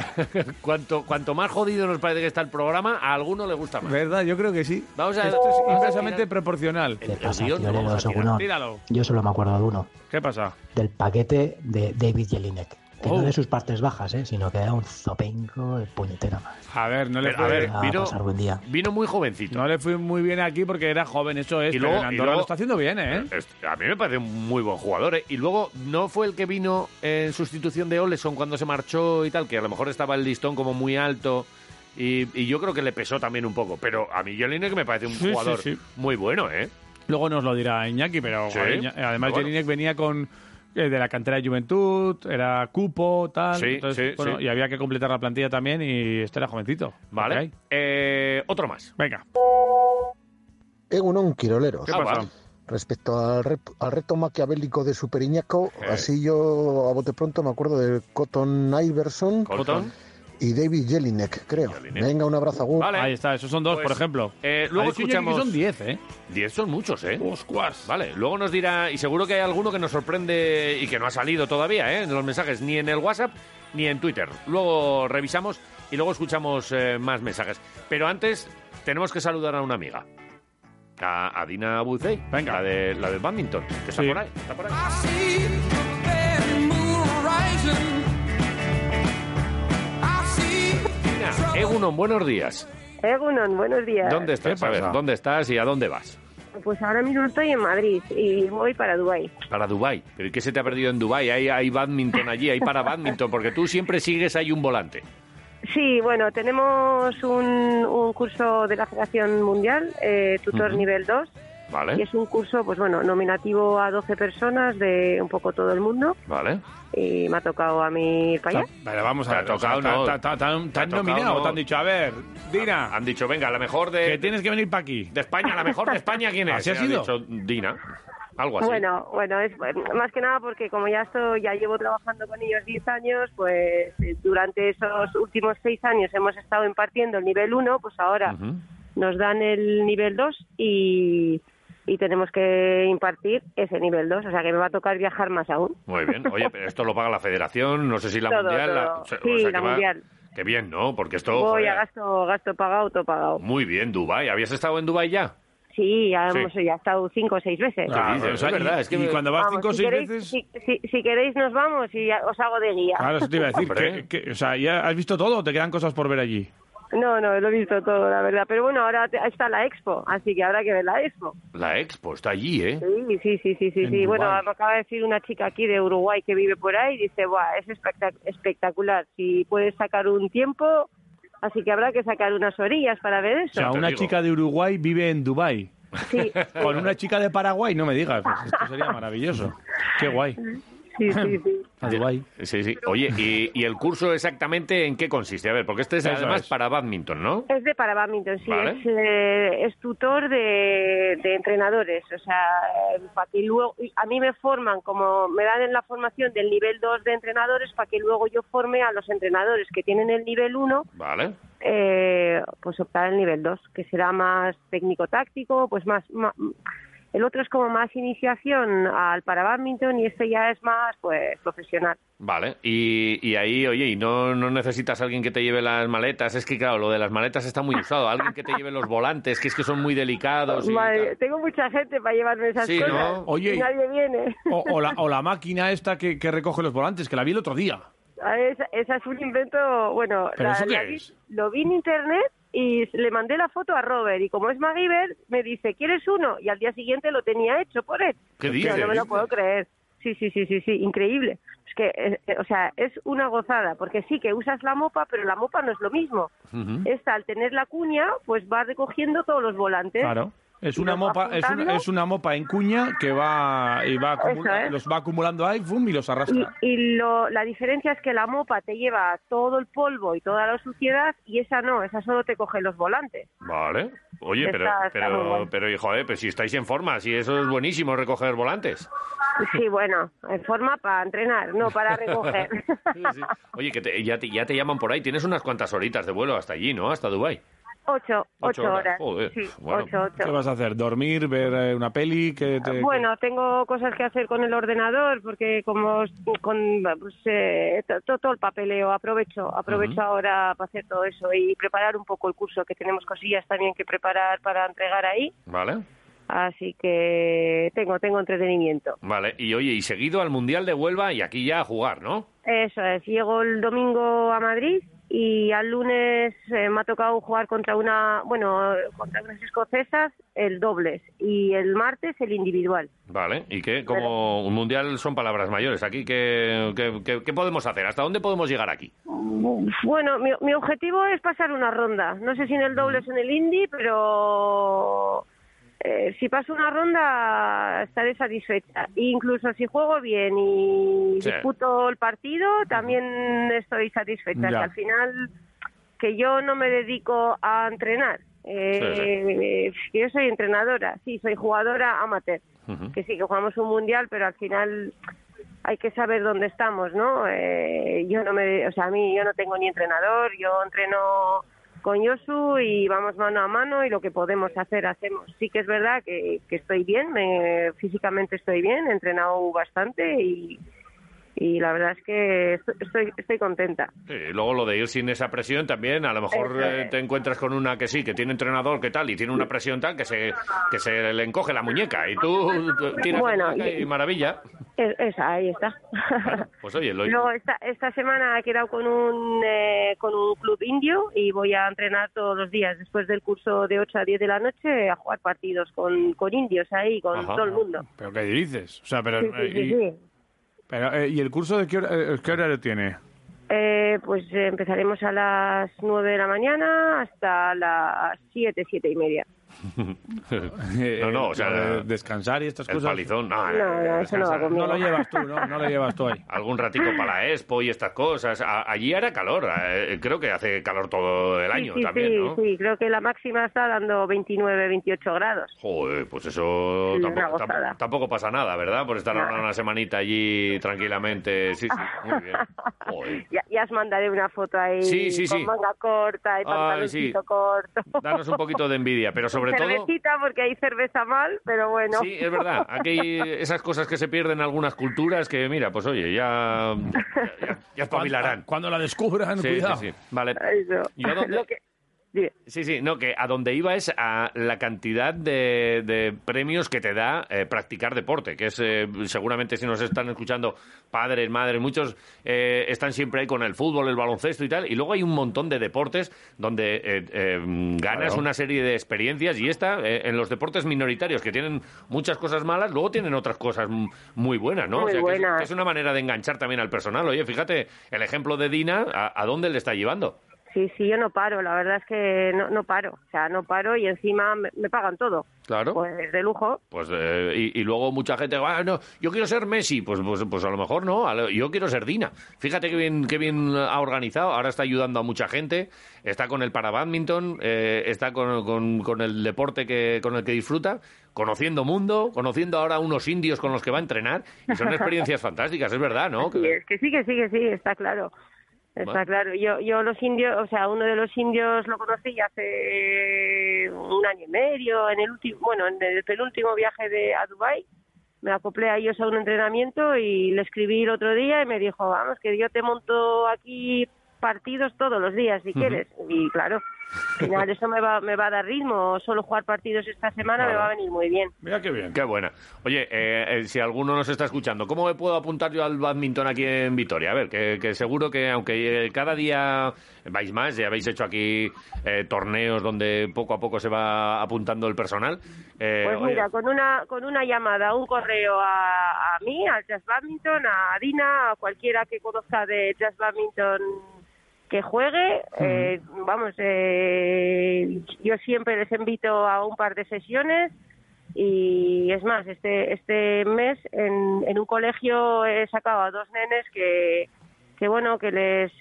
cuanto, cuanto más jodido nos parece que está el programa, a alguno le gusta más. ¿Verdad? Yo creo que sí. Vamos a- Esto es vamos a inversamente tirar- proporcional. ¿Qué pasa, tío? Segurón? Tíralo. Yo solo me acuerdo de uno, ¿Qué pasa? del paquete de David Jelinek. Que Oh. no de sus partes bajas, ¿eh? sino que era un zopenco de puñetera madre. A ver, no le Pero, a ver, Ah, vino, pasar buen día. vino muy jovencito. No le fui muy bien aquí porque era joven, eso es. Y pero luego- en y Andorra luego- lo está haciendo bien, ¿eh? Este, A mí me parece un muy buen jugador. ¿eh? Y luego, ¿no fue el que vino en sustitución de Oleson cuando se marchó y tal? Que a lo mejor estaba el listón como muy alto. Y, y yo creo que le pesó también un poco. Pero a mí Jelinek me parece un Sí, sí, jugador sí. muy bueno, ¿eh? Luego nos lo dirá Iñaki, pero Sí, joder, Iña- eh, además pero bueno. Jelinek venía con eh, de la cantera de Juventud, era cupo, tal, Sí, entonces, sí, bueno, sí. y había que completar la plantilla también y este era jovencito. Vale. Ok. Eh, otro más. Venga. Egunon Quiroleros. ¿Qué Ah, pasa? va. Respecto al, rep- al reto maquiavélico de Super Iñaco, Eh. así yo a bote pronto me acuerdo de Cotton Iverson Cotton. y David Jelinek, creo. Venga, un abrazo, Agur. Ahí está, esos son dos, Pues, por ejemplo. eh, luego Ha dicho Iñaki que escuchamos- son 10, ¿eh? 10 son muchos, ¿eh? Vale, luego nos dirá, y seguro que hay alguno que nos sorprende y que no ha salido todavía, ¿eh? En los mensajes, ni en el WhatsApp ni en Twitter. Luego revisamos y luego escuchamos eh, más mensajes. Pero antes, tenemos que saludar a una amiga. A, a Dina Bucey, la de la del badminton, que está por ahí, está por ahí. Dina, Egunon, buenos días. Egunon, Eh, buenos días. ¿Dónde estás? A ver, ¿dónde estás y a dónde vas? Pues ahora mismo estoy en Madrid y voy para Dubái. Para Dubai. ¿Pero y qué se te ha perdido en Dubai? Hay, hay badminton allí, hay para badminton, porque tú siempre sigues ahí un volante. Sí, bueno, tenemos un, un curso de la Federación Mundial, eh, tutor Ujú. nivel 2, Vale. y es un curso, pues bueno, nominativo a 12 personas de un poco todo el mundo, Vale. y me ha tocado a mí ir para allá. Pero vamos Te a ha ver, o tocado, sea, no. ta- ta- ta- tan- Te ha tan tocado, nominado, no. te han dicho, a ver, Dina. Han dicho, venga, la mejor de... Que tienes que venir para aquí. De España, la mejor de España, ¿quién es? ¿Así ha Se sido? dicho Dina. Algo así. Bueno, bueno, es eh, más que nada porque como ya estoy, ya llevo trabajando con ellos 10 años, pues eh, durante esos últimos 6 años hemos estado impartiendo el nivel 1, pues ahora nos dan el nivel 2 y, y tenemos que impartir ese nivel 2, o sea que me va a tocar viajar más aún. Muy bien. Oye, pero esto lo paga la federación, no sé si la Todo, mundial... La... todo. Sí, la que va- mundial. Qué bien, ¿no? Porque esto... Voy joder, a gasto, gasto pagado, todo pagado. Muy bien, Dubai. ¿Habías estado en Dubai ya? Sí, ya, Sí. hemos ya he estado cinco o seis veces. Ah, ¿Qué dices? o sea, Es verdad, y- es que y me- cuando vas cinco o si seis queréis, veces- Si, si- si queréis nos vamos y ya os hago de guía. Claro, eso te iba a decir. que- que- o sea, ¿ya has visto todo o te quedan cosas por ver allí? No, no, lo he visto todo, la verdad. Pero bueno, ahora te- está la expo, así que habrá que ver la expo. La expo está allí, ¿eh? Sí, sí, sí, sí, sí. En sí. Bueno, Dubái. me acaba de decir una chica aquí de Uruguay que vive por ahí y dice, Buah, es espectac- espectacular. Si puedes sacar un tiempo, así que habrá que sacar unas orillas para ver O eso. sea, una chica de Uruguay vive en Dubái. Sí. Con una chica de Paraguay, no me digas. pues esto sería maravilloso. Qué guay. Sí, sí, sí. A Dubái. Sí, sí. Oye, y, y el curso exactamente en qué consiste? A ver, porque este es Eso además es. para badminton, ¿no? Es de para badminton, sí. Vale. Es, eh, es tutor de, de entrenadores. O sea, eh, para que luego. y A mí me forman, como me dan en la formación del nivel 2 de entrenadores, para que luego yo forme a los entrenadores que tienen el nivel 1, Vale. eh, pues optar al nivel 2, que será más técnico-táctico, pues más. ma- el otro es como más iniciación al para badminton y este ya es más pues profesional. Vale, y, y ahí, oye, y no, no necesitas alguien que te lleve las maletas, es que claro, lo de las maletas está muy usado, alguien que te lleve los volantes, que es que son muy delicados. y- Madre, tengo mucha gente para llevarme esas Sí, ¿no? cosas. Oye, y y- nadie viene. O, o la, o la máquina esta que, que recoge los volantes, que la vi el otro día. A ver, Esa, esa Ah, es un invento, bueno, ¿Pero eso qué vi- es? lo vi en internet y le mandé la foto a Robert y como es MacGyver me dice, ¿quieres uno? Y al día siguiente lo tenía hecho por él. ¿Qué Yo dices? No me lo puedo creer. Sí, sí, sí, sí, sí, increíble. Es que, eh, eh, o sea, es una gozada, porque sí que usas la mopa, pero la mopa no es lo mismo. Esta, al tener la cuña, pues va recogiendo todos los volantes. Claro. Es una ¿Y los va mopa, es una, apuntando? es una mopa en cuña que va y va acumula- Eso es. los va acumulando ahí, ¡fum! y los Y, arrastra. y lo- la diferencia es que la mopa te lleva todo el polvo y toda la suciedad y esa no, esa solo te coge los volantes. Vale. Oye, Está- pero, está muy pero, guay. pero, hijo, eh, pues si estáis en forma, si eso es buenísimo, recoger volantes. Sí, bueno, en forma para entrenar, no para recoger. Oye, que te- ya, te, ya te llaman por ahí, tienes unas cuantas horitas de vuelo hasta allí, ¿no? Hasta Dubái. Ocho, ocho horas. Joder. Sí, Bueno, ocho, ocho. ¿Qué vas a hacer? ¿Dormir? ¿Ver eh, una peli? eh, que te... Bueno, tengo cosas que hacer con el ordenador porque como es- con pues, eh, to- to- todo el papeleo aprovecho, aprovecho Ujú. ahora para hacer todo eso y preparar un poco el curso que tenemos cosillas también que preparar para entregar ahí, Vale. así que tengo tengo entretenimiento. Vale. Y oye, y seguido al Mundial de Huelva y aquí ya a jugar, ¿no? Eso es, llego el domingo a Madrid y al lunes eh, me ha tocado jugar contra una, bueno, contra unas escocesas el dobles y el martes el individual. Vale, ¿y qué? Como un mundial son palabras mayores. ¿Aquí qué, qué- qué- qué podemos hacer? ¿Hasta dónde podemos llegar aquí? Bueno, mi, mi objetivo es pasar una ronda. No sé si en el dobles o en el indie, pero eh, si paso una ronda estaré satisfecha. E Incluso si juego bien y Sí. disputo el partido, también estoy satisfecha. Ya. Que al final, que yo no me dedico a entrenar. Eh, que Yo soy entrenadora, sí, soy jugadora amateur. Que sí, que jugamos un mundial, pero al final hay que saber dónde estamos, ¿no? Eh, yo no me, o sea, a mí yo no tengo ni entrenador, yo entreno con Yosu y vamos mano a mano y lo que podemos hacer hacemos. Sí que es verdad que, que estoy bien, me- físicamente estoy bien, he entrenado bastante y, y la verdad es que estoy, estoy, estoy contenta. Sí, y luego lo de ir sin esa presión también, a lo mejor Eso eh, es. te encuentras con una que sí, que tiene entrenador, que tal, y tiene una presión tal que se, que se le encoge la muñeca. Y tú t- tiras Bueno, la muñeca y... y- maravilla. Es- es- ahí está. Pues oye, lo... Luego esta, esta semana he quedado con un, eh, con un club indio y voy a entrenar todos los días después del curso de 8 a 10 de la noche a jugar partidos con, con indios ahí, con Ajá. todo el mundo. ¿Pero qué dices? O sea, pero... Sí, sí, eh, sí, y, sí. pero, eh, ¿y el curso de qué, hora, eh, qué horario tiene? Eh, pues eh, empezaremos a las 9 de la mañana hasta las 7, 7 y media. no, no, o sea, Eh, descansar y estas el cosas. palizón, no, eh, No, no, eso no va descansar. conmigo. lo llevas tú, no, no lo llevas tú ahí. Algún ratico para la expo y estas cosas. A- allí hará calor. eh, creo que hace calor todo el año sí, sí, también, sí, ¿no? sí, creo que la máxima está dando 29, 28 grados. Joder, pues eso Sí, tampoco, una gozada. tam- tampoco pasa nada, ¿verdad? Por estar ahora una semanita allí tranquilamente. Sí, sí, muy bien. Joder. Ya, ya os mandaré una foto ahí Sí, sí, con sí. manga corta y Ay, pantaloncito sí. corto. Danos un poquito de envidia, pero sobre todo... cervecita porque hay cerveza mal, pero bueno. Sí, es verdad. Aquí hay esas cosas que se pierden en algunas culturas que, mira, pues oye, ya, ya, ya espabilarán. Cuando la descubran, Sí, cuidado. sí, sí. Vale. Eso. ¿Y a dónde? Lo que, Dime. Sí, sí, no, que a donde iba es a la cantidad de, de premios que te da eh, practicar deporte, que es eh, seguramente si nos están escuchando padres, madres, muchos eh, están siempre ahí con el fútbol, el baloncesto y tal, y luego hay un montón de deportes donde eh, eh, ganas Claro. una serie de experiencias y esta, eh, en los deportes minoritarios que tienen muchas cosas malas, luego tienen otras cosas m- muy buenas, ¿no? Muy que es- buenas. que es, una manera de enganchar también al personal. Oye, fíjate, el ejemplo de Dina, ¿a, a dónde le está llevando? Sí, sí, yo no paro, la verdad es que no, no paro, o sea, no paro y encima me, me pagan todo. Claro. Pues de lujo. Pues eh, y, y luego mucha gente, ah, no, yo quiero ser Messi, pues, pues, pues a lo mejor no, a lo- yo quiero ser Dina. Fíjate qué bien, qué bien ha organizado, ahora está ayudando a mucha gente, está con el para badminton, eh, está con, con- con el deporte que, con el que disfruta, conociendo mundo, conociendo ahora unos indios con los que va a entrenar, y son experiencias fantásticas, es verdad, ¿no? Sí, es que sí, que sí, que sí, está claro. Está Bueno. claro. Yo, yo los indios, o sea, uno de los indios lo conocí hace un año y medio, en el último, bueno, en el penúltimo viaje de, a Dubai me acoplé a ellos a un entrenamiento y le escribí el otro día y me dijo, vamos, que yo te monto aquí partidos todos los días si Ujú. quieres. Y claro, al final eso me va, me va a dar ritmo, solo jugar partidos esta semana me Claro. va a venir muy bien. Mira Ah, qué bien. Qué buena. Oye, eh, eh, si alguno nos está escuchando, ¿cómo me puedo apuntar yo al badminton aquí en Vitoria? A ver, que, que seguro que aunque eh, cada día vais más, ya habéis hecho aquí eh, torneos donde poco a poco se va apuntando el personal. eh, Pues oye, mira, con una con una llamada, un correo a, a mí, al Jazz Badminton, a Dina, a cualquiera que conozca de Jazz Badminton que juegue, eh, vamos, eh, yo siempre les invito a un par de sesiones y es más, este este mes en, en un colegio he sacado a dos nenes que que bueno que les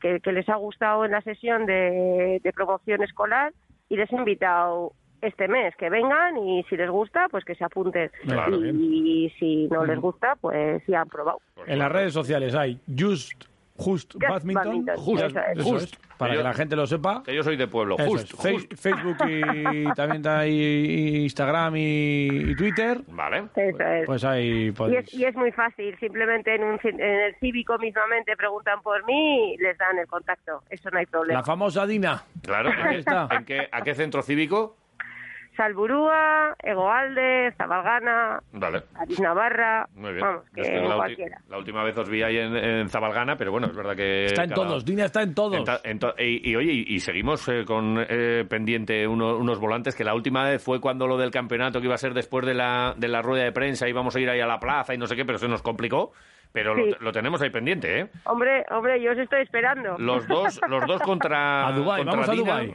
que, que les ha gustado en la sesión de, de promoción escolar y les he invitado este mes que vengan y si les gusta pues que se apunten Claro, y, bien. Mm. y si no les gusta pues ya han probado En las redes sociales hay Just Just Badminton. badminton, eso Just, es. eso es, Just. para Que que yo- la gente lo sepa. que yo soy de pueblo, Eso justo. es. Fe- Facebook y también hay Instagram y, y Twitter. Vale. Eso es. Pues ahí y podéis. es, y es muy fácil, simplemente en, un, ci- en el cívico mismamente preguntan por mí y les dan el contacto, eso no hay problema. La famosa Dina. Claro, ¿en Ahí qué- está. ¿en qué- ¿a qué centro cívico? Salburúa, Egoalde, Zabalgana, Vale. Aris Navarra, Muy bien. vamos, que Es que la, ulti- cualquiera. la última vez os vi ahí en, en Zabalgana, pero bueno, es verdad que... Está en cada- todos. Dina está en todos. Enta- ento- y, y, oye, y, y seguimos eh, con eh, pendiente uno- unos volantes, que la última vez fue cuando lo del campeonato que iba a ser después de la, de la rueda de prensa, íbamos a ir ahí a la plaza y no sé qué, pero se nos complicó. Pero lo- Sí. lo, tenemos ahí pendiente, ¿eh? Hombre, hombre, yo os estoy esperando. Los dos, los dos contra. A Dubái, contra vamos a Dina. Dubái.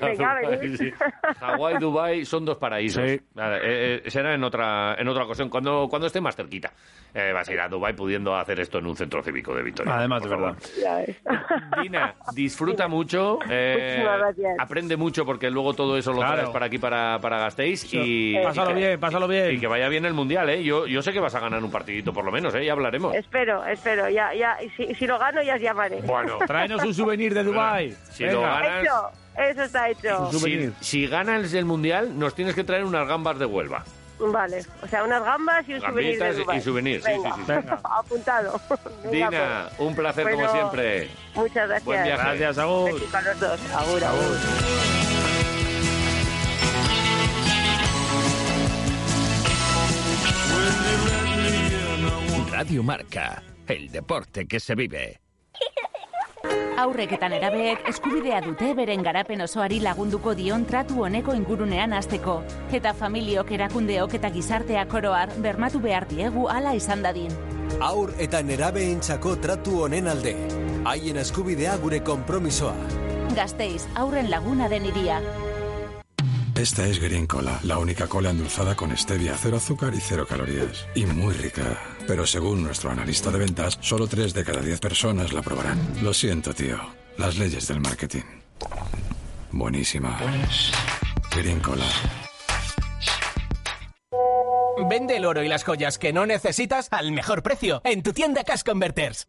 Venga, Dubái, venid. sí. Hawái, Dubái son dos paraísos. Nada, eh, eh, será en otra, en otra ocasión, cuando, cuando esté más cerquita. Eh, vas a ir a Dubái pudiendo hacer esto en un centro cívico de Vitoria. Además, por de favor. verdad. Dina, disfruta mucho. eh, Muchísimas gracias. aprende mucho porque luego todo eso lo Claro. traes para aquí, para, para Gasteiz. Y, Eh, Pásalo y que, bien, pásalo bien. y que vaya bien el mundial, ¿eh? Yo, yo sé que vas a ganar un partidito por lo menos, ¿eh? Ya hablaremos. Espero, espero, ya, ya, y si, si lo gano ya os llamaré. Bueno. Tráenos un souvenir de Dubai. Si lo ganas- Hecho, eso está hecho. Si, si ganas el mundial, nos tienes que traer unas gambas de Huelva. Vale, o sea, unas gambas y un souvenir de Gambitas Dubái. y souvenir, sí, Venga, sí, sí. Venga. Apuntado. Venga, pues. Dina, un placer Bueno, como siempre. pues, muchas gracias. Buen viaje. Gracias, agur. Besito a los dos. Agur, agur. Radio Marca, el deporte que se vive. Aurreketan erabek eskubidea dute beren garapen osoari lagunduko dion tratu honeko ingurunean hasteko eta familiok erakundeok eta gizarteak oroar bermatu behar diegu hala izan dadin. Aur eta nerabeentzako tratu honen alde. Haien eskubidea gure konpromisoa. Gasteiz, aurren laguna den iria. Esta es Green Cola, la única cola endulzada con stevia, cero azúcar y cero calorías. Y muy rica. Pero según nuestro analista de ventas, solo 3 de cada 10 personas la probarán. Lo siento, tío. Las leyes del marketing. Buenísima. Green Cola. Vende el oro y las joyas que no necesitas al mejor precio en tu tienda Cash Converters.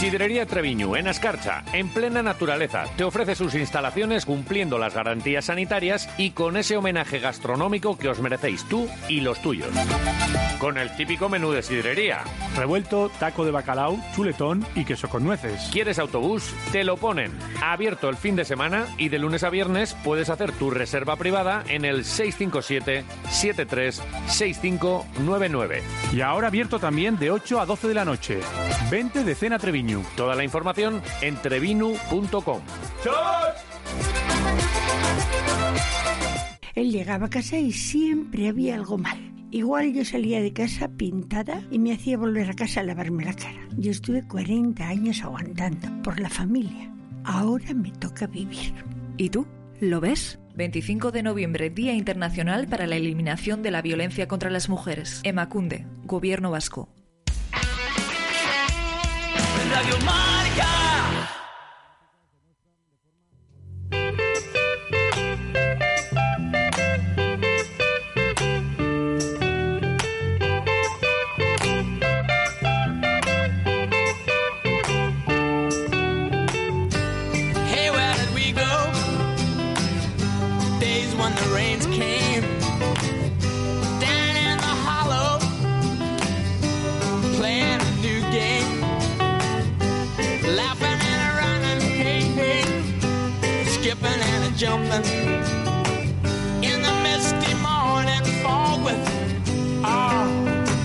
Sidrería Treviñu, en Ascarcha, en plena naturaleza, te ofrece sus instalaciones cumpliendo las garantías sanitarias y con ese homenaje gastronómico que os merecéis tú y los tuyos. Con el típico menú de sidrería. Revuelto, taco de bacalao, chuletón y queso con nueces. ¿Quieres autobús? Te lo ponen. Abierto el fin de semana y de lunes a viernes puedes hacer tu reserva privada en el 657-736599. Y ahora abierto también de 8 a 12 de la noche. 20 de cena Treviñu. Toda la información en trevinu.com. Él llegaba a casa y siempre había algo mal. Igual yo salía de casa pintada y me hacía volver a casa a lavarme la cara. Yo estuve 40 años aguantando por la familia. Ahora me toca vivir. ¿Y tú? ¿Lo ves? 25 de noviembre, Día Internacional para la Eliminación de la Violencia contra las Mujeres. Emacunde, Gobierno Vasco. Radio Marca. Hey, where did we go? Days when the rains came. Down in the hollow, playing a new game. Laughing and a running, hey, hey. Skipping and a jumping. In the misty morning fog with ah,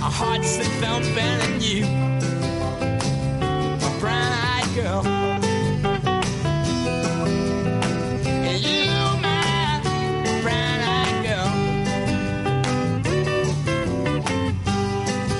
our hearts that thumping and you. A brown-eyed girl. And you, my brown-eyed girl.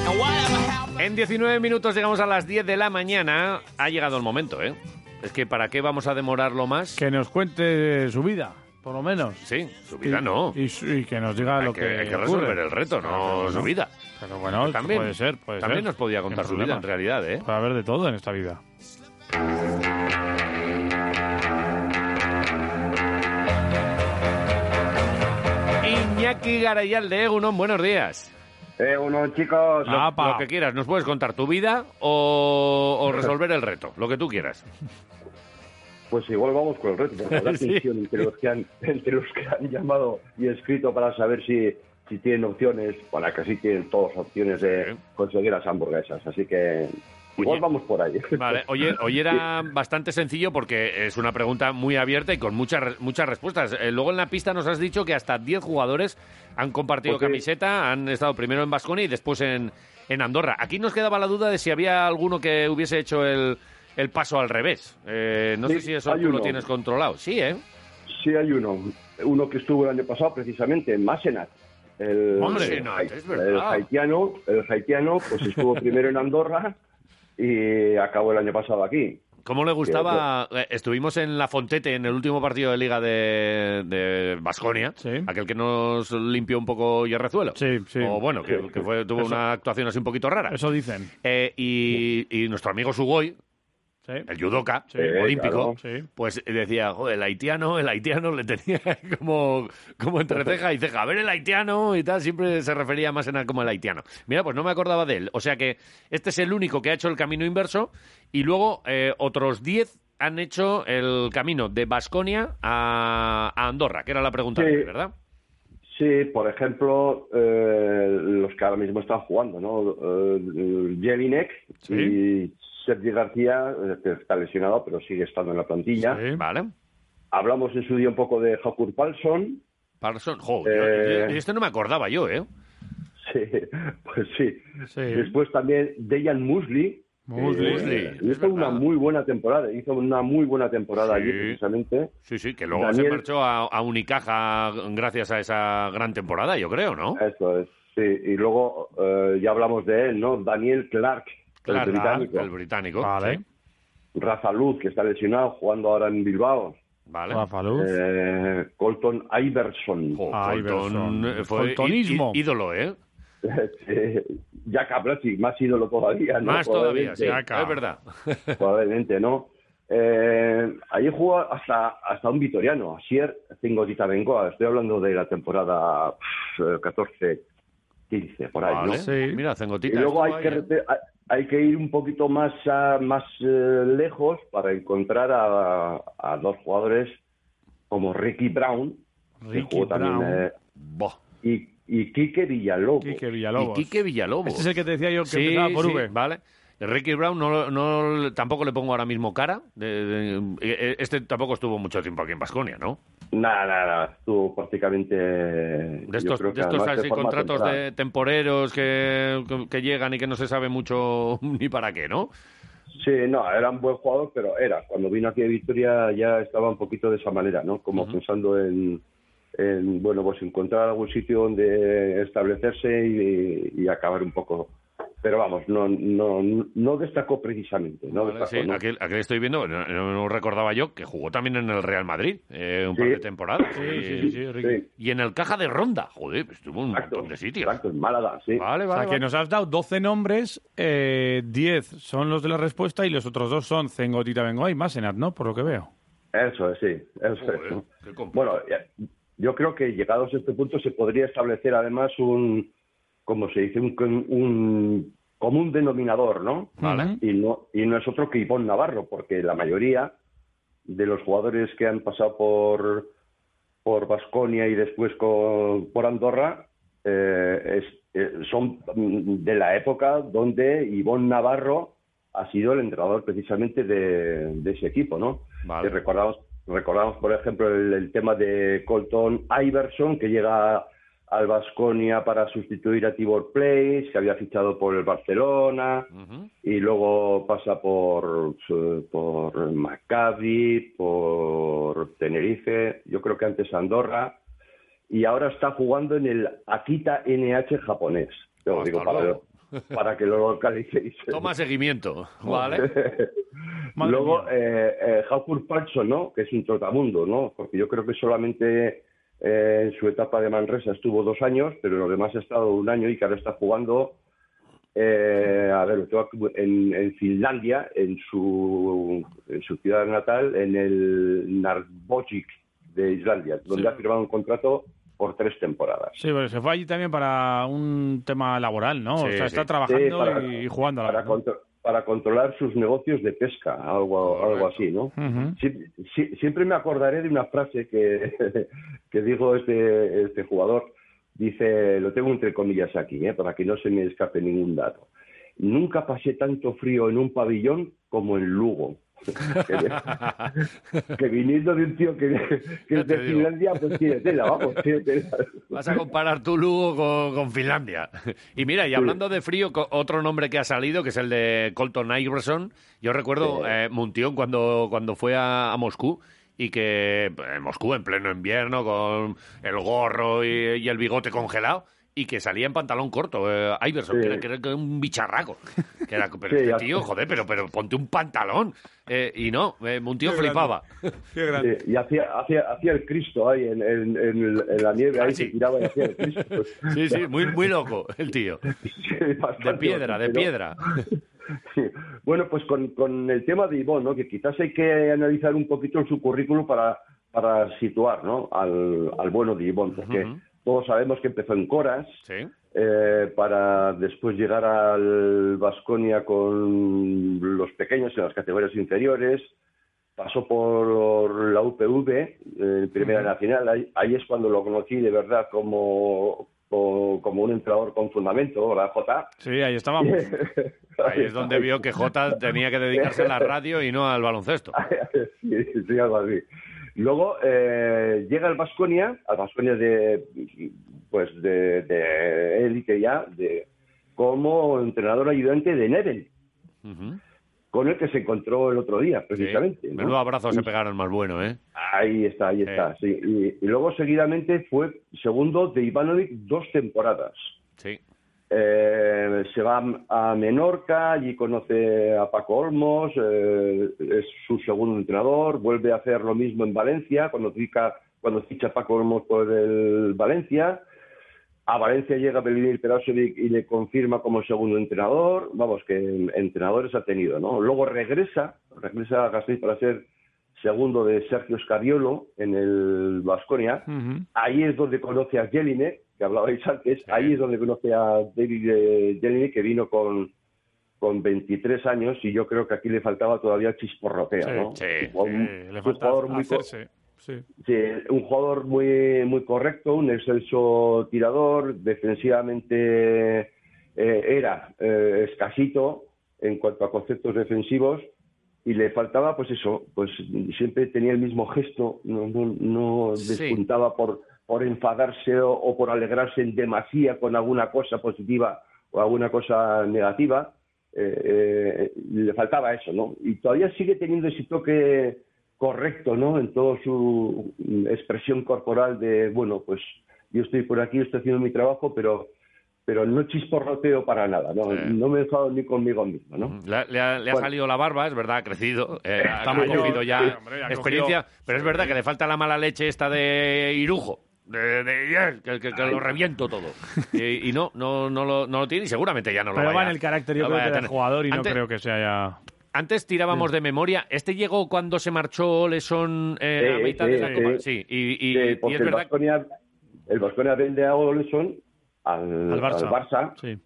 And whatever happened, En 19 minutos llegamos a las 10 de la mañana. Ha llegado el momento, ¿eh? Es que ¿para qué vamos a demorarlo más? Que nos cuente su vida, por lo menos. Sí, su vida Y- no. Y, su- y que nos diga Hay lo que- que. hay que resolver el reto, no su vida. Pero bueno, Que también- puede ser. puede también ser. nos podía contar Sin su vida, en problema. realidad, ¿eh? Puede haber de todo en esta vida. Iñaki Garayalde, Egunon, buenos días. Egunon, Eh, chicos. Lo, lo que quieras, nos puedes contar tu vida o, o resolver el reto, lo que tú quieras. Pues igual vamos con el reto, porque habrá Sí. tensión entre los, que han, entre los que han llamado y escrito para saber si, si tienen opciones, para que así tienen todas opciones de conseguir las hamburguesas. Así que igual vamos por ahí. Vale, oye, hoy era bastante sencillo porque es una pregunta muy abierta y con muchas re- muchas respuestas. Eh, luego en la pista nos has dicho que hasta 10 jugadores han compartido Pues sí. camiseta, han estado primero en Basconia y después en, en Andorra. Aquí nos quedaba la duda de si había alguno que hubiese hecho el, el paso al revés. Eh, no Sí, sé si eso hay tú lo uno. tienes controlado. Sí, ¿eh? Sí hay uno, uno que estuvo el año pasado precisamente en Massenat. El, Massenat, el- es verdad. el haitiano, el haitiano, pues estuvo primero en Andorra y acabó el año pasado aquí. ¿Cómo le gustaba? eh, Estuvimos en La Fontete en el último partido de Liga de, de Basconia, aquel que nos limpió un poco Yerrezuelo. Sí, sí. O bueno, que, que fue- tuvo Eso- una actuación así un poquito rara. Eso dicen. Eh, y, y nuestro amigo Sugoi, Sí. el judoka Sí, Eh, olímpico, claro. Sí. pues decía, "Joder, el haitiano, el haitiano le tenía como, como entre ceja y ceja, a ver el haitiano y tal, siempre se refería más en como el haitiano. Mira, pues no me acordaba de él. O sea que este es el único que ha hecho el camino inverso y luego eh, otros 10 han hecho el camino de Basconia a, a Andorra, que era la pregunta, Sí. de hoy, ¿verdad? Sí, por ejemplo, eh, los que ahora mismo están jugando, ¿no? Eh, Jelinek y Sergi García, eh, que está lesionado, pero sigue estando en la plantilla. Vale. Hablamos en su día un poco de Hakur Palson. Parson, jo, Eh. yo- yo- yo este no me acordaba yo, ¿eh? Sí, pues sí. Después también Dejan Musli. Eh, Musli, hizo una muy buena temporada, hizo una muy buena temporada Sí. allí precisamente. Sí, sí, que luego se Daniel- marchó a, a Unicaja gracias a esa gran temporada, yo creo, ¿no? Eso es, sí. Y luego eh, ya hablamos de él, ¿no? Daniel Clark. Claro, el británico. el británico, Vale. Rafa Luz, que está lesionado, jugando ahora en Bilbao. Vale. Rafa Luz. Eh, Colton Iverson. Colton, eh, fue Coltonismo. í- í- ídolo, ¿eh? Este, Jack Abrasi, más ídolo todavía, ¿no? Más todavía, Probablemente. sí, ah, es verdad. Probablemente, ¿no? Eh, ahí jugó hasta, hasta un vitoriano, Asier Zingotita Bengoa. Estoy hablando de la temporada pff, 14, 15, por ahí, ¿no? Vale. Mira, Y Zengotita. luego hay estuvo que, ahí, ¿eh? rete- hay- hay que ir un poquito más, a- más eh, lejos para encontrar a, a dos jugadores como Ricky Brown, que Ricky jugó también, Brown. eh, y, y Quique Villalobos. Quique Villalobos. Y Quique Villalobos. Ese es el que te decía yo que Sí, empezaba por sí, V. Vale. Ricky Brown no, lo- no le- tampoco le pongo ahora mismo cara. de- de- eh, este tampoco estuvo mucho tiempo aquí en Basconia, ¿no? Nada, nada, estuvo prácticamente... De estos, de estos así contratos de temporeros que, que llegan y que no se sabe mucho ni para qué, ¿no? Sí, no, era un buen jugador, pero era. Cuando vino aquí a Victoria ya estaba un poquito de esa manera, ¿no? Como pensando en, en, bueno, pues encontrar algún sitio donde establecerse y, y acabar un poco. Pero vamos, no, no, no destacó precisamente, ¿no? Vale, destacó, sí, ¿no? aquel, aquel estoy viendo, no, no recordaba yo, que jugó también en el Real Madrid eh, un Sí. par de temporadas. Sí, Y- sí, sí, sí, Ricky. Y en el Caja de Ronda, joder, pues estuvo en un montón de sitios. Exacto, en Málaga, sí. Vale, vale. o sea, que vale. nos has dado 12 nombres, eh, 10 son los de la respuesta y los otros dos son Zengotita Bengoa y Masenat, ¿no? Por lo que veo. Eso es, sí. Eso es. Bueno, ya- yo creo que llegados a este punto se podría establecer además un, como se dice, un, un común denominador, ¿no? Vale. Y no, y no es otro que Ivonne Navarro, porque la mayoría de los jugadores que han pasado por por Vasconia y después con- por Andorra eh, es- eh, son mm, de la época donde Ivonne Navarro ha sido el entrenador precisamente de, de ese equipo, ¿no? Y recordamos, recordamos, por ejemplo, el, el tema de Colton Iverson, que llega al Vasconia para sustituir a Tibor Place, que había fichado por el Barcelona, Mm-hmm. y luego pasa por, eh, por Maccabi, por Tenerife, yo creo que antes Andorra, y ahora está jugando en el Akita NH japonés. Yo digo, para, luego. para que lo localicéis. Toma seguimiento, ¿vale? Luego, eh, eh, Hawkur Palson, ¿no? Que es un trotamundo, ¿no? Porque yo creo que solamente eh, en su etapa de Manresa estuvo dos años, pero lo demás ha estado un año y que ahora está jugando, eh, a ver, lo tengo aquí, en, en Finlandia, en su, en su ciudad natal, en el Narbogic de Islandia, donde Sí. ha firmado un contrato por tres temporadas. Sí, pero se fue allí también para un tema laboral, ¿no? o Sí, sea, está sí. trabajando Sí, para- y, y jugando a la para, vez, ¿no? contro- para controlar sus negocios de pesca, algo, algo así, ¿no? Ujú. Sie- sie- siempre me acordaré de una frase que, que dijo este, este jugador. Dice, lo tengo entre comillas aquí, ¿eh? para que no se me escape ningún dato. Nunca pasé tanto frío en un pabellón como en Lugo. que, que viniendo de un tío que, que es de digo. Finlandia, pues tiene tela, vamos, tiene tela. Vas a comparar tu Lugo con, con Finlandia. Y mira, y hablando de frío, co- otro nombre que ha salido, que es el de Colton Iverson. Yo recuerdo eh, Muntión cuando, cuando fue a, a Moscú y que en Moscú en pleno invierno con el gorro y, y el bigote congelado y que salía en pantalón corto eh, Iverson, Sí. que, era, que era- que era un bicharraco. Que era, pero Sí, este ya- tío, joder, pero, pero ponte un pantalón. Eh, y no, eh, Muntión Qué grande. flipaba. Sí, Eh, y hacía, hacía, hacía el Cristo ahí en, en- en el- en la nieve, ahí se tiraba y hacía el Cristo. Ah, Sí, sí, muy, muy loco el tío. De piedra, de pero- piedra. Bueno, pues con, con el tema de Ivonne, ¿no? que quizás hay que analizar un poquito su currículum para, para situar ¿no? al, al bueno de Ivonne, porque todos sabemos que empezó en Coras, Sí. eh, para después llegar al Vasconia con los pequeños en las categorías inferiores. Pasó por la UPV, eh, en Primera Ujú. Nacional. Ahí, ahí es cuando lo conocí de verdad como, como, como un entrenador con fundamento, la J. Sí, ahí estábamos. Ahí es donde vio que Jota tenía que dedicarse a la radio y no al baloncesto. sí, sí, algo así. Luego eh, llega al Vasconia, al Vasconia de pues de, de élite ya, de, como entrenador ayudante de Neven, con el que se encontró el otro día, precisamente. ¿no? Menudo abrazo se Y- pegaron más bueno, ¿eh? Ahí está, ahí está. sí. Y, y luego seguidamente fue segundo de Ivanovic dos temporadas. Sí. Eh, eh, se va a Menorca, allí conoce a Paco Olmos, eh, es su segundo entrenador, vuelve a hacer lo mismo en Valencia, cuando ficha, cuando ficha Paco Olmos por el Valencia. A Valencia llega Velimir Perasovic y le confirma como segundo entrenador. Vamos, que entrenadores ha tenido, ¿no? Luego regresa, regresa a Gasteiz para ser segundo de Sergio Scariolo en el Vasconia. Hmm. Ahí es donde conoce a Jelinek, que hablabais antes. Ahí es donde conoce a David eh, Jelinek, que vino con, con 23 años y yo creo que aquí le faltaba todavía el chisporroteo, ¿no? Un jugador- un Eh, le falta jugador muy co- hacerse. Sí. Sí, un jugador muy, muy correcto, un excelso tirador, defensivamente eh, era eh, escasito en cuanto a conceptos defensivos y le faltaba pues eso, pues siempre tenía el mismo gesto, no, no, no Sí. despuntaba por, por enfadarse o, o por alegrarse en demasía con alguna cosa positiva o alguna cosa negativa. Eh, eh, le faltaba eso, ¿no? Y todavía sigue teniendo ese toque correcto, ¿no? En toda su mm, expresión corporal de, bueno, pues yo estoy por aquí, estoy haciendo mi trabajo, pero, pero no chisporroteo para nada, ¿no? No me he enfado ni conmigo mismo, ¿no? Le, ha- le ha, le ha Bueno. salido la barba, es verdad, ha crecido, eh, ha Está cogido mayor, ya sí, hombre, ha experiencia, cogido- pero es verdad que le falta la mala leche esta de Irujo, de, de- que, que- que lo reviento todo. Y, y no, no, no, lo, no lo tiene y seguramente ya no lo Pero vaya- va en el carácter, yo no creo vaya que a del tener. jugador y Antes- no creo que se haya... Antes tirábamos de memoria. Este llegó cuando se marchó Oleson eh, a Sí, mitad de sí, la Copa. Sí, sí. y, y- Sí, y Eh, porque es el verdad. Baskonia, el Baskonia vende a Oleson al, Al Barça. al Barça, Sí.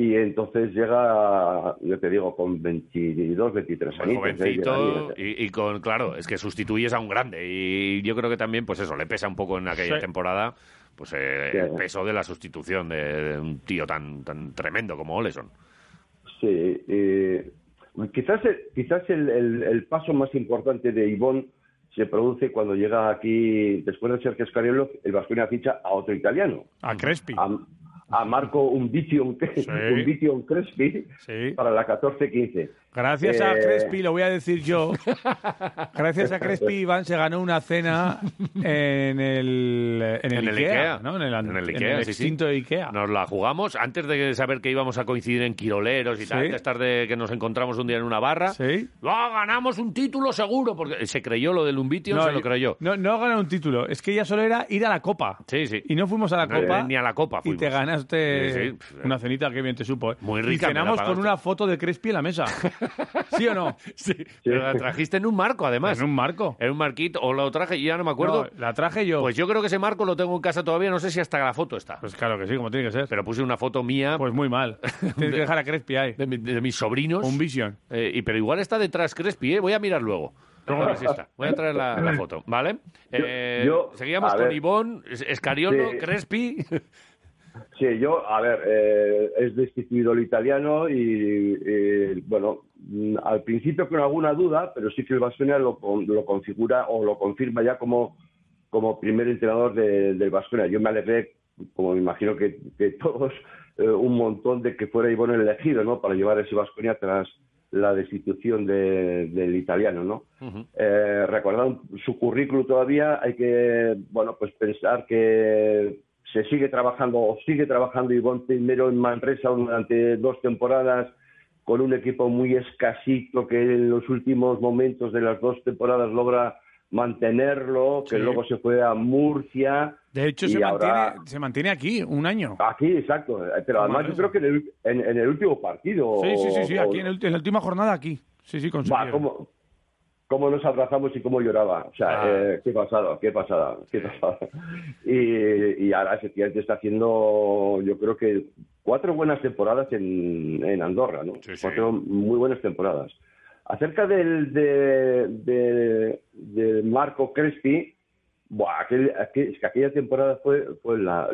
y entonces llega, yo te digo, con 22, 23 muy años. Pues ¿eh? jovencito y, y con claro es que sustituyes a un grande y yo creo que también pues eso le pesa un poco en aquella Sí. temporada pues eh, Sí. el peso de la sustitución de, de un tío tan tan tremendo como Oleson Sí, eh, quizás, el- quizás el, el- el paso más importante de Ivón se produce cuando llega aquí, después de Sergio Scariolo, el Vasconia ficha a otro italiano. A Crespi. A, a Marco Umbition, Umbition Crespi para la 14-15. Gracias a Eh, Crespi, lo voy a decir yo. Gracias a Crespi, Iván se ganó una cena en el, en el Ikea, ¿no? En el, an- en Ikea, el sí, sí. extinto Ikea. Nos la jugamos antes de saber que íbamos a coincidir en Quiroleros y tal, Sí. de estar de que nos encontramos un día en una barra. Sí. ¡Ah, ganamos un título seguro! Porque se creyó lo del Umbitio, se lo yo- creyó. No, no ganar un título. Es que ya solo era ir a la Copa. Sí, sí. Y no fuimos a la No, Copa. ni a la Copa Y fuimos. te ganaste Sí, sí, pf, una cenita que bien te supo. ¿eh? Muy Y rica, me la cenamos con pagaste. una foto de Crespi en la mesa. ¿Sí o no? Sí. Pero la trajiste en un marco, además. En un marco. En un marquito. O lo traje, ya no me acuerdo. No, la traje yo. Pues yo creo que ese marco lo tengo en casa todavía, no sé si hasta la foto está. Pues claro que sí, como tiene que ser. Pero puse una foto mía. Pues muy mal. Tienes que dejar a Crespi ahí. De, mi- de mis sobrinos. Un vision. Eh, y, pero igual está detrás Crespi, ¿eh? Voy a mirar luego. Luego a ver si está. Voy a traer la, la foto, ¿vale? Eh, yo- seguíamos a con ver. Ivón, Escariolo, Sí. Crespi. Sí, yo, a ver, eh, es destituido el italiano y, eh, bueno, mm, al principio con alguna duda, pero sí que el Vasconia lo, con- lo configura o lo confirma ya como, como primer entrenador de- del Vasconia. Yo me alegré, como me imagino que, que todos, eh, un montón de que fuera Ivonne el elegido, ¿no? Para llevar ese Vasconia tras la destitución de- del italiano, ¿no? Eh, recordar un- su currículum todavía, hay que bueno pues pensar que se sigue trabajando o sigue trabajando Ivonne primero en Manresa durante dos temporadas con un equipo muy escasito que en los últimos momentos de las dos temporadas logra mantenerlo, que Sí. luego se fue a Murcia. De hecho, y se mantiene, ahora- se mantiene aquí un año. Aquí, exacto. Eh, Pero En además yo Manresa. creo que en el, en- en el último partido... Sí, sí, sí, sí, o- aquí en, el- en la última jornada aquí. Sí, sí, Va, consiguieron. cómo, cómo nos abrazamos y cómo lloraba. O sea, Ah. eh, qué pasada, qué pasada, qué pasada. Y, y ahora efectivamente está haciendo, yo creo que cuatro buenas temporadas en, en Andorra, ¿no? Cuatro muy buenas temporadas. Acerca del de, de- de Marco Crespi, buah, aquel- aquel- es que aquella temporada fue, fue la,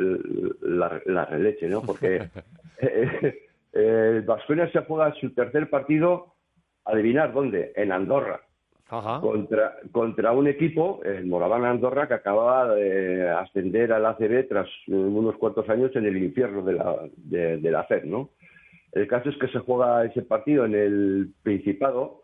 la, la releche, ¿no? Porque eh, eh, el Baskonia se juega su tercer partido, adivinar dónde, en Andorra, contra, contra un equipo, el Moraván Andorra, que acababa de ascender al ACB tras eh, unos cuantos años en el infierno de la, de, de la FED, ¿no? El caso es que se juega ese partido en el Principado,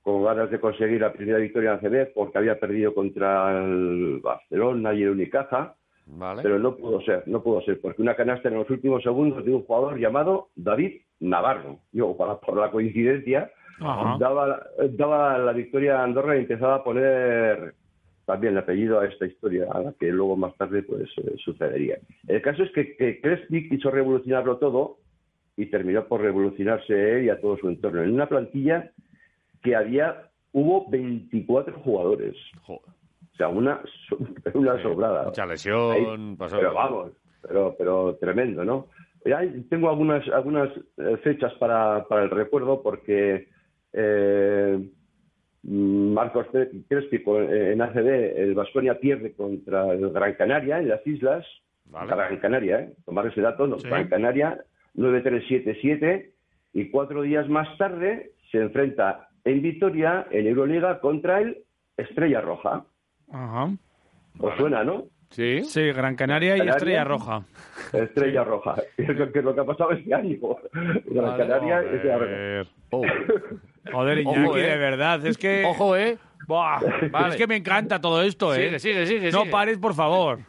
con ganas de conseguir la primera victoria en ACB, porque había perdido contra el Barcelona y el Unicaja, Vale. Pero no pudo ser, no pudo ser, porque una canasta en los últimos segundos de un jugador llamado David Navarro. Yo, para- por la coincidencia, Ajá. daba, daba la victoria a Andorra y empezaba a poner también el apellido a esta historia, a la que luego más tarde pues eh, sucedería. El caso es que, que Kresnik quiso revolucionarlo todo y terminó por revolucionarse él y a todo su entorno. En una plantilla que había, hubo 24 jugadores. O sea, una, so- una sobrada. Mucha lesión, Ahí- pasó- Pero vamos, pero, pero tremendo, ¿no? Eh, hay- tengo algunas, algunas eh, fechas para, para el recuerdo porque eh, mm, Marcos Cre- Crespi con- eh, en ACB, el Vasconia pierde contra el Gran Canaria en las islas. Gran Canaria, ¿eh? tomar ese dato, no, Gran Canaria, 9377. Y cuatro días más tarde se enfrenta en Vitoria, en Euroliga, contra el Estrella Roja. Ajá. ¿Os suena, no? Sí. Sí, Gran Canaria y Canaria. Estrella Roja. Estrella Roja, que es lo que ha pasado este año. Gran Vale. Canaria, este Estrella Roja. Joder, Ojo, Iñaki, eh. de verdad, es que... Ojo, ¿eh? Buah, Vale. Es que me encanta todo esto, ¿eh? Sigue, sigue, sigue, No sigue. pares, por favor.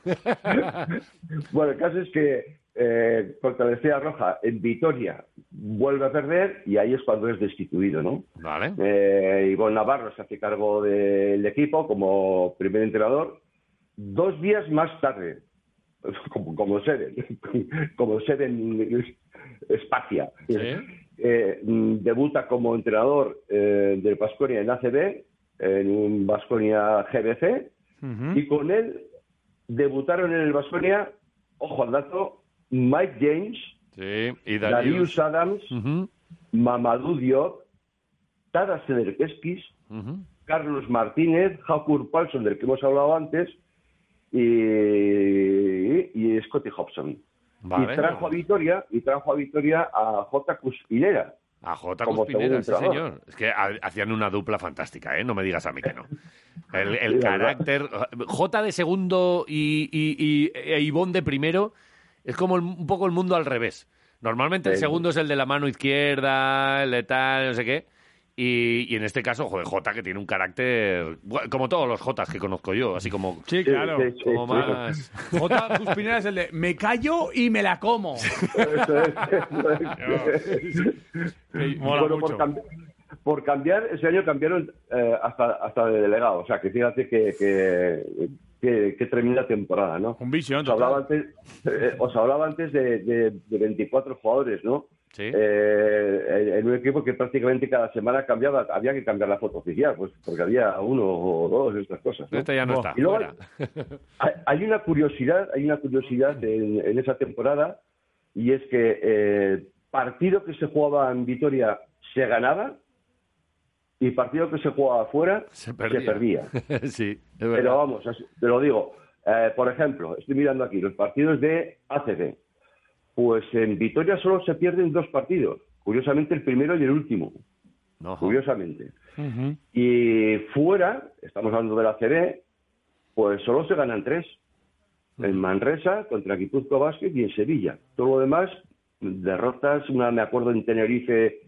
Bueno, el caso es que eh, contra la Estrella Roja en Vitoria vuelve a perder y ahí es cuando es destituido, ¿no? Vale. Eh, Ivonne Navarro se hace cargo del equipo como primer entrenador. Dos días más tarde, como, como sede, como sede en Espacia, eh, mm, debuta como entrenador eh, del Vasconia en ACB, en un Vasconia GBC, ¿Mm? y con él debutaron en el Baskonia, ojo al dato, Mike James, Sí, y Darius. Darius Adams, Mamadou Diop, Taras Sederkeskis, Ujú. Carlos Martínez, Hakur Paulson, del que hemos hablado antes, y, y Scotty Hobson. Vale. y trajo a Vitoria y trajo a Vitoria a J. Cuspinera. A J. Como segundo Cuspinera, sí, entrenador. señor. Es que ha- hacían una dupla fantástica, ¿eh? No me digas a mí que no. El, el Sí, la verdad. carácter. J de segundo y, y, y- e Ivón de primero es como el- un poco el mundo al revés. Normalmente el Sí. segundo es el de la mano izquierda, el de tal, no sé qué. Y, y en este caso, joder, J que tiene un carácter. bueno, Como todos los Jotas que conozco yo, así como. Sí, claro. Como más. J. Cuspinera es el de me callo y me la como. Mola bueno, Por, mucho. cambi- por cambiar, ese año cambiaron eh, hasta, hasta de delegado. O sea, que fíjate que, que, que- que tremenda temporada, ¿no? Un visión, os hablaba antes, eh, Os hablaba antes de, de- de 24 jugadores, ¿no? Sí. Eh, en- en un equipo que prácticamente cada semana cambiaba, había que cambiar la foto oficial, pues porque había uno o dos de estas cosas. ¿no? Este ya no está. Y luego fuera. hay, hay una curiosidad, hay una curiosidad en, en esa temporada y es que eh, partido que se jugaba en Vitoria se ganaba y partido que se jugaba afuera se perdía. sí, es verdad. Pero vamos, así- te lo digo. Eh, por ejemplo, estoy mirando aquí los partidos de ACB. Pues en Vitoria solo se pierden dos partidos. Curiosamente el primero y el último. Curiosamente. Y fuera, estamos hablando de la CB, pues solo se ganan tres. En Manresa, contra Guipúzcoa Basket y en Sevilla. Todo lo demás, derrotas. Una, me acuerdo en Tenerife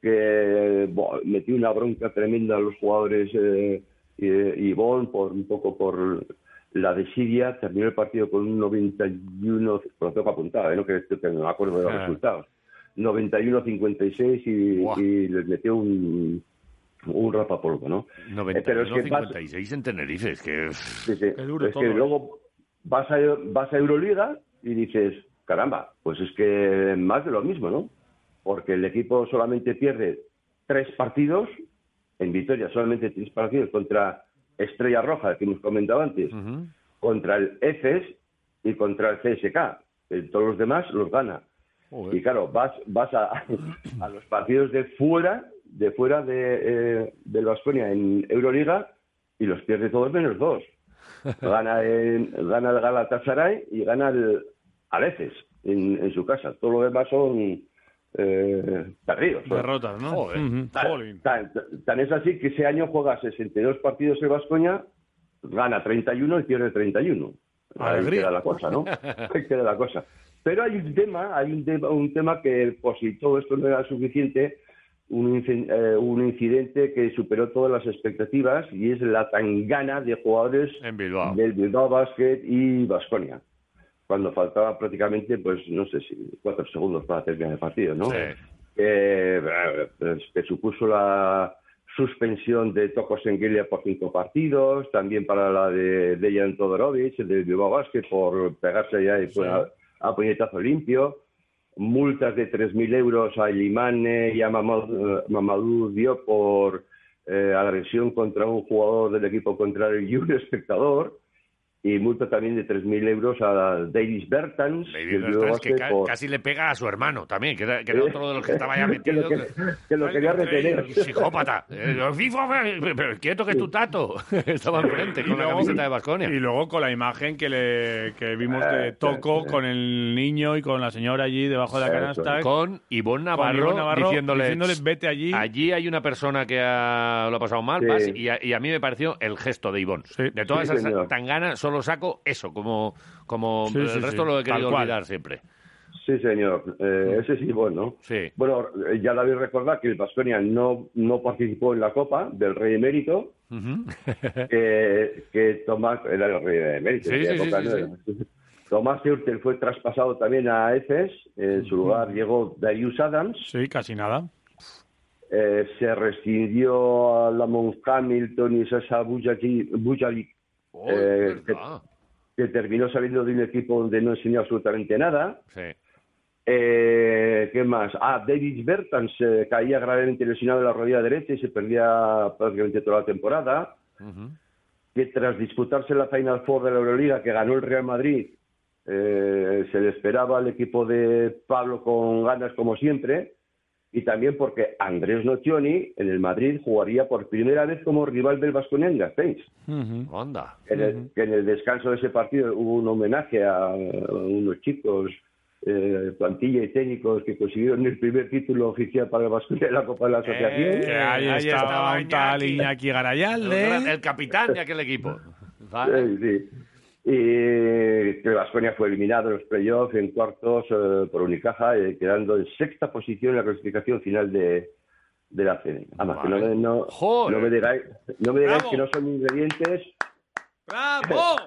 que buah, metí una bronca tremenda a los jugadores eh, y, y Bon por un poco por la desidia. Terminó el partido con un 91, por lo tengo apuntado, ¿eh? no, que, que no me acuerdo de los Ah. resultados. 91-56 y, y les metió un, un rapapolvo, ¿no? Eh, pero es que pasa- 91-56 en Tenerife, es que... Sí, sí. es ¿eh? que luego vas a, vas a Euroliga y dices, caramba, pues es que más de lo mismo, ¿no? Porque el equipo solamente pierde tres partidos, en Vitoria solamente tres partidos contra Estrella Roja, el que hemos comentado antes, contra el EFES y contra el CSK. Eh, Todos los demás los gana. Y claro, vas, vas a, a los partidos de fuera, de fuera de, eh, del Baskonia en Euroliga y los pierde todos menos dos. Gana, en- gana el Galatasaray y gana el Areces en, en su casa. Todo lo demás son eh, perdidos. son- Derrotas, ¿no? Joder. Ah, Ujú. Tan, tan- tan es así que ese año juega 62 partidos el Vascoña, gana 31 y pierde 31. Alegría. Ahí queda la cosa, ¿no? Ahí queda la cosa. Pero hay un tema, hay un, tema- un tema que, por si todo esto no era suficiente, un, inci- eh, un incidente que superó todas las expectativas y es la tangana de jugadores en Bilbao. del Bilbao Basket y Vasconia. cuando faltaba prácticamente, pues no sé si cuatro segundos para terminar el partido, ¿no? Eh, pues, que supuso la suspensión de Tocos Enguelia por cinco partidos, también para la de Dejan Todorovic, el de Bilbao Basket, por pegarse ya y fue a, a puñetazo limpio, multas de 3.000 euros a Limane y a Mamadou, eh, Mamadou Diop por eh, agresión contra un jugador del equipo contrario y un espectador, y multa también de 3.000 euros a Davis Bertans, del Bilbao Ostras, que Basket, ca- por- casi le pega a su hermano también, que era, que era otro de los que estaba ya Que metido. lo que- que lo quería retener. Psicópata. Eh, lo- FIFA, pero- pero quieto que es tu tato. Estaba enfrente con la camiseta de Basconia. Y luego con la imagen que le que vimos de Eh, Toco eh, eh. con el niño y con la señora allí debajo de la canasta. Con Ivonne Navarro, Ivonne Navarro diciéndole, diciéndole, vete allí. Allí hay una persona que ha- lo ha pasado mal, Sí. Paz, y, a, y a mí me pareció el gesto de Ivonne. De todas Sí, esas señor. tanganas, solo saco eso, como, como Sí, el sí, resto sí. lo he Tal querido cual. olvidar siempre. Sí, señor. Eh, ese sí, bueno. Sí. Bueno, eh, ya la habéis recordado que el Baskonia no, no participó en la Copa del Rey Emérito, que, que Tomás era el Rey Emérito. Sí, en aquella sí, sí, época, sí, ¿no? Tomás Hurtel fue traspasado también a Efes. En su lugar llegó Darius Adams. Eh, Sí, casi nada. se rescindió a Lamont Hamilton y Sasha Bujali- Bujalic, eh, que, que terminó saliendo de un equipo donde no enseñó absolutamente nada. Sí. Eh, ¿Qué más? Ah, David Bertans eh, caía gravemente lesionado de la rodilla derecha y se perdía prácticamente toda la temporada. Que tras disputarse la Final Four de la Euroliga, que ganó el Real Madrid, eh, se le esperaba al equipo de Pablo con ganas como siempre. Y también porque Andrés Nocioni en el Madrid jugaría por primera vez como rival del Vasconia en Gasteiz. Onda. En el, que en el descanso de ese partido hubo un homenaje a, eh, unos chicos, eh, plantilla y técnicos que consiguieron el primer título oficial para el Vasconia de la Copa de la Asociación. Que Eh, Eh, ahí, estaba, un tal Iñaki El, Garayalde. gran- el capitán de aquel equipo. Vale. Sí, sí. Y que Vasconia fue eliminado en los playoffs en cuartos eh, por Unicaja, eh, quedando en sexta posición en la clasificación final de, de la CD. Además, que no me, no, no me digáis, no me digáis que no son ingredientes.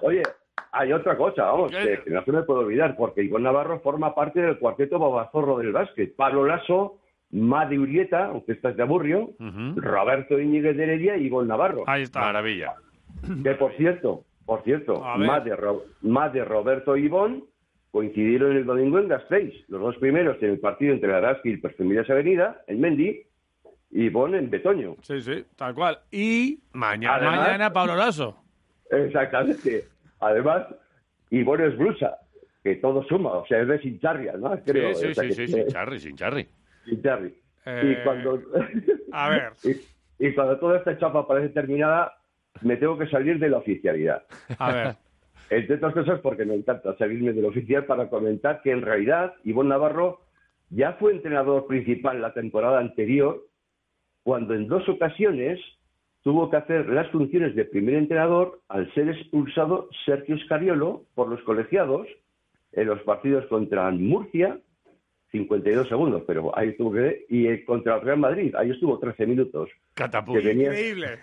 Oye, hay otra cosa, vamos, que, que no se me puede olvidar, porque Iván Navarro forma parte del cuarteto babazorro del básquet. Pablo Lasso, Madi Urieta, aunque estás de aburrio, ¿Mm? Roberto Íñiguez de Heredia y Iván Navarro. Ahí está. Maravilla. Que por cierto, por cierto, A ver. más de, Ro- más de Roberto y Ivón coincidieron el domingo en Gasteiz. Los dos primeros en el partido entre Araski y Perfumillas Avenida, en Mendy, y Ivón en Betoño. Sí, sí, tal cual. Y mañana, mañana Pablo Lasso. Exactamente. Además, Ivón es blusa, que todo suma, o sea, es de Sincharria, ¿no? Creo, sí, o sea, sí, que- sí, sí, sin charri, sin charri. Sincharri. Eh, Y cuando... A ver. Y, y cuando toda esta chapa parece terminada, me tengo que salir de la oficialidad. A ver. Entre otras cosas porque me encanta salirme del oficial para comentar que en realidad Ivonne Navarro ya fue entrenador principal la temporada anterior cuando en dos ocasiones tuvo que hacer las funciones de primer entrenador al ser expulsado Sergio Scariolo por los colegiados en los partidos contra Murcia, 52 segundos, pero ahí estuvo que... Y eh, contra el Real Madrid, ahí estuvo 13 minutos. Catapult. Que venía- Increíble.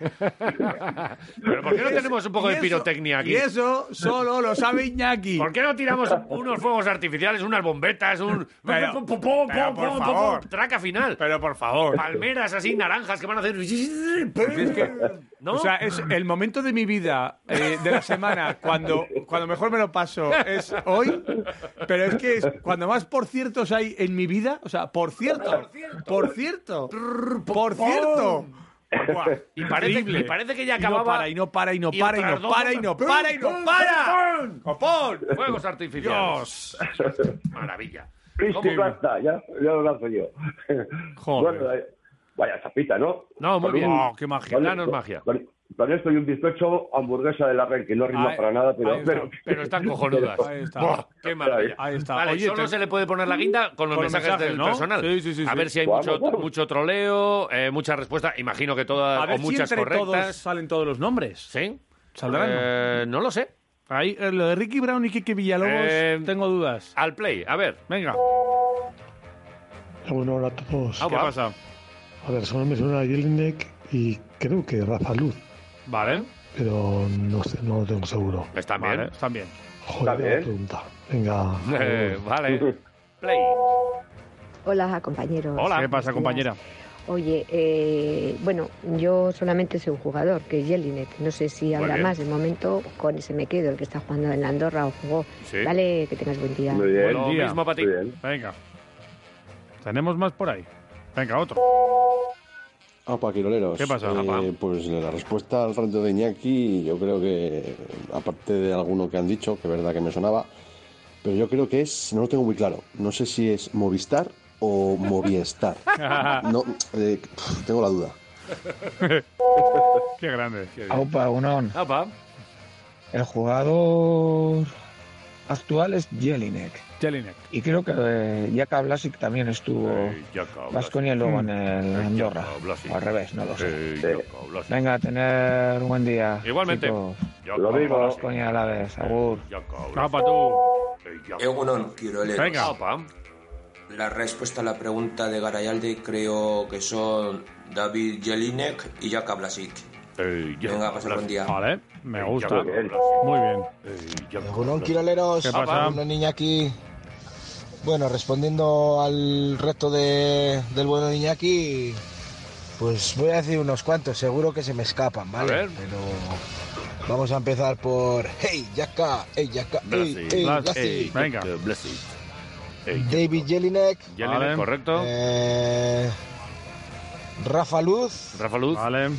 Pero ¿por qué no Y eso- tenemos un poco y de eso- pirotecnia aquí? y eso solo lo sabe Iñaki. ¿Por qué no tiramos unos fuegos artificiales, unas bombetas, un... Pero- pum, pum, pum, pero pum, por pum, pum, favor. pum, Traca final. Pero por favor. Palmeras así, naranjas, que van a hacer... ¿No? O sea, es el momento de mi vida, eh, de la semana, cuando, cuando mejor me lo paso es hoy, pero es que es cuando más por ciertos hay en mi vida, o sea, por cierto, por cierto, por cierto. Buah, Y parece, increíble. y parece que ya Y no acababa... para, y no para, y no para, y otras no dos- para, y no para, y no ¡Pum, para. pum, pum! ¡Copón! Fuegos artificiales. Maravilla. Cristo ¿Cómo? basta, ya, ya lo lanzo yo. Bueno, eh, vaya chapita, ¿no? No, muy Con bien. un- Oh, qué magia. con- Danos magia. Con, con esto y un bizcocho hamburguesa de la red, que no rima Ahí- para nada, ahí pero... está. Pero, Pero están cojonudas. Ahí está. Buah, qué maravilla. Ahí está. Vale, Oye, solo te- se le puede poner la guinda con los Con los mensajes, mensajes, del ¿no? personal. Sí, sí, sí, a sí. ver si hay Vamos, mucho, vamos. mucho troleo, eh, muchas respuestas. Imagino que todas A ver o si muchas entre todos correctas. salen todos los nombres. ¿Sí? ¿Saldrán? Eh, no lo sé. Ahí, eh, lo de Ricky Brown y Kike Villalobos, Eh, tengo dudas. Al play, a ver. Venga. Bueno, hola a todos. Ah, ¿Qué pasa? A ver, solo me suena Jelinek y creo que Rafa Luz, Vale. pero no, sé, no lo tengo seguro. Están bien. Están bien. Joder, qué buena pregunta. Venga. Eh, vale. Hola, compañeros. Hola. ¿Qué pasa, compañera? Oye, eh, bueno, yo solamente soy un jugador, que es Jelinek. No sé si habrá bien. más. De momento, con ese me quedo, el que está jugando en Andorra o jugó. Sí. Dale, que tengas buen día. Buen día. Venga. ¿Tenemos más por ahí? Venga, otro. Apa, Quiroleros. ¿Qué pasa, Eh, apa? Pues la respuesta al reto de Iñaki, yo creo que, aparte de alguno que han dicho, que es verdad que me sonaba, pero yo creo que es, no lo tengo muy claro, no sé si es Movistar o Moviestar. No, eh, pf, tengo la duda. Qué grande. Aupa, Unón. Apa. El jugador actual es Jelinek. Jelinek. Y creo que eh, Jaka Blasic también estuvo Jaka Vasconia y luego en el Eh, Andorra. Jaka Blasic. O al revés, no lo sé. Eh, Jaka Blasic. Venga, a tener un buen día. Igualmente. chicos. Jaka Lo mismo. Baskonia a la vez. Agur. Apa tú. Egunon, Eh, Quiroleros. Venga. La respuesta a la pregunta de Garayalde creo que son David Jelinek y Jaka Blasic. Venga, pasar buen día. Vale, me gusta. Jaka Blasic. Muy bien. Egunon, Quiroleros. ¿Qué pasa? Egunon, Iñaki. Bueno, respondiendo al reto de, del bueno de Iñaki, pues voy a decir unos cuantos, seguro que se me escapan, ¿vale? ver. Pero vamos a empezar por Hey, Yaka, Hey, Yaka, Hey, hey, Blasi. Venga. David Jelinek. Jelinek, Vale. correcto. Eh, Rafa Luz. Rafa Luz. Vale.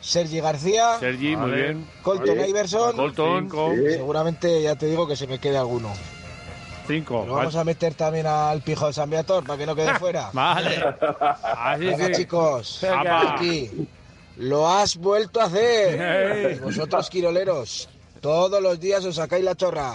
Sergi García. Sergi, muy Vale. bien. Colton Vale. Iverson. Colton. Cinco. Sí. Seguramente ya te digo que se me quede alguno. Cinco. Pero vamos a meter también al pijo de San Beator para que no quede fuera. Vale. Así Venga, sí. chicos. Venga. Aquí. Lo has vuelto a hacer. Ey. Vosotros, quiroleros. Todos los días os sacáis la chorra.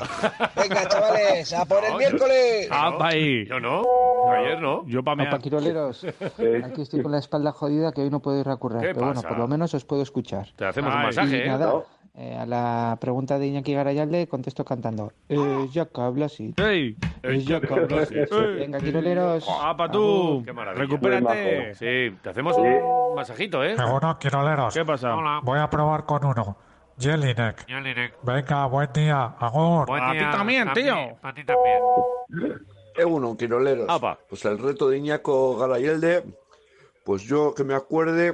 Venga, chavales, a por el miércoles. Apa Ah, ahí. Yo no. Ayer no. Eh, Yo pa' mear. Opa, quiroleros. Eh, Aquí estoy con la espalda jodida que hoy no puedo ir a currar. ¿Qué Pero bueno, pasa? por lo menos os puedo escuchar. Ah, Te hacemos un Y masaje, ¿eh? nada, ¿No? eh, a la pregunta de Iñaki Garayalde contesto cantando. Eh, ya que habla así. Ey, ya qué que habla hablas, así. eh. Venga, quiroleros. Apa tú. Qué Recupérate. Sí, te hacemos un masajito, ¿eh? Seguro, quiroleros. ¿Qué pasa? Hola. Voy a probar con uno. Jelinek. Venga, buen día. Agur. Buen A ti día, también, a tío. mí, A ti también. Egunon, Quiroleros. Pues el reto de Iñaco Garayelde, pues yo que me acuerde,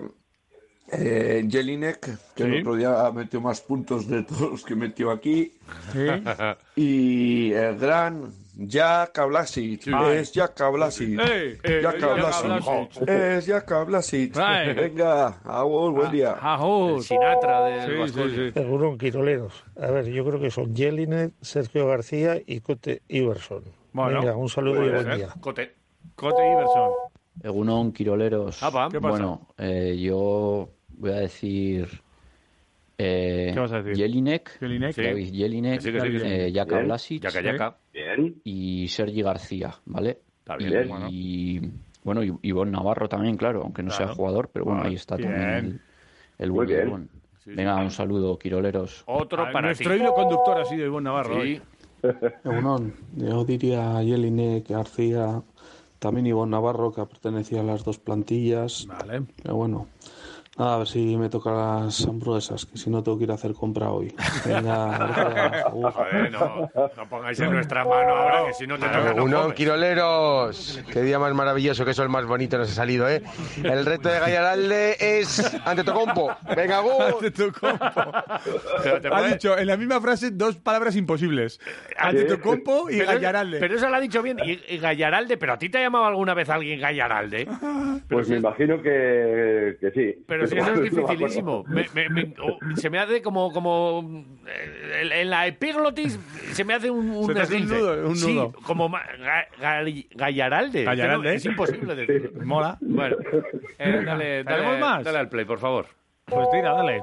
eh, Jelinek, que el Sí. otro día metió más puntos de todos los que metió aquí. Y el gran Jack Blasic. Ay. Es Jack Blasic. Ey, ey, Jack Eh, Jack Oh. Blasic. Blasic. Es Jack Blasic. Ay. Venga, agur, buen día. Ah, Agur. Sinatra Sí, sí, sí. Seguro, Quiroleros. A ver, yo creo que son Jelinek, Sergio García y Cote Iverson. Bueno. Venga, un saludo y Puede buen ser. día. Cote. Cote Iverson. Egunon, Quiroleros. Apa. ¿Qué pasa? Bueno, eh, yo voy a decir. Eh, ¿Qué vas a decir? Jelinek, Jelinek. David Sí. Jelinek, Que sí, que sí, que sí. eh, Jaka Bien. Blasic Jaka, Jaka. Bien. y Sergi García, ¿vale? bien. Y- Bien. Bueno. Y bueno, y Ivonne Navarro también, claro, aunque no sea jugador, pero bueno, ahí está también Bien. el, el Muy buen bien. Ivonne. Sí, sí. Venga, un saludo, Quiroleros. Otro para Ah, Nuestro ti. hilo conductor ha sido Ivonne Navarro. Sí. Egunon, yo diría Jelinek, García, también Ivonne Navarro, que pertenecía a las dos plantillas. Vale. Pero bueno, nada, Ah, a ver si me toca las hamburguesas, que si no tengo que ir a hacer compra hoy. Venga, Joder, no, no pongáis en nuestra mano ahora, que si no te toca no Uno, comes. Quiroleros. Qué día más maravilloso, que eso es el más bonito, nos ha salido, ¿eh? El reto de Gallaralde es ante Tocompo. Venga, Gu. Pero te Ha puede- Ah, dicho en la misma frase dos palabras imposibles. Antetokounmpo y Pero- Gallaralde. Pero eso lo ha dicho bien. Y, y Gallaralde, pero a ti te ha llamado alguna vez alguien Gallaralde. Pues me imagino que, que sí. Pero si eso es no me acuerdo. dificilísimo. Me- me- me- o- se me hace como. como eh, en, en la epiglotis se me hace un, un Se te hace un esguince. nudo, un Sí, nudo. como ma- ga- gal- Gallaralde. Gallaralde. Es imposible decirlo. Mola. Bueno, eh, dale, dale, ¿Tenemos más? dale al play, por favor. Pues tira, dale.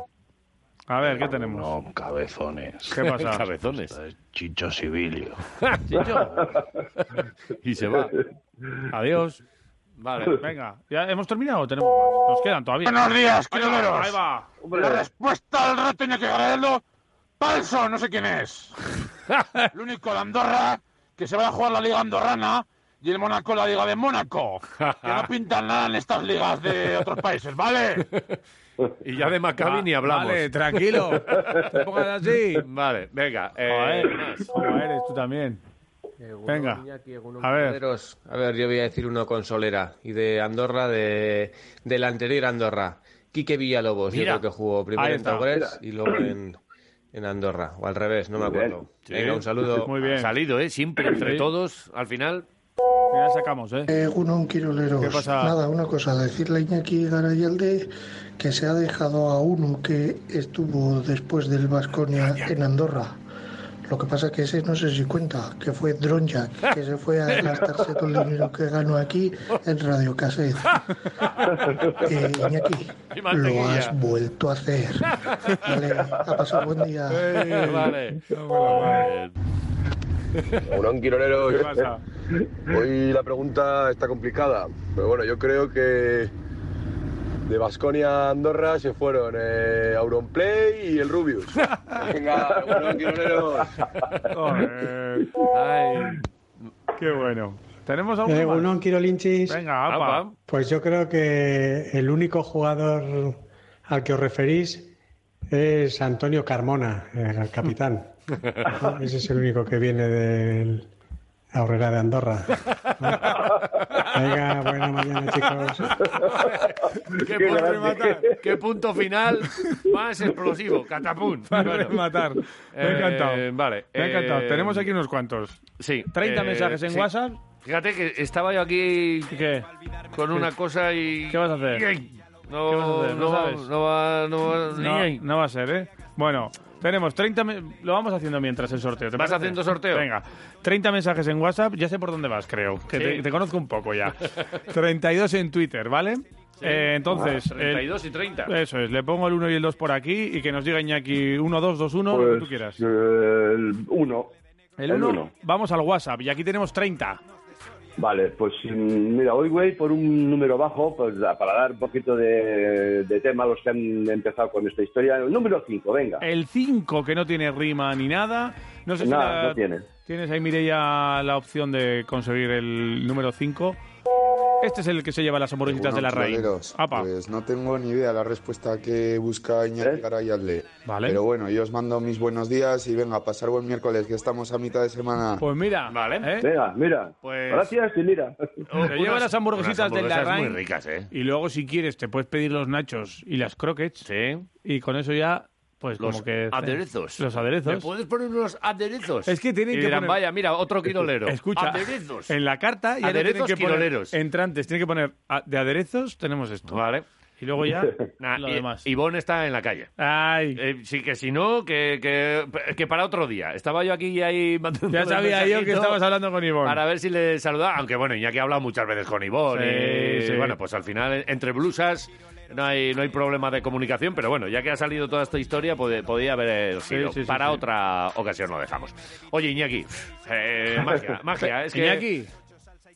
A ver, ¿qué tenemos? No, cabezones. ¿Qué pasa? Cabezones. Chicho Sibilio. y se va. Adiós. Vale. Venga, ¿ya hemos terminado o tenemos más? Nos quedan todavía. Buenos días, Ahí va, quiroleros. Ahí va. La respuesta al reto Iñaki Gareldo, falso, no sé quién es. El único de Andorra que se va a jugar la Liga Andorrana y el Mónaco la Liga de Mónaco. Que no pintan nada en estas ligas de otros países, ¿vale? Y ya de Maccabi Va- ni hablamos. vale, tranquilo. Te pongas así. Vale, venga. Eh, Joder, joder, tú también. Venga, a ver. Compañeros, A ver, yo voy a decir uno con Solera y de Andorra, de, de la anterior Andorra. Quique Villalobos, Mira. yo creo que jugó Ahí primero en está. Taurés y luego en, en Andorra, o al revés, no me Muy bien. acuerdo. Sí. Venga, un saludo. Muy bien. Salido, ¿eh? Siempre entre Sí. todos, al final. Ya sacamos, ¿eh? Egunon Quiroleros. ¿Qué pasa? Nada, una cosa, decirle a Iñaki Garayalde que se ha dejado a uno que estuvo después del Vasconia en Andorra. Lo que pasa que ese no sé si cuenta, que fue Dronjak, que se fue a gastarse todo el dinero que ganó aquí en Radio Cassette. Eh, Iñaki, lo mantequilla. has vuelto a hacer. Vale, ha pasado buen día. Eh, vale. Unón Quiroleros. ¿Qué pasa? Hoy la pregunta está complicada, pero bueno, yo creo que de Basconia a Andorra se fueron eh, Auronplay y el Rubius. Venga, Unón Quiroleros. Joder. Qué bueno. ¿Tenemos algún Eh, más? Unón Quirolinchis. Venga, apa. Apa. Pues yo creo que el único jugador al que os referís es Antonio Carmona, el capitán. Ese es el único que viene del Aurrera de Andorra. Venga, buena mañana, chicos. ¿Qué, punto, qué punto final más explosivo? Catapum. Para rematar. Me ha encantado. Eh, Vale. Me ha encantado. eh, Tenemos aquí unos cuantos. Sí. 30 eh, mensajes en sí. WhatsApp. Fíjate que estaba yo aquí con una ¿Qué? cosa y. ¿Qué vas a hacer? Ay, No, ¿Qué vas a hacer? no, No va- sabes. no va, no va, No, ni- no va a ser, ¿eh? Bueno, tenemos 30... men- Lo vamos haciendo mientras el sorteo. ¿te ¿Vas parece? haciendo sorteo? Venga. 30 mensajes en WhatsApp. Ya sé por dónde vas, creo. Que Sí. te, te conozco un poco ya. 32 en Twitter, ¿vale? Eh, entonces... Ah, el- 32 y 30. Eso es. Le pongo el 1 y el 2 por aquí y que nos diga Iñaki 1, 2, 2, 1, lo que tú quieras. eh, el 1. El 1. Vamos al WhatsApp y aquí tenemos 30. Vale, pues mm, mira, hoy voy por un número bajo pues, a- para dar un poquito de, de tema a los que han empezado con esta historia. El número 5, venga. El 5, que no tiene rima ni nada. No sé si Nada, la- no tiene. tienes ahí, Mireia, la opción de conseguir el número 5. Este es el que se lleva las hamburguesitas de la Bueno, raíz. troleros, Pues no tengo ni idea la respuesta que busca ¿Eh? Iñaki Garayalde. Vale. Pero bueno, yo os mando mis buenos días y venga, a pasar buen miércoles, que estamos a mitad de Ah. semana. Pues mira. Vale. Venga, mira. Pues- Gracias y mira. Te lleva las hamburguesitas, de la hamburguesas muy raíz. ricas, ¿eh? Y luego, si quieres, te puedes pedir los nachos y las croquettes. Sí. Y con eso ya, pues Los como que. aderezos. Los ¿Me aderezos. puedes poner unos aderezos? Es que tienen Y que dirán, poner- vaya, mira, otro quirolero. Escucha, Aderezos. en la carta ya le tienen Aderezos que poner quiroleros. entrantes, tiene que poner a- de aderezos tenemos esto. Vale. Y luego ya Nah, lo y- demás. Ivonne está en la calle. Eh, Ay. sí, que si no, que, que, que para otro día. Estaba yo aquí y ahí mandando. Ya sabía yo que estabas hablando con Ivonne. pues Para ver si le saludaba. Aunque bueno, ya que he hablado muchas veces con Ivonne. Sí, y, sí. Bueno, pues al final, entre blusas. No hay, no hay problema de comunicación, pero bueno, ya que ha salido toda esta historia, pode- podía haber sido. sí, sí, Para sí. otra ocasión lo dejamos. Oye, Iñaki, eh, magia, magia. Es que... Iñaki.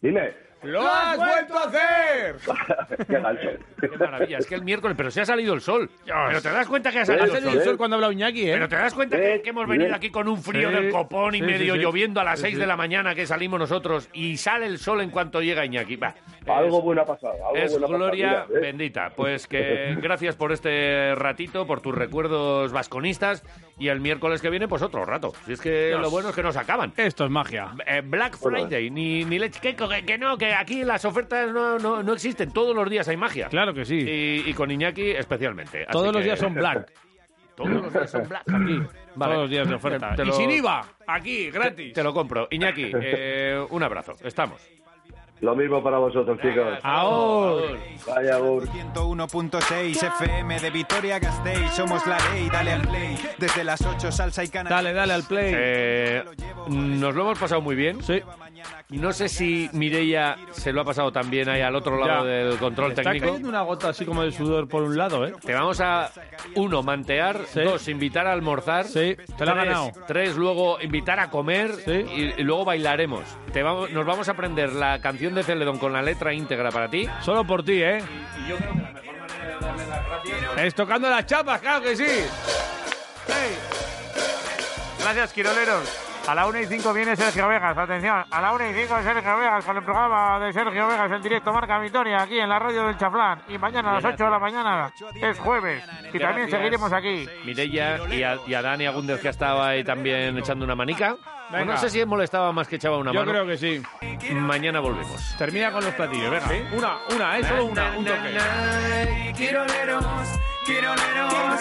Dime. ¡Lo has vuelto a hacer! Qué maravilla, es que el miércoles, pero se ha salido el sol. Pero te das cuenta que ha salido, Ha salido el sol cuando ha hablado Iñaki, ¿eh? Pero te das cuenta que, que hemos venido aquí con un frío Sí. del copón y Sí, sí, medio sí. lloviendo a las Sí, 6 sí. de la mañana que salimos nosotros y sale el sol en cuanto llega Iñaki. Va, Algo es- bueno ha pasado. Algo es bueno ha pasado, gloria mira, ¿eh? bendita. Pues que gracias por este ratito, por tus recuerdos vasconistas y el miércoles que viene pues otro rato. Si es que Dios. lo bueno es que nos acaban. Esto es magia. Eh, Black Friday, ni, ni leche que, que, que no, que aquí las ofertas no, no, no existen. Todos los días hay magia. Claro que sí. Y, y con Iñaki especialmente. Así Todos los que- días son black. Todos los días son black aquí. Todos los días de oferta. Te- te Y lo- sin IVA, aquí, gratis. Te lo compro. Iñaki, eh, un abrazo. Estamos. Lo mismo para vosotros, chicos. ¡Ahor! Vaya, Agur. 101.6 FM de Vitoria Gasteiz, somos la ley, dale al play. Desde las 8 salsa y cana. Dale, dale al play. Eh, nos lo hemos pasado muy bien. Sí. No sé si Mireia se lo ha pasado también ahí al otro lado Ya. del control Está técnico. cayendo una gota así como de sudor por un lado, ¿eh? Te vamos a, uno, mantear, dos, invitar a almorzar. Sí, te la has ganado. Tres, luego invitar a comer y, y luego bailaremos. Te vamos, nos vamos a aprender la canción de Celedón con la letra íntegra para ti. Solo por ti, ¿eh? Es tocando las chapas, claro que sí. Gracias, Quiroleros. A la 1 y 5 viene Sergio Vegas, atención. A la 1 y 5 Sergio Vegas con el programa de Sergio Vegas en directo Marca Victoria aquí en la radio del Chaflán. Y mañana a las 8 de la mañana es jueves. Y también Gracias. seguiremos aquí. Mirella y a, y a Dani Agúndez que estaba ahí también echando una manica. Venga. No sé si molestaba más que echaba una Yo mano. creo que sí. Mañana volvemos. Termina con los platillos, venga. Una, Ah, una, eh, solo una, un toque. Quiroleros, quiroleros.